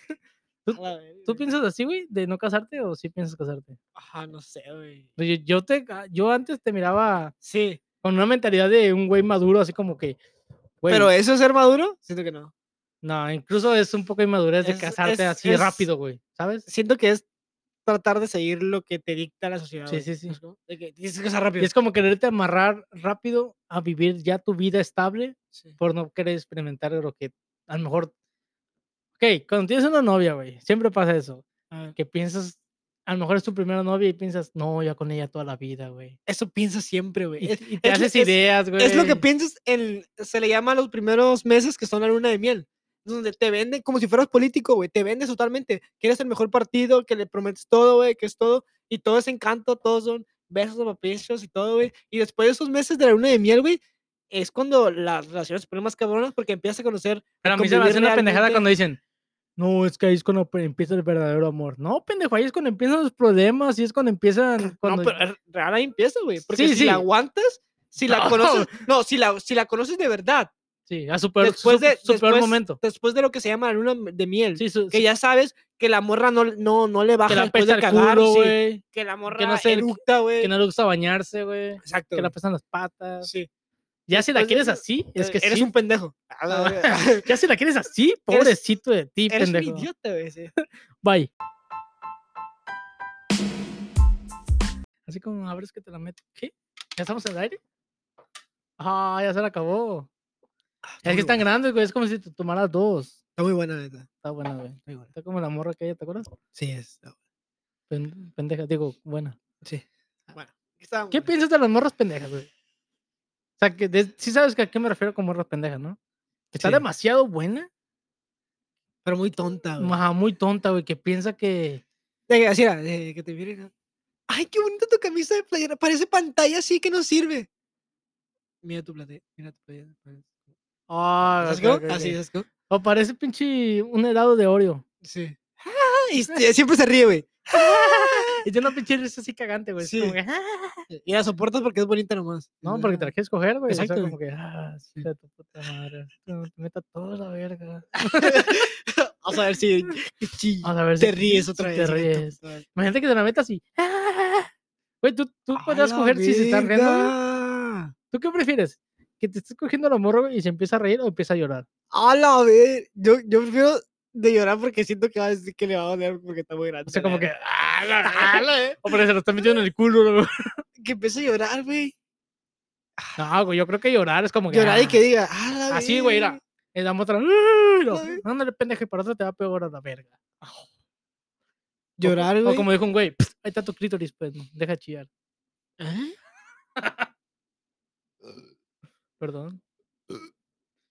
Speaker 2: ¿Tú-
Speaker 1: A la verga,
Speaker 2: ¿Tú
Speaker 1: güey.
Speaker 2: piensas así, güey? ¿De no casarte o sí piensas casarte? Pues,
Speaker 1: Ajá, no sé, güey.
Speaker 2: Yo, yo te, ca- yo antes te miraba
Speaker 1: Sí.
Speaker 2: con una mentalidad de un güey maduro, así como que. Güey,
Speaker 1: Pero eso es ser maduro, siento que no.
Speaker 2: no, incluso es un poco inmadurez de
Speaker 1: es-
Speaker 2: casarte
Speaker 1: es-
Speaker 2: así
Speaker 1: es-
Speaker 2: rápido, güey. ¿Sabes?
Speaker 1: Siento que es tratar de seguir lo que te dicta la sociedad.
Speaker 2: Sí,
Speaker 1: güey,
Speaker 2: sí, sí.
Speaker 1: ¿sabes cómo? De que tienes que ser
Speaker 2: Y
Speaker 1: rápido.
Speaker 2: es como quererte amarrar rápido a vivir ya tu vida estable
Speaker 1: Sí.
Speaker 2: por no querer experimentar lo que a lo mejor. Ok, cuando tienes una novia, güey, siempre pasa eso.
Speaker 1: A ver,
Speaker 2: Que piensas, a lo mejor es tu primera novia y piensas, no, ya con ella toda la vida, güey.
Speaker 1: Eso piensas siempre, güey.
Speaker 2: Y,
Speaker 1: Es,
Speaker 2: y te
Speaker 1: es lo-
Speaker 2: haces ideas, güey.
Speaker 1: es lo que piensas, en, se le llama los primeros meses que son la luna de miel. Donde te venden como si fueras político, güey. Te vendes totalmente. Quieres el mejor partido, que le prometes todo, güey, que es todo. Y todo es encanto, todos son. besos, papichos y todo, güey. Y después de esos meses de la luna de miel, güey, es cuando las relaciones se ponen más cabronas porque empiezas a conocer.
Speaker 2: Pero a mí se me hace
Speaker 1: convivir
Speaker 2: una pendejada
Speaker 1: realmente.
Speaker 2: cuando dicen, no, es que ahí es cuando pe- empieza el verdadero amor. No, pendejo, ahí es cuando empiezan los problemas y es cuando empiezan. Cuando...
Speaker 1: No, pero es real ahí empieza, güey. Porque
Speaker 2: Sí,
Speaker 1: si la
Speaker 2: sí.
Speaker 1: aguantas, si la
Speaker 2: No.
Speaker 1: conoces, no, si la, si la conoces de verdad,
Speaker 2: Sí, a su peor,
Speaker 1: después
Speaker 2: su-
Speaker 1: de-
Speaker 2: su peor
Speaker 1: después-
Speaker 2: momento.
Speaker 1: después de lo que se llama la luna de miel,
Speaker 2: Sí, su,
Speaker 1: que ya sabes que la morra no, no, no le baja
Speaker 2: que la
Speaker 1: después
Speaker 2: apesta
Speaker 1: de
Speaker 2: el
Speaker 1: cagar,
Speaker 2: culo,
Speaker 1: sí,
Speaker 2: güey.
Speaker 1: que la morra
Speaker 2: sé el-
Speaker 1: eructa, güey.
Speaker 2: Que no le gusta bañarse, güey.
Speaker 1: Exacto.
Speaker 2: Que la
Speaker 1: güey.
Speaker 2: pesan las patas.
Speaker 1: Sí. pues,
Speaker 2: Ya si la
Speaker 1: Después de
Speaker 2: quieres
Speaker 1: eso,
Speaker 2: así, es que
Speaker 1: eres
Speaker 2: sí. Ah,
Speaker 1: un pendejo.
Speaker 2: la verga. Ya si la quieres así,
Speaker 1: Eres-
Speaker 2: pobrecito de ti,
Speaker 1: eres un
Speaker 2: pendejo.
Speaker 1: idiota, güey. sí.
Speaker 2: Bye. Así como abres que te la meto. ¿Qué? ¿Ya estamos en el aire? Ah, ya se la acabó.
Speaker 1: Está
Speaker 2: Es
Speaker 1: muy
Speaker 2: que están
Speaker 1: buena,
Speaker 2: grandes, güey. Es como si te tomaras dos.
Speaker 1: Está muy buena, neta.
Speaker 2: Está buena, güey.
Speaker 1: Muy buena.
Speaker 2: Está como la morra que ella, ¿te acuerdas?
Speaker 1: Sí, es.
Speaker 2: Pen- Pendeja, digo, buena.
Speaker 1: Sí. Bueno. está
Speaker 2: ¿Qué
Speaker 1: buena.
Speaker 2: piensas de las morras pendejas, güey? O sea, que de- sí sabes que a qué me refiero con morras pendejas, ¿no? Que está
Speaker 1: Sí.
Speaker 2: demasiado buena,
Speaker 1: Pero muy tonta, güey.
Speaker 2: ajá, muy tonta, güey, que piensa que...
Speaker 1: De que, así era, de que te miren. ¿no? Ay, qué bonita tu camisa de playera. Parece pantalla así que no sirve. Mira tu playera. Mira tu playera. parece-
Speaker 2: Ah,
Speaker 1: ¿Sabes
Speaker 2: ok,
Speaker 1: cómo?
Speaker 2: ok, ok.
Speaker 1: Así, ¿sabes cómo?
Speaker 2: O parece pinche un helado de Oreo.
Speaker 1: Sí. Ah, y este, siempre se ríe, güey.
Speaker 2: Y tiene una pinche risa así cagante, güey. es
Speaker 1: Sí.
Speaker 2: como que, "Ah".
Speaker 1: Y la soportas porque es bonita nomás.
Speaker 2: No, porque te la quieres coger, güey. O sea,
Speaker 1: Exacto,
Speaker 2: como que, ah, sí, tu puta madre. no, Te meta toda la verga.
Speaker 1: Vamos a ver si si
Speaker 2: Vamos a ver
Speaker 1: te ríes
Speaker 2: si
Speaker 1: otra vez.
Speaker 2: Te
Speaker 1: hija de tu
Speaker 2: ríes.
Speaker 1: puta madre.
Speaker 2: Imagínate que te la metas así. "Ah". Güey, tú, tú
Speaker 1: A
Speaker 2: podrías
Speaker 1: la
Speaker 2: coger si se están riendo, güey.
Speaker 1: verga.
Speaker 2: ¿Tú qué prefieres? ¿Que te estés cogiendo la morra güey, y se empieza a reír o empieza a llorar?
Speaker 1: A la ver. Yo, yo prefiero de llorar porque siento que va a decir que le va a doler porque está muy grande.
Speaker 2: O sea, como
Speaker 1: la
Speaker 2: que.
Speaker 1: verga.
Speaker 2: "Ah, la verga",
Speaker 1: eh.
Speaker 2: O porque se lo está metiendo en el culo. ¿no?
Speaker 1: Que empiece a llorar, güey.
Speaker 2: No, güey, yo creo que llorar es como que.
Speaker 1: Llorar y
Speaker 2: "Ah".
Speaker 1: que diga, "A la
Speaker 2: Así, güey,
Speaker 1: verga".
Speaker 2: mira. Y la otra. "Ah", y luego,
Speaker 1: Ay.
Speaker 2: Ándale, pendejo, y para otra te va peor a la verga. O co-
Speaker 1: Llorar,
Speaker 2: O
Speaker 1: güey.
Speaker 2: como dijo un güey, "Pst, ahí está tu clítoris, pues, no, deja de chillar.
Speaker 1: ¿Eh?
Speaker 2: Perdón.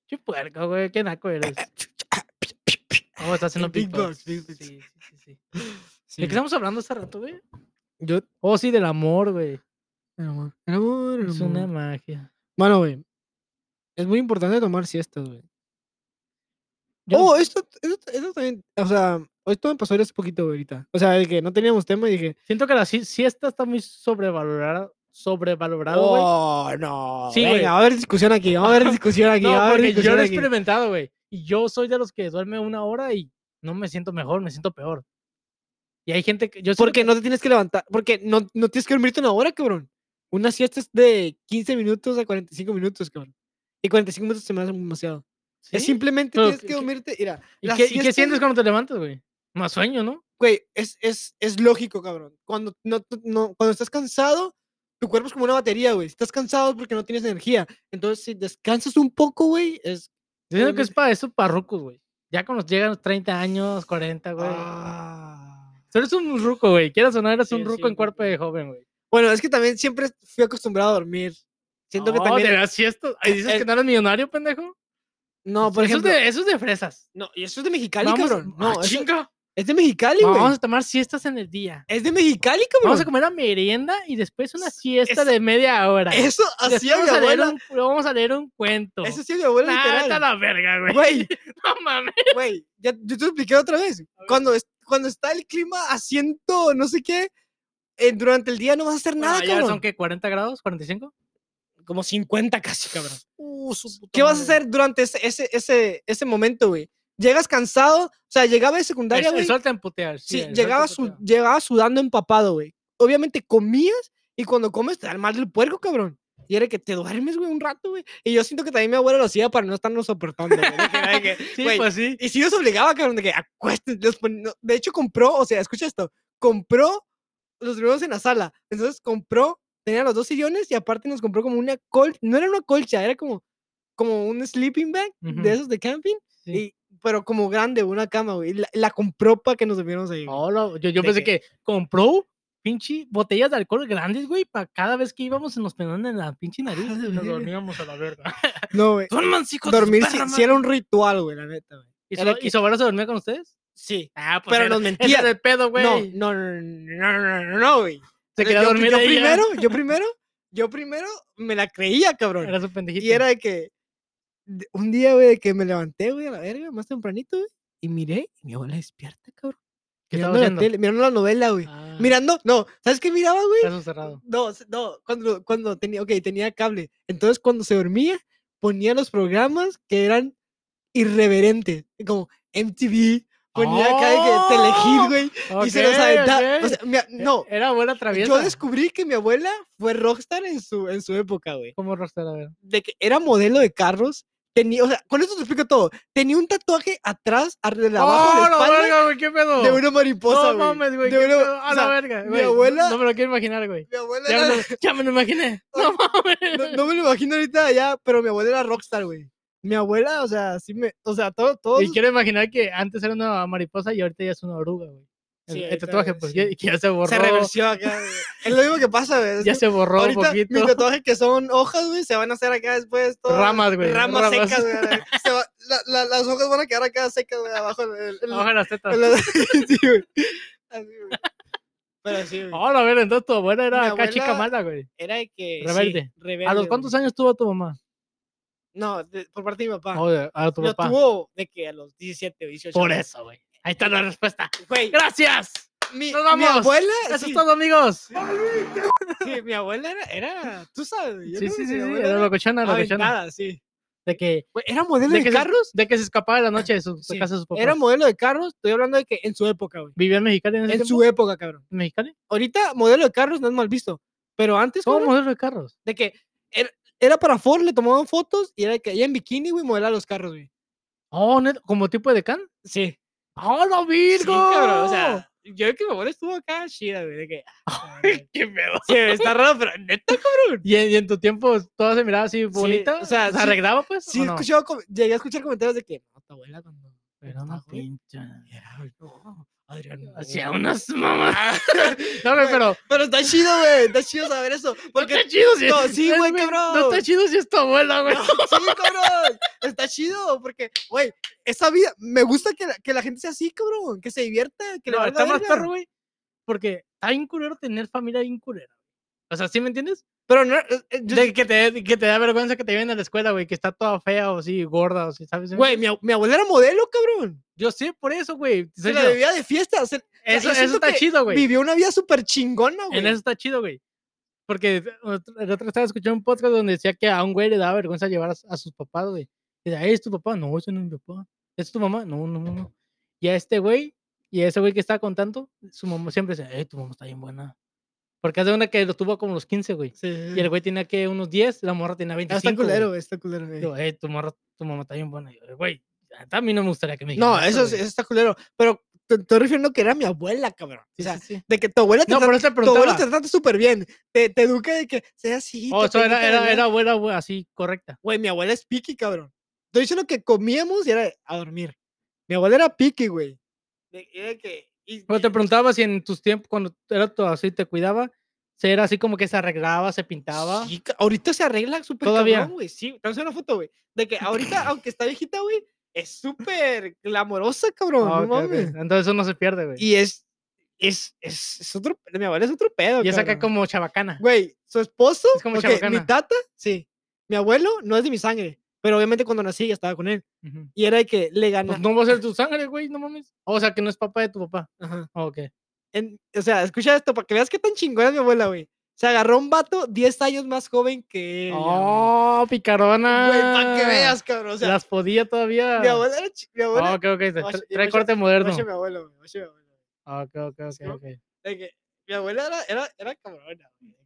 Speaker 2: Qué puerco, güey, qué naco eres. Oh, está haciendo
Speaker 1: El Big Box,
Speaker 2: beatbox.
Speaker 1: Big Box.
Speaker 2: Sí, sí, sí.
Speaker 1: Sí.
Speaker 2: ¿De qué estamos hablando hace rato, güey?
Speaker 1: Yo.
Speaker 2: Oh, sí, del amor, güey.
Speaker 1: El amor, el amor, el
Speaker 2: Es una
Speaker 1: amor.
Speaker 2: magia.
Speaker 1: Bueno, güey. Es muy importante tomar siestas, güey.
Speaker 2: Yo no-
Speaker 1: Oh, esto, esto, esto también. O sea, esto me pasó hace poquito, güey, ahorita. O sea, de que no teníamos tema y dije.
Speaker 2: Siento que la si- siesta está muy sobrevalorada. Sobrevalorado, güey.
Speaker 1: Oh, no.
Speaker 2: Sí,
Speaker 1: venga,
Speaker 2: güey.
Speaker 1: va a haber discusión aquí. Va a haber discusión aquí.
Speaker 2: no,
Speaker 1: va a haber
Speaker 2: porque yo
Speaker 1: discusión
Speaker 2: lo he
Speaker 1: aquí.
Speaker 2: experimentado, güey. Y yo soy de los que duerme una hora y no me siento mejor, me siento peor. Y hay gente que. Yo siento
Speaker 1: Porque no te tienes que levantar. Porque no, no tienes que dormirte una hora, cabrón. Una siesta es de 15 minutos a 45 minutos, cabrón. Y 45 minutos se me hace demasiado.
Speaker 2: que-
Speaker 1: Es
Speaker 2: ¿sí?
Speaker 1: simplemente
Speaker 2: Pero
Speaker 1: tienes
Speaker 2: ¿qué-
Speaker 1: que
Speaker 2: qué-
Speaker 1: dormirte. Mira,
Speaker 2: ¿Y
Speaker 1: las
Speaker 2: qué, y qué
Speaker 1: siestas,
Speaker 2: sientes cuando te levantas, güey? Más sueño, ¿no?
Speaker 1: Güey, es, es, es lógico, cabrón. Cuando, no, no- no- cuando estás cansado, tu cuerpo es como una batería, güey. Si estás cansado es porque no tienes energía. Entonces, si descansas un poco, güey, Pues es.
Speaker 2: Yo siento que es
Speaker 1: Obviamente.
Speaker 2: para esos parrucos, güey. Ya cuando llegan los 30 años, 40, güey.
Speaker 1: Ah.
Speaker 2: Tú eres un ruco, güey. Quieras sonar, eres
Speaker 1: Sí,
Speaker 2: un
Speaker 1: sí,
Speaker 2: ruco
Speaker 1: un
Speaker 2: en cuerpo
Speaker 1: ruco.
Speaker 2: de joven, güey.
Speaker 1: Bueno, es que también siempre fui acostumbrado a dormir. Siento que
Speaker 2: No,
Speaker 1: también.
Speaker 2: ¿Te das siestas? Ay, dices
Speaker 1: Eh,
Speaker 2: que no eres millonario, pendejo?
Speaker 1: No, por
Speaker 2: eso
Speaker 1: ejemplo.
Speaker 2: Es de, eso es de fresas.
Speaker 1: No, y eso es de Mexicali,
Speaker 2: Vamos-
Speaker 1: cabrón.
Speaker 2: ah,
Speaker 1: No, eso-
Speaker 2: chinga.
Speaker 1: es de Mexicali,
Speaker 2: No,
Speaker 1: güey.
Speaker 2: vamos a tomar siestas en el día.
Speaker 1: Es de Mexicali, cabrón.
Speaker 2: Vamos a comer la merienda y después una siesta
Speaker 1: es-
Speaker 2: de media hora.
Speaker 1: Eso
Speaker 2: Después
Speaker 1: hacía mi
Speaker 2: vamos a, leer
Speaker 1: abuela.
Speaker 2: un, vamos a leer un cuento.
Speaker 1: Eso hacía mi abuela
Speaker 2: Nah, vete a
Speaker 1: literal.
Speaker 2: la verga, güey.
Speaker 1: Güey,
Speaker 2: No mames.
Speaker 1: Güey, ya yo te lo expliqué otra vez. Cuando, es- cuando está el clima a ciento, no sé qué, eh, durante el día no vas a hacer
Speaker 2: Bueno,
Speaker 1: nada,
Speaker 2: allá
Speaker 1: cabrón.
Speaker 2: ¿Son qué? ¿40 grados? ¿45?
Speaker 1: Como 50 casi, cabrón.
Speaker 2: Uh, su puta
Speaker 1: ¿Qué vas a
Speaker 2: madre.
Speaker 1: hacer durante ese, ese, ese, ese momento, güey? Llegas cansado, o sea, llegaba de
Speaker 2: El,
Speaker 1: secundaria,
Speaker 2: el
Speaker 1: güey.
Speaker 2: sol te emputea.
Speaker 1: Sí,
Speaker 2: el sol te
Speaker 1: llegaba,
Speaker 2: emputea.
Speaker 1: su- llegaba sudando empapado, güey. Obviamente comías y cuando comes te da el mal del puerco, cabrón. Y era que te duermes, güey, un rato, güey. Y yo siento que también mi abuelo lo hacía para no estarnos soportando, güey. De que era de que,
Speaker 2: Sí,
Speaker 1: güey,
Speaker 2: pues sí.
Speaker 1: Y sí los obligaba, cabrón, de que acuesten. los pon- no, de hecho, compró, o sea, escucha esto, compró los dormimos en la sala. Entonces compró, tenía los dos sillones y aparte nos compró como una colcha, no era una colcha, era como, como un sleeping bag
Speaker 2: Ujú.
Speaker 1: de esos de camping,
Speaker 2: Sí.
Speaker 1: y, pero como grande, una cama, güey. y La, la compró para que nos durmiéramos ahí. güey.
Speaker 2: No, lo- yo, yo
Speaker 1: de
Speaker 2: pensé que... compró pinche botellas de alcohol grandes, güey, para cada vez que íbamos se nos pegaban en la pinche nariz
Speaker 1: Ah, la
Speaker 2: y nos
Speaker 1: verga.
Speaker 2: dormíamos a la verga.
Speaker 1: No, güey.
Speaker 2: Duerman, hijos de su
Speaker 1: Dormir si,
Speaker 2: perra
Speaker 1: era un ritual, güey, la neta, güey.
Speaker 2: ¿Y,
Speaker 1: Era
Speaker 2: so,
Speaker 1: que- pues
Speaker 2: ¿Y Sobera se dormía con ustedes?
Speaker 1: Sí.
Speaker 2: Ah,
Speaker 1: Pero
Speaker 2: era-
Speaker 1: nos
Speaker 2: ese
Speaker 1: mentía.
Speaker 2: era el pedo,
Speaker 1: No,
Speaker 2: güey.
Speaker 1: no, no, no, no, no, no, no, güey.
Speaker 2: Se quedó
Speaker 1: yo,
Speaker 2: dormida
Speaker 1: yo
Speaker 2: ella.
Speaker 1: primero, yo primero, yo primero me la creía, cabrón.
Speaker 2: Era su pendejito.
Speaker 1: Y era de que de- un día, güey, de que me levanté, güey, a la verga, más tempranito, güey, y miré, y mi abuela despierta, cabrón.
Speaker 2: ¿Qué estaba
Speaker 1: mirando la
Speaker 2: haciendo?
Speaker 1: tele, mirando la novela, güey.
Speaker 2: Ah,
Speaker 1: Mirando, no, ¿sabes qué miraba, güey?
Speaker 2: Está cerrado.
Speaker 1: No, s- no, cuando, cuando tenía, ok, tenía cable. Entonces, cuando se dormía, ponía los programas que eran irreverentes, como MTV, ponía acá de que
Speaker 2: ¡Oh! Eh,
Speaker 1: Telehit, güey, y se los aventaba. O sea, mi a- no,
Speaker 2: Era buena traviesa.
Speaker 1: yo descubrí que mi abuela fue rockstar en su, en su época, güey.
Speaker 2: ¿Cómo rockstar? A ver.
Speaker 1: De que era modelo de carros, tenía, o sea, con esto te explico todo. Tenía un tatuaje atrás, ar- de la- abajo de la espalda,
Speaker 2: ¡Oh, verga, güey! ¡Qué pedo!
Speaker 1: de una mariposa,
Speaker 2: no
Speaker 1: güey.
Speaker 2: mames, güey.
Speaker 1: de
Speaker 2: qué
Speaker 1: una-
Speaker 2: pedo,
Speaker 1: o
Speaker 2: a
Speaker 1: sea,
Speaker 2: la verga,
Speaker 1: mi
Speaker 2: güey. no-
Speaker 1: abuela-
Speaker 2: No, me lo quiero imaginar, güey.
Speaker 1: Mi abuela
Speaker 2: Ya,
Speaker 1: era-
Speaker 2: me lo- ya me lo imaginé. No mames.
Speaker 1: No, no me lo imagino ahorita ya, pero mi abuela era rockstar, güey. Mi abuela, o sea, sí me. O sea, todo, todo.
Speaker 2: Y quiero imaginar que antes era una mariposa y ahorita ya es una oruga, güey. El,
Speaker 1: Sí,
Speaker 2: el
Speaker 1: ahorita,
Speaker 2: tatuaje,
Speaker 1: güey,
Speaker 2: pues,
Speaker 1: sí.
Speaker 2: que, que ya se borró.
Speaker 1: se reversió acá, güey. Es lo mismo que pasa, güey. es
Speaker 2: Ya
Speaker 1: que
Speaker 2: se borró un
Speaker 1: ahorita mis
Speaker 2: poquito.
Speaker 1: tatuajes que son hojas, güey, se van a hacer acá después. todas
Speaker 2: Ramas, güey,
Speaker 1: Ramas,
Speaker 2: ramas.
Speaker 1: secas, güey. a la- se va- la- la- las hojas van a quedar acá secas, güey, abajo. El, el- el-
Speaker 2: Baja las tetas.
Speaker 1: el- sí, güey. Así, güey. Oh, Pero sí, güey.
Speaker 2: Ahora, a ver, entonces tu abuela era
Speaker 1: Mi
Speaker 2: acá chica
Speaker 1: abuela-
Speaker 2: mala, güey.
Speaker 1: Era de que. sí,
Speaker 2: Rebelde.
Speaker 1: rebelde,
Speaker 2: ¿A los
Speaker 1: güey. Ah.
Speaker 2: cuántos años tuvo tu mamá?
Speaker 1: No, de- por parte de mi Oh, papá.
Speaker 2: Oye, a tu
Speaker 1: Lo
Speaker 2: papá.
Speaker 1: tuvo de que a los 17 o 18.
Speaker 2: Por
Speaker 1: güey.
Speaker 2: eso, güey. Ahí está la respuesta.
Speaker 1: Güey,
Speaker 2: ¡Gracias!
Speaker 1: mi,
Speaker 2: ¡Nos
Speaker 1: mi
Speaker 2: vamos!
Speaker 1: abuela.
Speaker 2: Eso
Speaker 1: sí.
Speaker 2: es todo, amigos.
Speaker 1: Sí, mi abuela era, era tú sabes, güey, yo
Speaker 2: Sí,
Speaker 1: creo
Speaker 2: sí,
Speaker 1: que
Speaker 2: sí,
Speaker 1: mi
Speaker 2: sí.
Speaker 1: abuela
Speaker 2: Era
Speaker 1: era
Speaker 2: locochona, locochona.
Speaker 1: aventada, sí.
Speaker 2: De que,
Speaker 1: Güey, Era modelo
Speaker 2: de,
Speaker 1: de
Speaker 2: que se,
Speaker 1: carros,
Speaker 2: de que se escapaba de la noche de su de
Speaker 1: Sí,
Speaker 2: casa de sus papás.
Speaker 1: era modelo de carros, estoy hablando de que en su época, güey.
Speaker 2: ¿Vivía en Mexicali en ese
Speaker 1: En
Speaker 2: tiempo?
Speaker 1: su época, cabrón.
Speaker 2: ¿En Mexicali?
Speaker 1: Ahorita modelo de carros no es mal visto, pero antes
Speaker 2: ¿Cómo
Speaker 1: cabrón,
Speaker 2: modelo de carros?
Speaker 1: de que era, era para Ford, le tomaban fotos y era de que ella en bikini, güey, modelaba los carros, güey.
Speaker 2: Oh, ¿neta? ¿como tipo de can?
Speaker 1: Sí.
Speaker 2: ¡Oh, lo
Speaker 1: Sí,
Speaker 2: virgo!
Speaker 1: cabrón, o sea, yo creo que mi abuela estuvo acá chida, güey, de que ah, güey,
Speaker 2: ¡Qué pedo!
Speaker 1: sí, está raro, pero neta
Speaker 2: ¿Y en, y en tu tiempo toda se miraba así bonita?
Speaker 1: o sea,
Speaker 2: ¿Se
Speaker 1: sí-
Speaker 2: arreglaba, pues?
Speaker 1: sí
Speaker 2: ¿o no?
Speaker 1: escuchaba com- llegué a escuchar comentarios de que no, tu abuela cuando
Speaker 2: Pero
Speaker 1: estaba
Speaker 2: no ah.
Speaker 1: joven,
Speaker 2: pincha.
Speaker 1: Era, no, Adrián. no".
Speaker 2: Hacía unas mamadas. No, güey, pero.
Speaker 1: Pero está chido, güey. Está chido saber eso.
Speaker 2: Porque
Speaker 1: Porque.
Speaker 2: está chido si
Speaker 1: No, sí,
Speaker 2: es-
Speaker 1: güey,
Speaker 2: No está
Speaker 1: cabrón.
Speaker 2: chido si es tu abuela, güey.
Speaker 1: No, sí, cabrón. Está chido. Porque, güey, esa vida. Me gusta que la, que la gente sea así, cabrón. Que se divierta. Que le
Speaker 2: No,
Speaker 1: valga
Speaker 2: está más
Speaker 1: verga.
Speaker 2: perro, güey. Porque está bien culero tener familia bien culera. O sea, ¿sí me entiendes?
Speaker 1: Pero no. eh, eh, yo-
Speaker 2: De que, te, que te da vergüenza que te vienen a la escuela, güey, que está toda fea o sí, gorda o sí, ¿sabes?
Speaker 1: Güey, mi, ab- mi abuela era modelo, cabrón.
Speaker 2: yo sé por eso, güey. te
Speaker 1: Se
Speaker 2: estoy
Speaker 1: la
Speaker 2: diciendo,
Speaker 1: bebía de fiesta. se-
Speaker 2: Eso,
Speaker 1: yo
Speaker 2: eso
Speaker 1: siento
Speaker 2: está
Speaker 1: que
Speaker 2: chido, güey.
Speaker 1: vivió una vida súper chingona, güey.
Speaker 2: En eso está chido, güey. Porque otro- el otro estaba escuchando un podcast donde decía que a un güey le daba vergüenza llevar a, su- a sus papás, güey. Y decía, ¿es tu papá? No, ese no es mi papá. ¿Es tu mamá? No, no, no, no. Y a este güey, y a ese güey que estaba contando, su mamá siempre decía, ¡eh, tu mamá está bien buena! Porque hace una que lo tuvo como los 15, güey.
Speaker 1: Sí.
Speaker 2: Y el güey tenía que unos 10, la morra tenía
Speaker 1: Ah,
Speaker 2: 25.
Speaker 1: está
Speaker 2: güey.
Speaker 1: culero, güey. Está culero, güey.
Speaker 2: Digo, "Eh, tu, morra, tu mamá está bien buena. Y yo, güey, la neta a mí no me gustaría que me
Speaker 1: No,
Speaker 2: dijeran
Speaker 1: eso, es-
Speaker 2: güey".
Speaker 1: eso está culero. Pero te te estoy refiriendo que era mi abuela, cabrón. O
Speaker 2: Sí,
Speaker 1: sea,
Speaker 2: sí, sí.
Speaker 1: de que tu abuela te
Speaker 2: No, por
Speaker 1: trata-
Speaker 2: eso te
Speaker 1: tu abuela
Speaker 2: preguntaba.
Speaker 1: te trata súper bien. Te, te educa de que seas así.
Speaker 2: Oh,
Speaker 1: te
Speaker 2: eso era,
Speaker 1: permite
Speaker 2: era,
Speaker 1: hablar.
Speaker 2: era abuela, güey, así, correcta.
Speaker 1: Güey, mi abuela es piqui, cabrón. Estoy diciendo que comíamos y era a dormir. Mi abuela era piqui, güey. De- era que- y-
Speaker 2: Pero te
Speaker 1: y-
Speaker 2: preguntaba si en tus tiempos, cuando era todo así, te cuidaba, se era así como que se arreglaba, se pintaba.
Speaker 1: sí, ca- ahorita se arregla súper
Speaker 2: Todavía.
Speaker 1: cabrón, güey. Sí, te voy a hacer una foto, güey. De que ahorita, aunque está viejita, güey, es súper glamorosa,
Speaker 2: Ah,
Speaker 1: cabrón. no
Speaker 2: ok, ok.
Speaker 1: mames.
Speaker 2: Entonces eso no se pierde, güey. Y,
Speaker 1: Y es, es, es, es otro, mi abuela es otro pedo,
Speaker 2: es acá
Speaker 1: cabrón.
Speaker 2: como chabacana.
Speaker 1: Güey, su esposo,
Speaker 2: Es como
Speaker 1: ok, mi
Speaker 2: chabacana.
Speaker 1: tata, sí. Mi abuelo no es de mi sangre, pero obviamente cuando nací ya estaba con él.
Speaker 2: Ujú.
Speaker 1: Y era de que le ganó.
Speaker 2: Pues no va a ser tu sangre, güey, no mames. O sea, que no es papá de tu papá.
Speaker 1: Ajá.
Speaker 2: Ah, Ok.
Speaker 1: en- o sea, escucha esto para que veas qué tan chingona es mi abuela, güey. Se agarró un vato 10 años más joven que ella. güey.
Speaker 2: Oh, ah. picarona.
Speaker 1: Güey, para que veas, cabrón. O sea,
Speaker 2: Las podía todavía.
Speaker 1: mi abuela era chi- mi abuela.
Speaker 2: Ah, ok, ok.
Speaker 1: Oye,
Speaker 2: tra-
Speaker 1: y
Speaker 2: Trae
Speaker 1: mucha-
Speaker 2: corte moderno.
Speaker 1: oye, mi abuelo, güey, oye, mi abuelo.
Speaker 2: Ah, Ok, ok, ok.
Speaker 1: Sí, ¿no?
Speaker 2: ok.
Speaker 1: De que mi abuela era, era, era cabrona, güey, de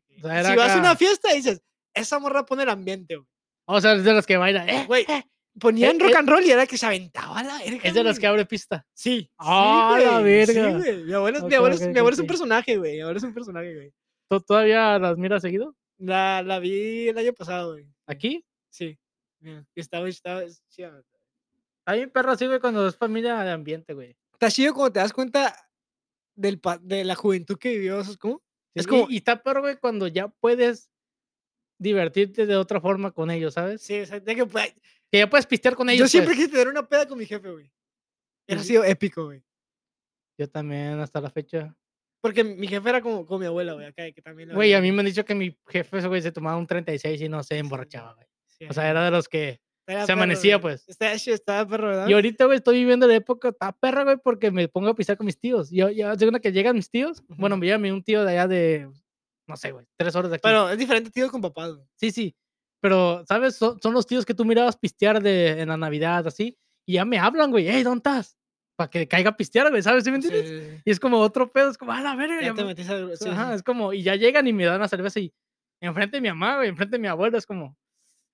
Speaker 1: que
Speaker 2: O sea, era
Speaker 1: si vas a una
Speaker 2: acá.
Speaker 1: fiesta, dices, esa morra pone el ambiente, güey.
Speaker 2: O sea, es de las que baila. eh,
Speaker 1: Güey, ponían
Speaker 2: eh,
Speaker 1: rock and roll y era que se aventaba la verga,
Speaker 2: Es de las
Speaker 1: güey.
Speaker 2: que abre pista.
Speaker 1: Sí.
Speaker 2: ¡Ah, la
Speaker 1: güey, sí,
Speaker 2: verga!
Speaker 1: güey. Mi abuelo,
Speaker 2: Ok,
Speaker 1: mi abuelo,
Speaker 2: ok,
Speaker 1: es- mi
Speaker 2: ok,
Speaker 1: abuelo es un
Speaker 2: ok.
Speaker 1: personaje, güey. Mi abuelo es un personaje, güey.
Speaker 2: ¿Tú todavía las miras seguido?
Speaker 1: La, la vi el año pasado, güey.
Speaker 2: ¿Aquí?
Speaker 1: Sí. Mira, estaba, estaba, es chida, güey.
Speaker 2: Está bien perro así, güey, cuando es familia de ambiente, güey.
Speaker 1: Está chido cuando te das cuenta del, pa- de la juventud que vivió. ¿sabes cómo? Es
Speaker 2: Sí,
Speaker 1: como-
Speaker 2: Y, y está perro, güey, cuando ya puedes divertirte de otra forma con ellos, ¿sabes?
Speaker 1: Sí, o sea, de que, pues,
Speaker 2: Que ya puedes pistear con ellos.
Speaker 1: yo siempre
Speaker 2: pues.
Speaker 1: quise tener una peda con mi jefe, güey. Era
Speaker 2: Sí.
Speaker 1: sido épico, güey.
Speaker 2: Yo también, hasta la fecha.
Speaker 1: Porque mi jefe era como, como mi abuela, güey, acá, que también. la
Speaker 2: Güey,
Speaker 1: verdad,
Speaker 2: a mí me han dicho que mi jefe ese güey, se tomaba un 36 y no se emborrachaba, güey.
Speaker 1: sí,
Speaker 2: O sea, era de los que...
Speaker 1: estaba
Speaker 2: se
Speaker 1: perro,
Speaker 2: amanecía,
Speaker 1: güey.
Speaker 2: pues.
Speaker 1: Estaba, chido, estaba perro, ¿verdad?
Speaker 2: Y ahorita, güey, estoy viviendo la época está perra, güey, porque me pongo a pisar con mis tíos. Yo, yo, según que llegan mis tíos, bueno,
Speaker 1: Ujú.
Speaker 2: me llama un tío de allá de, no sé, güey, tres horas de aquí.
Speaker 1: Pero es diferente tío con papá, güey.
Speaker 2: Sí, sí. Pero, ¿sabes? Son, son los tíos que tú mirabas pistear de, en la Navidad, así. Y ya me hablan, güey. Hey, ¿dónde estás? Para que caiga a pistear, güey. ¿Sabes? ¿Sí me
Speaker 1: Sí,
Speaker 2: entiendes?
Speaker 1: sí, sí.
Speaker 2: Y es como otro pedo. Es como, a la verga.
Speaker 1: Ya
Speaker 2: ya
Speaker 1: te
Speaker 2: me-".
Speaker 1: metiste al- sí,
Speaker 2: Ajá,
Speaker 1: sí.
Speaker 2: es como, y ya llegan y me dan la cerveza y enfrente de mi mamá, güey, enfrente de mi abuelo. Es como,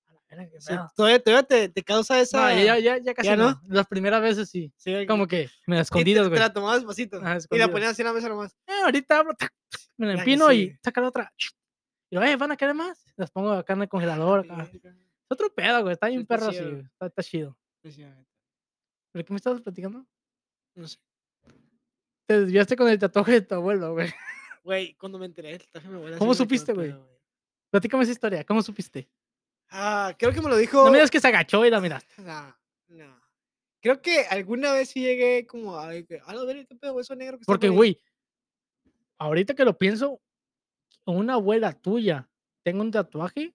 Speaker 2: a la verga, qué
Speaker 1: Sí,
Speaker 2: pedo".
Speaker 1: todavía, todavía te, te causa
Speaker 2: No,
Speaker 1: esa.
Speaker 2: ya- ya, ya, ya casi
Speaker 1: ya no.
Speaker 2: no. Las primeras veces sí.
Speaker 1: sí, de que-
Speaker 2: Como que me
Speaker 1: sí, te-
Speaker 2: escondidas,
Speaker 1: te,
Speaker 2: güey.
Speaker 1: la tomabas despacito.
Speaker 2: Ajá,
Speaker 1: y la
Speaker 2: escondidas.
Speaker 1: ponías así en la mesa nomás.
Speaker 2: "Eh, ahorita abro, tac, me la
Speaker 1: Ya que
Speaker 2: empino y
Speaker 1: sigue.
Speaker 2: saca la otra. Y luego, eh, ¿van a querer más? Las pongo acá en el congelador. acá. Es otro pedo, güey. Está bien
Speaker 1: Está
Speaker 2: perro así,
Speaker 1: chido.
Speaker 2: güey. Está, está chido.
Speaker 1: Sí, sí, la neta.
Speaker 2: ¿Pero qué me estabas platicando?
Speaker 1: No sé.
Speaker 2: Te desviaste con el tatuaje de tu abuelo, güey.
Speaker 1: Güey, cuando me enteré del tatuaje de mi abuela,
Speaker 2: ¿Cómo
Speaker 1: sí me quedó
Speaker 2: supiste, güey?
Speaker 1: pedo,
Speaker 2: Platícame esa historia. ¿Cómo supiste?
Speaker 1: Ah, creo que me lo dijo.
Speaker 2: No me digas que se agachó y la miraste.
Speaker 1: No, no. Creo que alguna vez sí llegué como a ver, que, a la verga, qué pedo, güey, eso negro que está
Speaker 2: Porque,
Speaker 1: por ahí".
Speaker 2: güey, ahorita que lo pienso, una abuela tuya tengo un tatuaje.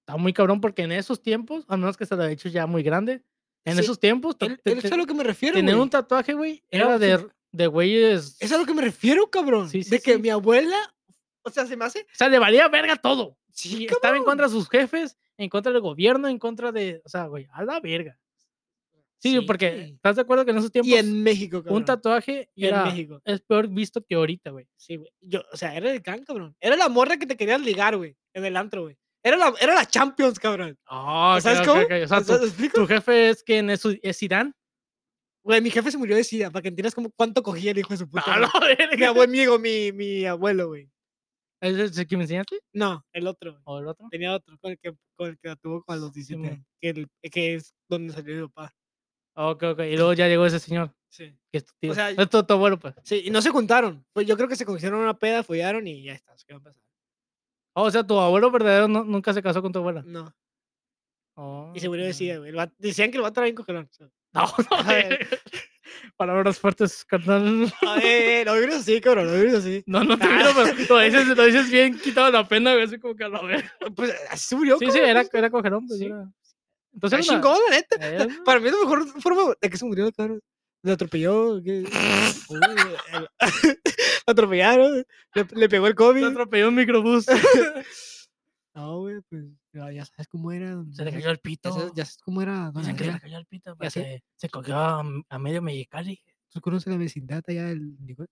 Speaker 2: Está muy cabrón porque en esos tiempos, a menos que se lo haya hecho ya muy grande, en
Speaker 1: Sí,
Speaker 2: esos tiempos, ta-
Speaker 1: El-
Speaker 2: te-
Speaker 1: el-
Speaker 2: te-
Speaker 1: es a lo que me refiero.
Speaker 2: tener
Speaker 1: güey.
Speaker 2: un tatuaje, güey,
Speaker 1: Era
Speaker 2: era
Speaker 1: un
Speaker 2: de,
Speaker 1: sub-
Speaker 2: de güeyes.
Speaker 1: Es a lo que me refiero, cabrón.
Speaker 2: Sí, sí,
Speaker 1: de que
Speaker 2: sí.
Speaker 1: mi abuela, o sea, se me hace.
Speaker 2: O sea, le valía verga todo.
Speaker 1: Sí,
Speaker 2: Y estaba en contra de sus jefes, en contra del gobierno, en contra de. O sea, güey, a la verga. Sí, porque
Speaker 1: Sí.
Speaker 2: estás de acuerdo que en esos tiempos
Speaker 1: Y en México, cabrón.
Speaker 2: un tatuaje
Speaker 1: Y en
Speaker 2: era,
Speaker 1: México.
Speaker 2: es peor visto que ahorita, güey.
Speaker 1: Sí, güey. Yo, o sea, era el can, cabrón. Era la morra que te querías ligar, güey. En el antro, güey. Era la, era la Champions, cabrón.
Speaker 2: Ah,
Speaker 1: ¿Sabes
Speaker 2: ok, ok,
Speaker 1: cómo?
Speaker 2: ok. O sea,
Speaker 1: O sea,
Speaker 2: tu,
Speaker 1: ¿te explico?
Speaker 2: tu jefe es que es, su- es Irán.
Speaker 1: Güey, mi jefe se murió de sida, para que entiendas como cuánto cogía el hijo de su puta.
Speaker 2: A
Speaker 1: madre.
Speaker 2: la
Speaker 1: Mi
Speaker 2: Ah, verga.
Speaker 1: abuelo, mi, hijo, mi, mi abuelo, güey.
Speaker 2: ¿Es el- el que me enseñaste?
Speaker 1: No, el otro. güey.
Speaker 2: ¿O el otro?
Speaker 1: Tenía otro con el que, con el que la tuvo a los 17
Speaker 2: Simón.
Speaker 1: años, que, el- que es donde salió mi papá.
Speaker 2: Ah, Ok, ok. Y luego ya llegó ese señor,
Speaker 1: Sí.
Speaker 2: que es tu tío.
Speaker 1: sea,
Speaker 2: es tu, tu abuelo, pues.
Speaker 1: Sí, y no se juntaron. Pues yo creo que se conocieron en una peda, follaron y ya está. Se quedaron pasados.
Speaker 2: Ah, o sea, tu abuelo verdadero no- nunca se casó con tu abuela.
Speaker 1: No. Y
Speaker 2: Oh,
Speaker 1: se murió de
Speaker 2: ok.
Speaker 1: sida, güey. El vato- Decían que el vato era bien cogelón. so.
Speaker 2: No, no.
Speaker 1: A ver.
Speaker 2: eh, Palabras fuertes, carnal.
Speaker 1: A ver, Eh, lo vieron así, cabrón, lo vieron así.
Speaker 2: No, no te
Speaker 1: Ah.
Speaker 2: miro, pero lo dices, lo dices bien quitado de la pena, güey. Así como que a la verga.
Speaker 1: Pues así se murió,
Speaker 2: Sí, sí,
Speaker 1: cabrón,
Speaker 2: era,
Speaker 1: pues,
Speaker 2: era cogerón, pues.
Speaker 1: Sí.
Speaker 2: Era...
Speaker 1: está
Speaker 2: Entonces, era una-
Speaker 1: chingón, la neta.
Speaker 2: era una-
Speaker 1: Para mí es la mejor forma de que se murió, cabrón. Le atropelló. ¿qué? Uy, el- Lo atropellaron. Le, le pegó el COVID.
Speaker 2: Lo atropelló un microbús.
Speaker 1: No, güey, pues ya ya sabes cómo era. don-
Speaker 2: Se le
Speaker 1: ya-
Speaker 2: cayó el
Speaker 1: Ya
Speaker 2: pito.
Speaker 1: sabes, ya sabes cómo era. don
Speaker 2: Dicen que se le
Speaker 1: Adrián.
Speaker 2: cayó el pito.
Speaker 1: Ya
Speaker 2: pues,
Speaker 1: sé.
Speaker 2: se, se cogió a, m- a medio mexicali.
Speaker 1: ¿Tú conoces la vecindad allá del Nicol?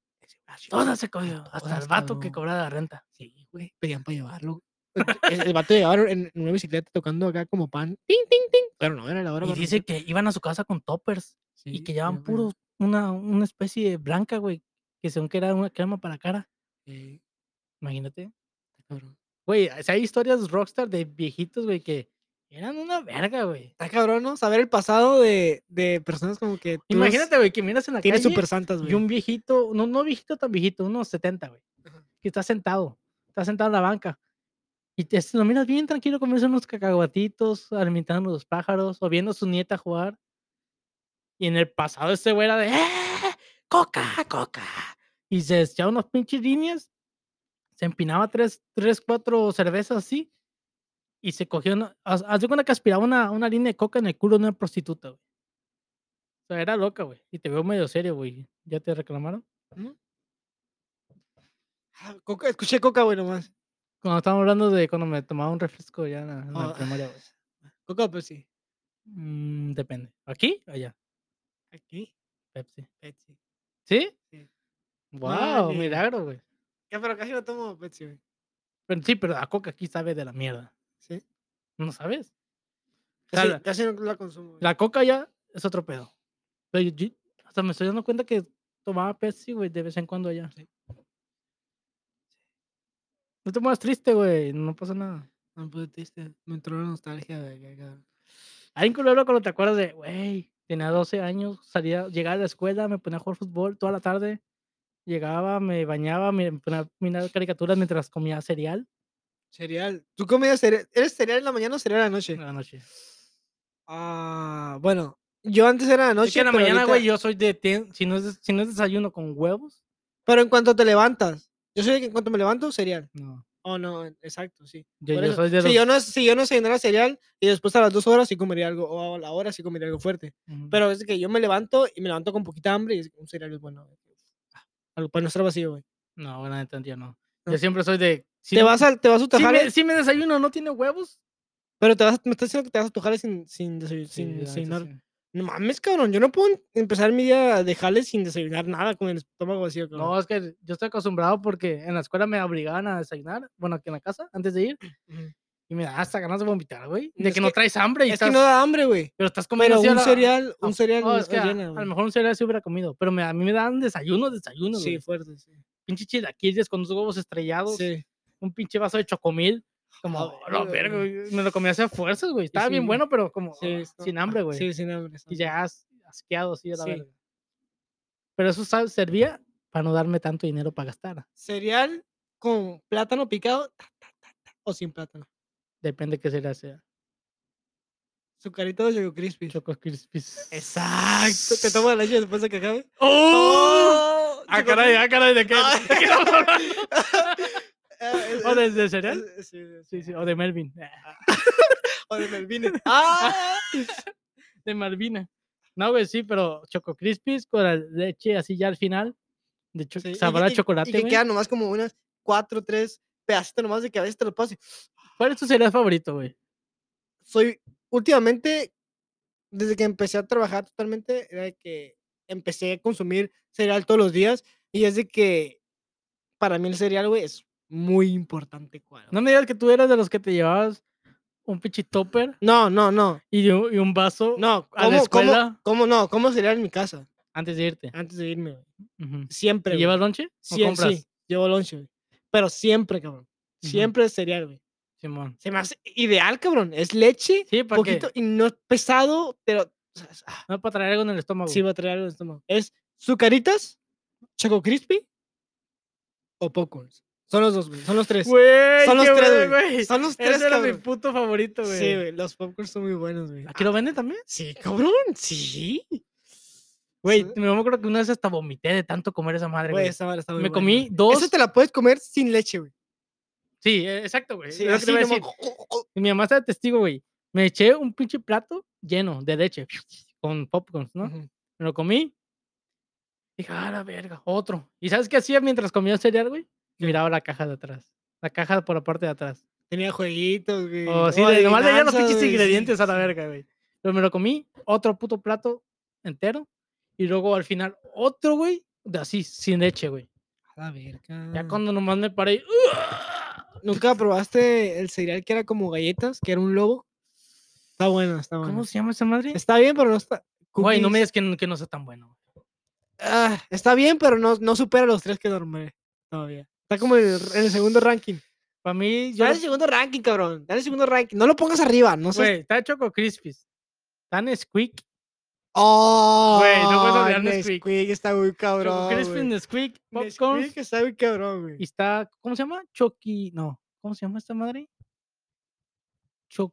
Speaker 2: Todas "Oh, se cogió. Hasta
Speaker 1: todas,
Speaker 2: el vato que
Speaker 1: cabrón.
Speaker 2: cobraba la renta.
Speaker 1: Sí, güey. Pedían para llevarlo. güey. El, el vato llevaron en en una bicicleta tocando acá como pan. ¡Ting, ting, ting! Pero no, era la hora.
Speaker 2: Y
Speaker 1: para
Speaker 2: dice
Speaker 1: nosotros.
Speaker 2: que iban a su casa con toppers y
Speaker 1: Sí,
Speaker 2: que llevaban
Speaker 1: llevaban-
Speaker 2: puro una, una especie de blanca, güey. Que según que era una crema para cara.
Speaker 1: Sí,
Speaker 2: Imagínate.
Speaker 1: está cabrón.
Speaker 2: Güey, o sea, hay historias rockstar de viejitos, güey, que eran una verga, güey.
Speaker 1: Está cabrón, ¿no? Saber el pasado de, de personas como que. tú los
Speaker 2: Imagínate, güey, que miras en la
Speaker 1: Tienes
Speaker 2: calle
Speaker 1: super santas, güey.
Speaker 2: y un viejito, no, no viejito tan viejito, unos 70, güey,
Speaker 1: Ajá.
Speaker 2: que está sentado, está sentado en la banca. Y te, lo miras bien tranquilo comiendo unos cacahuatitos, alimentando a los pájaros, o viendo a su nieta jugar. Y en el pasado ese güey era de, ¡Eh! ¡Coca, coca! Y se echaba unos pinches líneas, se empinaba tres, tres, cuatro cervezas así, y se cogió una, haz haz de cuenta que aspiraba una, una línea de coca en el culo de una prostituta, güey. O sea, era loca, güey. Y te veo medio serio, güey. ¿Ya te reclamaron?
Speaker 1: Ah, Coca- escuché coca, güey, nomás.
Speaker 2: Cuando estábamos hablando de cuando me tomaba un refresco ya en la, en la
Speaker 1: Ah.
Speaker 2: primaria, güey.
Speaker 1: Coca, pues sí.
Speaker 2: Mm, depende. ¿Aquí o allá?
Speaker 1: Aquí.
Speaker 2: Pepsi.
Speaker 1: Pepsi.
Speaker 2: ¿Sí?
Speaker 1: Sí.
Speaker 2: Wow,
Speaker 1: Vale.
Speaker 2: milagro, güey.
Speaker 1: Ya, pero casi no tomo Pepsi, güey.
Speaker 2: Pero sí, pero la coca aquí sabe de la mierda.
Speaker 1: Sí.
Speaker 2: ¿No sabes? O sea,
Speaker 1: Casi,
Speaker 2: la-
Speaker 1: casi no la consumo. güey.
Speaker 2: La coca ya es otro pedo. Pero yo- yo- hasta me estoy dando cuenta que tomaba Pepsi, güey, de vez en cuando allá.
Speaker 1: Sí.
Speaker 2: No te muevas triste, güey. No pasa nada.
Speaker 1: No pude triste. Me entró la nostalgia, güey. acá, cabrón.
Speaker 2: Hay un culero Ah, cuando te acuerdas de, güey, tenía 12 años, salía, llegaba a la escuela, me ponía a jugar fútbol toda la tarde, llegaba, me bañaba, me ponía a mirar caricaturas mientras comía cereal
Speaker 1: Cereal. ¿Tú comías cereal? ¿Eres cereal en la mañana o cereal en la noche?
Speaker 2: en la noche.
Speaker 1: Ah, bueno, yo antes era de noche.
Speaker 2: es que en la
Speaker 1: pero
Speaker 2: mañana, güey,
Speaker 1: ahorita-
Speaker 2: yo soy de, tien- si no, es, des- si no es desayuno con huevos,
Speaker 1: Pero en cuanto te levantas, yo soy de que en cuanto me levanto, cereal.
Speaker 2: No.
Speaker 1: Oh, no, exacto, sí.
Speaker 2: Yo,
Speaker 1: Por
Speaker 2: yo
Speaker 1: eso,
Speaker 2: soy de
Speaker 1: si,
Speaker 2: los-
Speaker 1: yo no, si yo no cenara cereal y después a las dos horas sí comería algo, o a la hora sí comería algo fuerte.
Speaker 2: Ujú.
Speaker 1: Pero es que yo me levanto y me levanto con poquita hambre y es- un cereal es bueno. güey. Ah, Algo para no estar vacío, güey.
Speaker 2: No, bueno, entonces yo no.
Speaker 1: No.
Speaker 2: Yo siempre soy de. Si
Speaker 1: te,
Speaker 2: no-
Speaker 1: vas a, te vas a tu
Speaker 2: si
Speaker 1: jale,
Speaker 2: me, si me desayuno, ¿no tiene huevos?
Speaker 1: pero te vas, me estás diciendo que te vas a tu jale sin, sin, desay-
Speaker 2: Sí,
Speaker 1: sin
Speaker 2: la neta
Speaker 1: desayunar.
Speaker 2: sí.
Speaker 1: No mames, cabrón, yo no puedo en- empezar mi día de jale sin desayunar nada con el estómago vacío, cabrón.
Speaker 2: No, es que yo estoy acostumbrado porque en la escuela me obligaban a desayunar, bueno, aquí en la casa, antes de ir,
Speaker 1: Ujú.
Speaker 2: y me da hasta ganas de vomitar, güey. De
Speaker 1: Es
Speaker 2: que no
Speaker 1: que-
Speaker 2: traes hambre y
Speaker 1: Es
Speaker 2: estás,
Speaker 1: que no da hambre, güey.
Speaker 2: pero estás
Speaker 1: Pero
Speaker 2: comiendo así a
Speaker 1: un
Speaker 2: la-
Speaker 1: cereal,
Speaker 2: a-
Speaker 1: un cereal
Speaker 2: oh, es que a,
Speaker 1: llena,
Speaker 2: a
Speaker 1: güey.
Speaker 2: lo mejor un cereal sí hubiera comido, pero me, a mí me dan desayunos, desayunos,
Speaker 1: Sí,
Speaker 2: sí.
Speaker 1: fuerte, sí.
Speaker 2: Pinche chilaquiles con dos huevos estrellados,
Speaker 1: Sí.
Speaker 2: un pinche vaso de chocomil. Como,
Speaker 1: la
Speaker 2: "A la
Speaker 1: verga,
Speaker 2: verga, güey", me lo comí hace fuerzas, güey. Estaba bien
Speaker 1: sí,
Speaker 2: bueno, pero como
Speaker 1: Sí,
Speaker 2: "Ah",
Speaker 1: está-
Speaker 2: sin hambre, güey.
Speaker 1: Sí, sin hambre.
Speaker 2: y
Speaker 1: exacto.
Speaker 2: llegas asqueado así de la
Speaker 1: Sí.
Speaker 2: verga. Pero eso ¿sabes? servía para no darme tanto dinero para gastar.
Speaker 1: Cereal con plátano picado ta, ta, ta, ta, o sin plátano.
Speaker 2: Depende qué cereal sea.
Speaker 1: Su carita de Choco Crispy.
Speaker 2: Choco Crispies.
Speaker 1: Exacto. Te tomo la leche después de que acabe.
Speaker 2: ¡Oh! ¡Ah,
Speaker 1: Choco
Speaker 2: caray!
Speaker 1: Crispy.
Speaker 2: ¡Ah, caray! ¿De qué,
Speaker 1: Ah.
Speaker 2: de qué estamos hablando?
Speaker 1: Ah, es-
Speaker 2: ¿O
Speaker 1: es-
Speaker 2: de, de cereal?
Speaker 1: es- eh, Ah. sí, sí, sí.
Speaker 2: Sí, sí, o de Melvin.
Speaker 1: O de Melvine. ¡Ah!
Speaker 2: De Malvina. No, güey, sí, pero Choco Crispies con la leche así ya al final. De cho-
Speaker 1: Sí, y
Speaker 2: sabor a
Speaker 1: que- y-
Speaker 2: chocolate,
Speaker 1: Y que
Speaker 2: güey.
Speaker 1: quedan nomás como unas cuatro, tres pedacitos nomás de que a veces te lo paso. y-
Speaker 2: ¿Cuál es tu cereal favorito, güey?
Speaker 1: Soy, últimamente, desde que empecé a trabajar totalmente, era de que empecé a consumir cereal todos los días. Y es de que para mí el cereal, güey, es muy importante. cuadro.
Speaker 2: No me digas que tú eras de los que te llevabas un pinche topper
Speaker 1: No, no, no.
Speaker 2: y un, y un vaso
Speaker 1: No,
Speaker 2: a la
Speaker 1: ¿cómo, cómo,
Speaker 2: escuela
Speaker 1: cómo no? ¿Cómo cereal en mi casa?
Speaker 2: antes de irte.
Speaker 1: Antes de irme, güey.
Speaker 2: Ujú.
Speaker 1: Siempre.
Speaker 2: ¿Y
Speaker 1: güey.
Speaker 2: llevas lonche? ¿O
Speaker 1: Siem-
Speaker 2: compras?
Speaker 1: Sí, llevo lonche, güey. Pero siempre, cabrón.
Speaker 2: Ujú.
Speaker 1: Siempre cereal, güey.
Speaker 2: Simón.
Speaker 1: Se me hace ideal, cabrón. Es leche,
Speaker 2: Sí, para
Speaker 1: poquito y no es pesado, pero o sea, es- ah,
Speaker 2: No para traer algo en el estómago.
Speaker 1: sí va a traer algo en el estómago. Es sucaritas, Choco Crispy o popcorns. Son los dos, güey. Son los tres.
Speaker 2: Güey,
Speaker 1: Son los
Speaker 2: qué
Speaker 1: tres,
Speaker 2: bueno,
Speaker 1: güey.
Speaker 2: güey.
Speaker 1: Son los tres,
Speaker 2: Ese era mi
Speaker 1: cabrón.
Speaker 2: puto favorito, güey.
Speaker 1: Sí, güey. Los popcorns son muy buenos, güey.
Speaker 2: ¿Aquí lo venden también?
Speaker 1: Sí, cabrón. Sí.
Speaker 2: Güey,
Speaker 1: Sí.
Speaker 2: me acuerdo que una vez hasta vomité de tanto comer esa madre,
Speaker 1: Güey,
Speaker 2: güey.
Speaker 1: esa madre está muy
Speaker 2: Me
Speaker 1: buena,
Speaker 2: comí
Speaker 1: güey.
Speaker 2: dos.
Speaker 1: Esa te la puedes comer sin leche, güey.
Speaker 2: Sí, eh, exacto, güey.
Speaker 1: Sí,
Speaker 2: es lo que
Speaker 1: así
Speaker 2: te iba a
Speaker 1: nomás,
Speaker 2: decir. Mi mamá está de testigo, güey. Me eché un pinche plato lleno de leche con popcorns, ¿no?
Speaker 1: Ujú.
Speaker 2: Me lo comí. Dije, ah, la verga, otro. ¿Y sabes qué hacía mientras comía cereal, güey? Miraba la caja de atrás. La caja por la parte de atrás.
Speaker 1: Tenía jueguitos, güey.
Speaker 2: O sí, de- nomás leía
Speaker 1: adivinanzas,
Speaker 2: los pinches
Speaker 1: güey, sí,
Speaker 2: ingredientes a la
Speaker 1: sí.
Speaker 2: verga, güey. Pero me lo comí, otro puto plato entero. Y luego al final otro, güey, de así, sin leche, güey.
Speaker 1: A la verga.
Speaker 2: Ya cuando nomás me paré,
Speaker 1: ¿Nunca probaste el cereal que era como galletas, que era un lobo? Está bueno, está bueno.
Speaker 2: ¿cómo se llama esa madre?
Speaker 1: Está bien, pero no está.
Speaker 2: Güey, no
Speaker 1: cookies,
Speaker 2: me digas que, no- que no sea tan bueno.
Speaker 1: ah, está bien, pero no, no supera los tres que normé todavía. Está como en el, en el segundo ranking.
Speaker 2: Para mí, yo.
Speaker 1: Dale
Speaker 2: lo-
Speaker 1: el segundo ranking, cabrón. Dale el segundo ranking. No lo pongas arriba, no sé.
Speaker 2: Güey, está Choco Crispies. Tan Squeak.
Speaker 1: ¡Oh!
Speaker 2: Güey, no puedes olvidar Nesquik.
Speaker 1: Nesquik está muy
Speaker 2: Choco
Speaker 1: cabrón.
Speaker 2: Crispies,
Speaker 1: güey.
Speaker 2: Nesquik, Popcorn.
Speaker 1: Nesquik está muy cabrón, güey.
Speaker 2: Y está, ¿cómo se llama? Choqui, no. ¿Cómo se llama esta madre? Choc.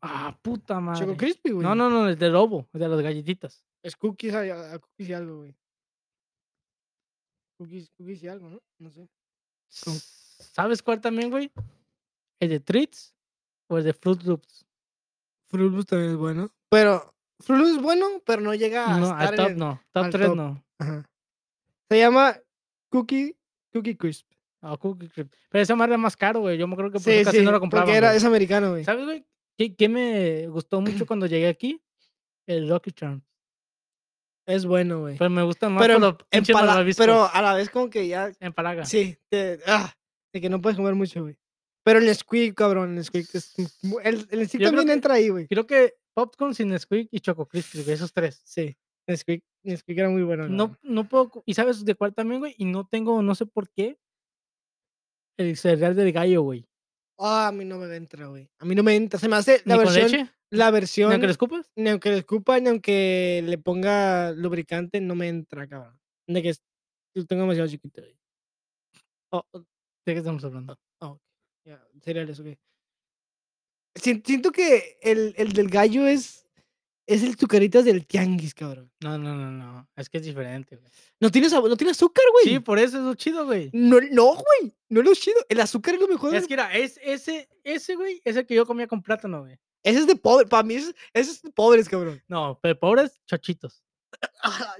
Speaker 2: Ah, puta madre.
Speaker 1: Choco Crispy, güey.
Speaker 2: No, no, no, el de lobo, el de las galletitas.
Speaker 1: Es cookies, a, a cookies y algo, güey. Cookies, cookies y algo, ¿no? No sé. Con-
Speaker 2: ¿Sabes cuál también, güey? ¿El de Treats o el de Fruit Loops?
Speaker 1: Fruit Loops también es bueno. Pero Fruit Loops es bueno, pero no llega a
Speaker 2: no,
Speaker 1: estar
Speaker 2: al
Speaker 1: en
Speaker 2: top
Speaker 1: el-
Speaker 2: no, top
Speaker 1: Ah, al
Speaker 2: 3
Speaker 1: top.
Speaker 2: no.
Speaker 1: Ajá. Se llama Cookie, Cookie Crisp.
Speaker 2: Ah, Cookie Crisp. Pero esa madre era más caro, güey. Yo me creo que por eso casi no lo compraba.
Speaker 1: porque era, es americano, güey.
Speaker 2: ¿Sabes, güey? ¿Qué, qué me gustó mucho cuando llegué aquí? El Lucky Charms.
Speaker 1: Es bueno, güey.
Speaker 2: Pero me gusta más
Speaker 1: Pero,
Speaker 2: por
Speaker 1: en-
Speaker 2: los pinches
Speaker 1: empala-
Speaker 2: malvaviscos
Speaker 1: pero a la vez como que ya...
Speaker 2: en Palaga.
Speaker 1: Sí, te- ah, de que no puedes comer mucho, güey. Pero el Squeak, cabrón, el Squeak es... mu- El, el Nesquik
Speaker 2: Yo creo
Speaker 1: también
Speaker 2: que-
Speaker 1: entra ahí, güey.
Speaker 2: Creo que Popcorn sin Squeak y Choco Crispy, güey, esos tres.
Speaker 1: Sí, Nesquik, Nesquik era muy bueno.
Speaker 2: No,
Speaker 1: cabrón.
Speaker 2: no puedo. co- ¿Y sabes de cuál también, güey? Y no tengo, no sé por qué. El cereal del gallo, güey.
Speaker 1: Ah, a mí no me entra, güey. A mí no me entra. Se me hace la
Speaker 2: ¿Ni con
Speaker 1: versión...
Speaker 2: leche?
Speaker 1: La
Speaker 2: ¿Ni
Speaker 1: versión...
Speaker 2: aunque lo escupas?
Speaker 1: ni aunque le escupa, ni aunque le ponga lubricante, no me entra, cabrón. De que es- lo tengo demasiado chiquito. güey. Oh, oh,
Speaker 2: ¿De qué estamos hablando?
Speaker 1: ya, cereales, ok. Sien- Siento que el, el del gallo es. Es el Tucaritas del tianguis, cabrón.
Speaker 2: No, no, no, no. Es que es diferente, güey.
Speaker 1: No tiene, sabor- no tiene azúcar, güey.
Speaker 2: Sí, por eso es lo chido, güey.
Speaker 1: No, no, güey. No es lo chido. El azúcar es lo mejor. del-
Speaker 2: Es que era, es, ese, ese, güey, es el que yo comía con plátano, güey.
Speaker 1: Ese es de pobre. Para mí, ese, ese es de pobres, cabrón.
Speaker 2: No, pero pobres, chachitos.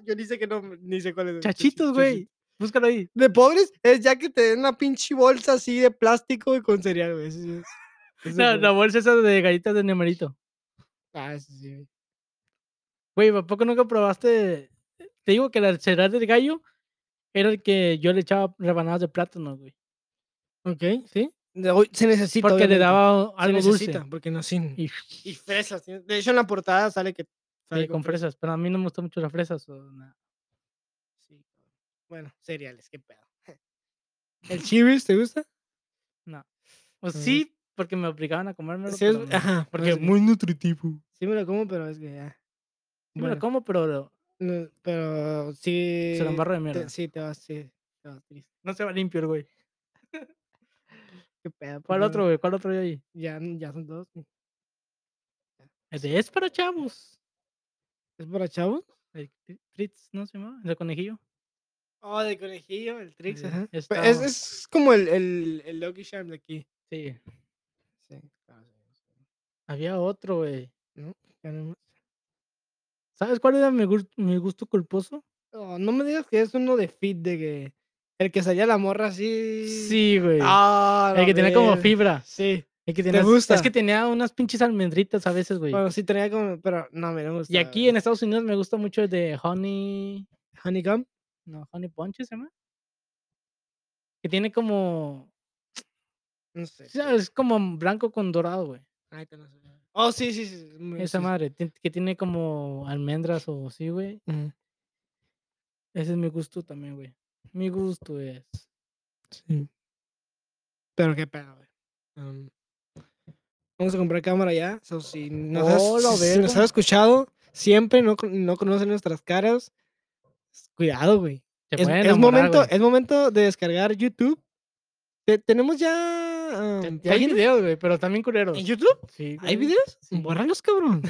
Speaker 1: Yo ni sé qué nombre, ni sé cuál es. el chachi-
Speaker 2: Chachitos, güey. Búscalo ahí.
Speaker 1: De pobres es ya que te den una pinche bolsa así de plástico y con cereal, güey. Eso sí es- eso sí
Speaker 2: La,
Speaker 1: es
Speaker 2: la
Speaker 1: bueno.
Speaker 2: bolsa esa de galletas de nemerito.
Speaker 1: Ah, eso sí, güey.
Speaker 2: Güey, ¿a poco nunca probaste? Te digo que el cereal del gallo era el que yo le echaba rebanadas de plátano, güey.
Speaker 1: Ok.
Speaker 2: ¿Sí?
Speaker 1: De hoy- se necesita.
Speaker 2: Porque le
Speaker 1: obviamente.
Speaker 2: daba
Speaker 1: Se
Speaker 2: algo
Speaker 1: necesita,
Speaker 2: dulce.
Speaker 1: Porque no sin.
Speaker 2: Y,
Speaker 1: Y fresas. tiene- De hecho, en la portada sale que. sale
Speaker 2: sí, con fresas. Pero a mí no me gustan mucho las fresas. o nada.
Speaker 1: Sí. Bueno, cereales, qué pedo. ¿El Cheerios te gusta?
Speaker 2: O
Speaker 1: Sí.
Speaker 2: sí, porque me obligaban a comerme.
Speaker 1: Sí, es- ajá,
Speaker 2: porque
Speaker 1: es-
Speaker 2: muy nutritivo.
Speaker 1: Sí me lo como, pero es que ya.
Speaker 2: Sí me lo
Speaker 1: Bueno,
Speaker 2: como, pero lo-
Speaker 1: no, pero sí.
Speaker 2: se lo embarro de mierda.
Speaker 1: te- Sí, te vas, sí. Te vas triste.
Speaker 2: Este, No se va limpio el güey.
Speaker 1: Qué pedo. pues,
Speaker 2: ¿Cuál
Speaker 1: bueno,
Speaker 2: otro, güey? ¿Cuál otro hay ahí?
Speaker 1: Ya, ya son dos.
Speaker 2: El de es para chavos.
Speaker 1: ¿Es para chavos?
Speaker 2: El Tri- Fritz, ¿no se llama? El de conejillo.
Speaker 1: Oh, de conejillo, el Trix.
Speaker 2: Eh,
Speaker 1: Ajá. Pe-
Speaker 2: está-
Speaker 1: Es, es como el, el, el Lucky Charm de aquí.
Speaker 2: Sí.
Speaker 1: Sí.
Speaker 2: Había otro, güey.
Speaker 1: Ya no,
Speaker 2: ¿Sabes cuál era mi, gus- mi gusto culposo?
Speaker 1: Oh, no me digas que es uno de fit de que. El que salía la morra así.
Speaker 2: Sí, güey.
Speaker 1: Ah,
Speaker 2: el
Speaker 1: la
Speaker 2: que tenía como
Speaker 1: verga.
Speaker 2: fibra.
Speaker 1: Sí.
Speaker 2: El que tenía,
Speaker 1: gusta?
Speaker 2: Es que tenía unas pinches almendritas a veces, güey.
Speaker 1: Bueno, sí tenía como. Pero no, me no me gusta.
Speaker 2: y aquí en Estados Unidos me gusta mucho el de Honey.
Speaker 1: este Honeycomb.
Speaker 2: No, Honey Punch se llama. Que tiene como.
Speaker 1: No sé.
Speaker 2: sí, Es como blanco con dorado, güey.
Speaker 1: Ahí te lo suena. Oh, sí, sí, sí. es muy-
Speaker 2: Esa
Speaker 1: sí, sí.
Speaker 2: madre. tien- Que tiene como almendras o así, güey.
Speaker 1: Ujú,
Speaker 2: Ese es mi gusto también, güey. Mi gusto es.
Speaker 1: sí. Pero qué pedo, güey. Am, vamos a comprar cámara ya. so, si, nos has,
Speaker 2: Oh, la
Speaker 1: si- si nos
Speaker 2: verga.
Speaker 1: has escuchado, siempre no, con- no conocen nuestras caras. Cuidado, güey.
Speaker 2: Te
Speaker 1: Es,
Speaker 2: pueden
Speaker 1: es
Speaker 2: enamorar,
Speaker 1: momento,
Speaker 2: güey.
Speaker 1: es momento de descargar YouTube. Te- tenemos ya.
Speaker 2: Te-
Speaker 1: am,
Speaker 2: te- Hay
Speaker 1: página
Speaker 2: videos, güey, pero también culeros.
Speaker 1: ¿En YouTube?
Speaker 2: Sí,
Speaker 1: ¿Hay
Speaker 2: güey.
Speaker 1: videos?
Speaker 2: Sí.
Speaker 1: Bórralos, cabrón.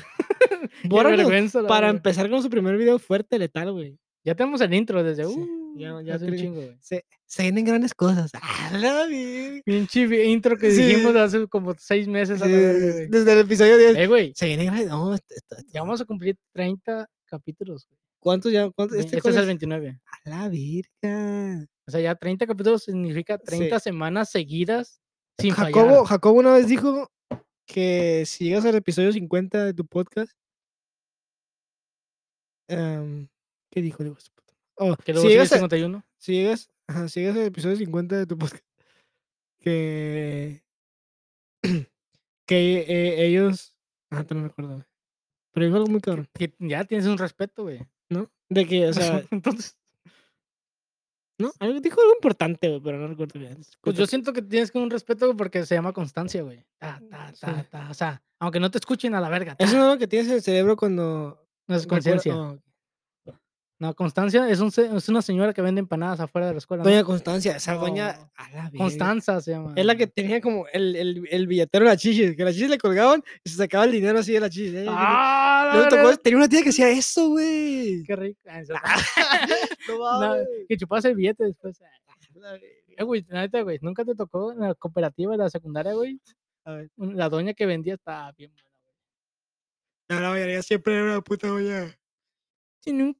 Speaker 2: Qué
Speaker 1: Bórralos.
Speaker 2: vergüenza, la
Speaker 1: Para
Speaker 2: verga.
Speaker 1: empezar con su primer video fuerte, letal, güey.
Speaker 2: Ya tenemos el intro desde.
Speaker 1: Sí,
Speaker 2: Uh,
Speaker 1: ya-
Speaker 2: ya,
Speaker 1: ya
Speaker 2: hace un
Speaker 1: tiene-
Speaker 2: chingo, güey.
Speaker 1: Se, se vienen grandes cosas. ¡A la virgen!
Speaker 2: Pinche vi- intro que
Speaker 1: Sí.
Speaker 2: dijimos hace como seis meses. a la verga,
Speaker 1: Desde,
Speaker 2: güey.
Speaker 1: el episodio 10.
Speaker 2: Eh, güey,
Speaker 1: Se vienen grandes. No, esto- esto- esto-
Speaker 2: ya vamos a cumplir 30 capítulos. güey.
Speaker 1: ¿Cuántos ya? ¿Cuántos?
Speaker 2: Ve-
Speaker 1: ¿Este,
Speaker 2: Este
Speaker 1: cuál
Speaker 2: es el
Speaker 1: es?
Speaker 2: 29.
Speaker 1: ¡A la virga!
Speaker 2: O sea, ya 30 capítulos significa 30 semanas seguidas sin
Speaker 1: Jacobo,
Speaker 2: fallar.
Speaker 1: Jacobo una vez dijo que si llegas al episodio 50 de tu podcast. em, ¿Qué dijo? Digo, su puta- Oh,
Speaker 2: Que
Speaker 1: si
Speaker 2: luego sigue el
Speaker 1: llegas, a-
Speaker 2: 51.
Speaker 1: si llegas, ajá, si llegas al episodio 50 de tu podcast, que, que eh, ellos, ah, te no recuerdo, güey. pero dijo algo muy cabrón,
Speaker 2: que ya tienes un respeto, güey.
Speaker 1: ¿no? De que, o sea,
Speaker 2: Entonces,
Speaker 1: no, algo, dijo algo importante, güey, pero no recuerdo bien.
Speaker 2: pues yo
Speaker 1: disculpa.
Speaker 2: siento que tienes que un respeto güey, porque se llama constancia, güey. Ta, ta,
Speaker 1: Sí.
Speaker 2: ta, ta. O sea, aunque no te escuchen a la verga. ta,
Speaker 1: Eso no es lo que tienes en el cerebro cuando
Speaker 2: no es
Speaker 1: recuerda-
Speaker 2: conciencia.
Speaker 1: oh,
Speaker 2: No, Constancia es, un, se- es una señora que vende empanadas afuera de la escuela. ¿no?
Speaker 1: Doña Constancia, esa doña,
Speaker 2: No.
Speaker 1: a la verga.
Speaker 2: Constanza se llama.
Speaker 1: Es la que tenía como el, el, el billetero de la chichis, que las chichis le colgaban y se sacaba el dinero así de la chichis. ¿eh?
Speaker 2: ¡Ah!
Speaker 1: ¿No te
Speaker 2: la verga!
Speaker 1: acuerdas? Tenía una tía que hacía eso, güey.
Speaker 2: ¡Qué rico! Ah, eso-
Speaker 1: No
Speaker 2: no,
Speaker 1: mames.
Speaker 2: que chupas el billete después.
Speaker 1: Ah, La verga.
Speaker 2: Eh, güey, la neta, güey, nunca te tocó en la cooperativa de la secundaria, güey.
Speaker 1: A ver.
Speaker 2: Un- La doña que vendía estaba bien buena.
Speaker 1: No, la mayoría siempre era una puta olla.
Speaker 2: Tiene un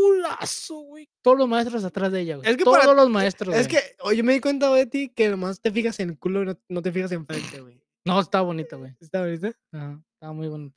Speaker 2: culazo, güey. Todos los maestros atrás de ella, güey.
Speaker 1: Es que
Speaker 2: Todos
Speaker 1: para-
Speaker 2: los maestros.
Speaker 1: Es
Speaker 2: güey.
Speaker 1: que oye, yo me di cuenta, Betty, que nomás te fijas en el culo y no, no te fijas en frente, güey.
Speaker 2: No, estaba bonita, güey.
Speaker 1: ¿Está ahorita?
Speaker 2: Ajá, estaba muy bonita.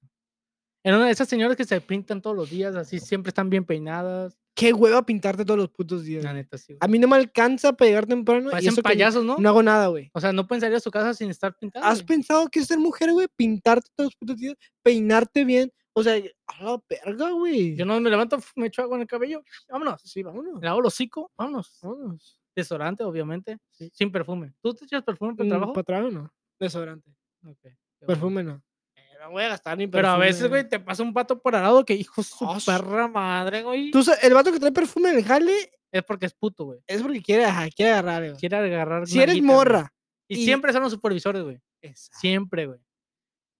Speaker 2: Era una de esas señoras que se pintan todos los días, así siempre están bien peinadas.
Speaker 1: Qué hueva pintarte todos los putos días.
Speaker 2: La
Speaker 1: güey.
Speaker 2: neta, sí, güey.
Speaker 1: A mí no me alcanza para llegar temprano. Ah, y
Speaker 2: Parecen
Speaker 1: eso que n-
Speaker 2: payasos, ¿no?
Speaker 1: No hago nada, güey.
Speaker 2: O sea, no pueden salir a su casa sin estar pintados.
Speaker 1: ¿Has pensado que es ser mujer, güey? Pintarte todos los putos días, peinarte bien. O sea, a la verga, güey. Ah,
Speaker 2: Yo no me levanto, fu- me echo agua en el cabello, vámonos.
Speaker 1: Sí, vámonos.
Speaker 2: Me lavo el hocico, vámonos.
Speaker 1: Vámonos.
Speaker 2: Desodorante, obviamente,
Speaker 1: Sí.
Speaker 2: sin perfume. ¿Tú te echas perfume para el
Speaker 1: Mm,
Speaker 2: trabajo?
Speaker 1: Para trabajo no. Desodorante.
Speaker 2: Ok, qué bueno.
Speaker 1: Perfume no. Eh, No voy a gastar ni
Speaker 2: Pero a veces, güey, te pasa un pato por al lado que, hijo de su
Speaker 1: Ah, su-
Speaker 2: perra madre, güey.
Speaker 1: Tú sa- el vato que trae perfume en el jale
Speaker 2: Es porque es puto, güey.
Speaker 1: es porque quiere, ajá, quiere agarrar, güey.
Speaker 2: Quiere agarrar.
Speaker 1: Si eres
Speaker 2: nalguita, güey.
Speaker 1: morra.
Speaker 2: Y,
Speaker 1: y-
Speaker 2: siempre son los supervisores, güey.
Speaker 1: Exacto.
Speaker 2: Siempre, güey.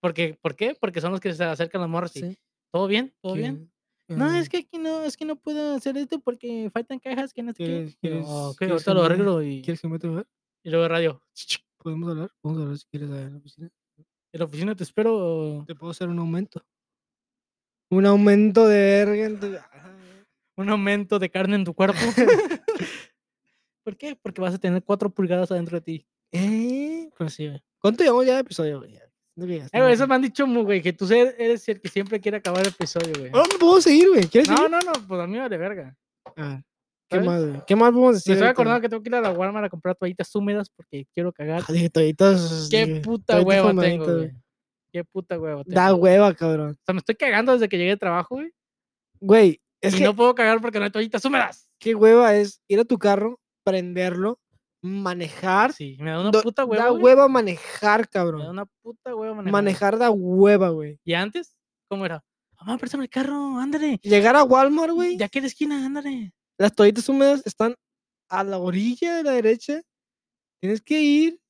Speaker 2: Porque, ¿Por qué? Porque son los que se acercan a las morras. y,
Speaker 1: sí.
Speaker 2: ¿Todo bien? ¿Todo
Speaker 1: que-
Speaker 2: bien? No,
Speaker 1: ah,
Speaker 2: es que aquí no, es que no puedo hacer esto porque faltan cajas que no sé qué".
Speaker 1: ¿Quieres-
Speaker 2: Y yo,
Speaker 1: quieres-
Speaker 2: "Ah, ok,
Speaker 1: quieres
Speaker 2: ahorita lo
Speaker 1: hablar?
Speaker 2: arreglo y,
Speaker 1: ¿Quieres que me meta a ver?
Speaker 2: y luego radio.
Speaker 1: ¿Podemos hablar? Podemos hablar si quieres allá en la oficina.
Speaker 2: En la oficina te espero o
Speaker 1: Te puedo hacer un aumento. Un aumento de verga. en tu- Ah,
Speaker 2: un aumento de carne en tu cuerpo. ¿Por qué? Porque vas a tener cuatro pulgadas adentro de ti.
Speaker 1: ¿Eh?
Speaker 2: Pues sí, güey.
Speaker 1: ¿Cuánto llevamos ya de episodio, güey? Ya, siento que ya
Speaker 2: Eh, güey,
Speaker 1: estamos-
Speaker 2: eso me han dicho, mu, güey, que tú ser- eres el que siempre quiere acabar el episodio, güey.
Speaker 1: No, no puedo seguir, güey. ¿Quieres
Speaker 2: No,
Speaker 1: seguir?
Speaker 2: no, no, pues a mí me vale verga.
Speaker 1: A ver, ¿Qué
Speaker 2: ¿Sabes?
Speaker 1: más, güey? ¿Qué más podemos decir?
Speaker 2: Me estoy
Speaker 1: ahorita?
Speaker 2: acordando que tengo que ir a la Walmart a comprar toallitas húmedas porque quiero cagar.
Speaker 1: Ah, dije, toallitas,
Speaker 2: Qué
Speaker 1: dije,
Speaker 2: puta
Speaker 1: toallitas
Speaker 2: hueva tengo,
Speaker 1: fumaditas,
Speaker 2: güey. Qué puta hueva tengo.
Speaker 1: Da hueva, cabrón.
Speaker 2: O sea, me estoy cagando desde que llegué de trabajo, güey.
Speaker 1: Güey, es
Speaker 2: y
Speaker 1: que
Speaker 2: no puedo cagar porque no hay toallitas húmedas.
Speaker 1: qué hueva es ir a tu carro, prenderlo, manejar.
Speaker 2: Sí, me da una
Speaker 1: do-
Speaker 2: puta hueva.
Speaker 1: da
Speaker 2: güey.
Speaker 1: hueva manejar,
Speaker 2: Me da
Speaker 1: cabrón.
Speaker 2: una puta hueva manejar. güey.
Speaker 1: Manejar da hueva, güey.
Speaker 2: ¿Y antes? ¿Cómo era? Mamá, préstame el carro, ándale.
Speaker 1: Llegar a Walmart, güey.
Speaker 2: De aquí a la esquina, ándale.
Speaker 1: Las toallitas húmedas están a la orilla de la derecha. Tienes que ir.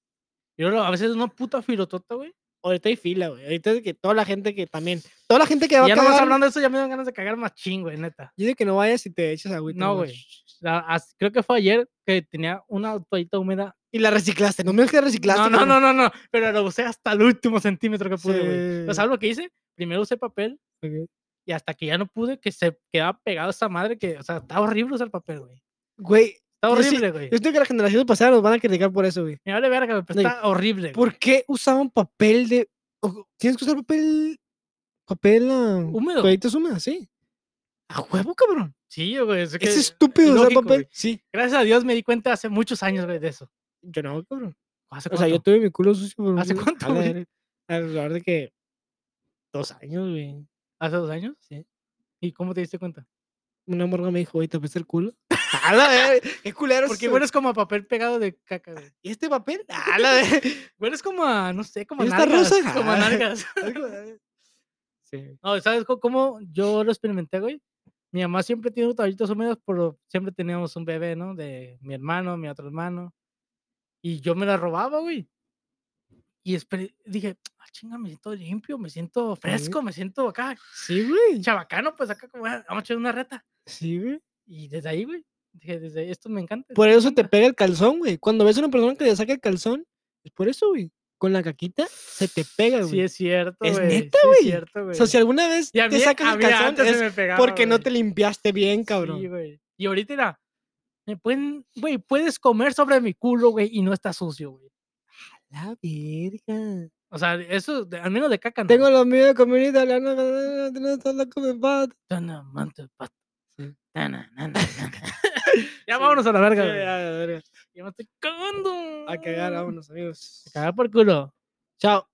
Speaker 2: Y luego a veces es una puta filotota, güey.
Speaker 1: Ahorita hay fila, güey. Ahorita es que toda la gente que también. Toda la gente que va
Speaker 2: Y ya
Speaker 1: a
Speaker 2: no
Speaker 1: cagar.
Speaker 2: más hablando de eso, ya me dan ganas de cagar más chingo, güey, neta.
Speaker 1: Dice que no vayas y te echas agüita.
Speaker 2: No,
Speaker 1: nomás.
Speaker 2: güey. La- as- creo que fue ayer que tenía una toallita húmeda.
Speaker 1: Y la reciclaste. No me digas que la reciclaste.
Speaker 2: No, no,
Speaker 1: cabrón.
Speaker 2: no, no, no. Pero lo usé hasta el último centímetro que pude, güey.
Speaker 1: Sí.
Speaker 2: Pero ¿Sabes lo que hice? Primero usé papel
Speaker 1: Ok.
Speaker 2: y hasta que ya no pude, que se quedaba pegado esa madre que, o sea, estaba horrible usar papel, güey.
Speaker 1: Güey,
Speaker 2: Está
Speaker 1: Yo sí-
Speaker 2: horrible, güey.
Speaker 1: yo siento que las generaciones pasadas nos van a criticar por eso, güey.
Speaker 2: Me vale verga, güey, pero
Speaker 1: Digo,
Speaker 2: está horrible. güey.
Speaker 1: ¿Por qué usaban papel de. o- Tienes que usar papel. Papel. ah,
Speaker 2: Húmedo.
Speaker 1: Toallitas húmedas, sí. A huevo, cabrón.
Speaker 2: Sí, güey. Es, que-
Speaker 1: Es estúpido usar
Speaker 2: ilógico,
Speaker 1: papel.
Speaker 2: güey.
Speaker 1: Sí.
Speaker 2: Gracias a Dios me di cuenta hace muchos años, güey, de eso.
Speaker 1: Yo no, cabrón.
Speaker 2: ¿Hace
Speaker 1: O sea, yo
Speaker 2: cuánto?
Speaker 1: tuve mi culo sucio por
Speaker 2: ¿Hace
Speaker 1: un-
Speaker 2: cuánto,
Speaker 1: a la
Speaker 2: güey?
Speaker 1: verga, Alrededor de que. Dos años, güey.
Speaker 2: ¿Hace dos años?
Speaker 1: Sí.
Speaker 2: ¿Y cómo te diste cuenta?
Speaker 1: Una morga me dijo, güey, te ves el culo. A la verga. Qué culero
Speaker 2: Porque
Speaker 1: soy.
Speaker 2: hueles como a papel pegado de caca, güey.
Speaker 1: ¿Y este papel? A la verga.
Speaker 2: Hueles como a, no sé, como a
Speaker 1: ¿Y esta
Speaker 2: nalgas.
Speaker 1: rosa?
Speaker 2: Como a
Speaker 1: Ah.
Speaker 2: nalgas.
Speaker 1: Algo de- Sí.
Speaker 2: No, ¿sabes co- cómo yo lo experimenté, güey? Mi mamá siempre tiene toallitas húmedas, pero siempre teníamos un bebé, ¿no? De mi hermano, mi otro hermano. Y yo me la robaba, güey. Y espe- dije, ah, chinga, me siento limpio, me siento fresco, me siento acá,
Speaker 1: Sí, güey.
Speaker 2: chabacano, pues acá como, "Ah, vamos a echar una reta.
Speaker 1: Sí, güey.
Speaker 2: Y desde ahí, güey, dije, desde ahí, esto me encanta.
Speaker 1: Por
Speaker 2: esto me
Speaker 1: eso te
Speaker 2: encanta".
Speaker 1: pega el calzón, güey. Cuando ves a una persona que le saca el calzón, es por eso, güey. Con la caquita se te pega, güey.
Speaker 2: Sí, es cierto,
Speaker 1: Es
Speaker 2: güey.
Speaker 1: neta,
Speaker 2: sí
Speaker 1: güey.
Speaker 2: Es cierto, güey.
Speaker 1: o sea, si alguna vez
Speaker 2: y a
Speaker 1: te
Speaker 2: mí,
Speaker 1: sacas
Speaker 2: a
Speaker 1: el
Speaker 2: mí
Speaker 1: calzón,
Speaker 2: antes se
Speaker 1: es
Speaker 2: me pegaba,
Speaker 1: porque no
Speaker 2: güey.
Speaker 1: te limpiaste bien, cabrón.
Speaker 2: Sí, güey. Y ahorita mira, me pueden, güey, puedes comer sobre mi culo, güey, y no está sucio, güey.
Speaker 1: La verga.
Speaker 2: O sea, eso, de- al menos de caca no.
Speaker 1: Tengo los míos de comida italiana. No están loco, me va.
Speaker 2: Tana, manta, pat-
Speaker 1: Sí.
Speaker 2: tana, na, na, na, na. ya vámonos a la verga,
Speaker 1: Sí,
Speaker 2: güey.
Speaker 1: a la verga.
Speaker 2: Ya me estoy cagando.
Speaker 1: A cagar, vámonos, amigos.
Speaker 2: A cagar por culo.
Speaker 1: Chao.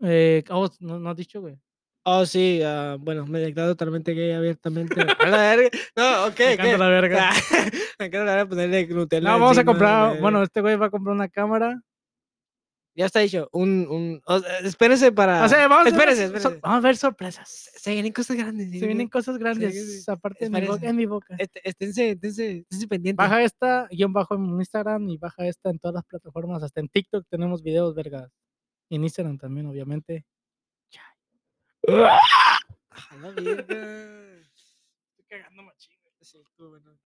Speaker 2: Eh, a vos, no, no has dicho, güey.
Speaker 1: Oh, sí, ah, bueno, me he declarado totalmente gay abiertamente. A la verga. No, ok,
Speaker 2: Me
Speaker 1: ok.
Speaker 2: encanta la
Speaker 1: Ah,
Speaker 2: verga.
Speaker 1: me encanta la verga ponerle Nutella
Speaker 2: No, vamos a
Speaker 1: encima,
Speaker 2: comprar,
Speaker 1: güey.
Speaker 2: bueno, este güey va a comprar una cámara.
Speaker 1: Ya está dicho. Un, un, o sea, espérense para.
Speaker 2: O sea, vamos a, ver,
Speaker 1: espérense,
Speaker 2: sor-
Speaker 1: espérense.
Speaker 2: vamos a ver sorpresas.
Speaker 1: Se vienen cosas grandes.
Speaker 2: Se vienen cosas grandes,
Speaker 1: sí.
Speaker 2: aparte de
Speaker 1: Es
Speaker 2: mi boca,
Speaker 1: parece.
Speaker 2: en mi boca.
Speaker 1: Est- Esténse, esténse, esténse pendientes.
Speaker 2: Baja esta, guión bajo en Instagram y baja esta en todas las plataformas, hasta en TikTok tenemos videos, vergas. Y en Instagram también, obviamente.
Speaker 1: A la verga.
Speaker 2: Estoy cagando machín.
Speaker 1: Sí, estuvo bueno.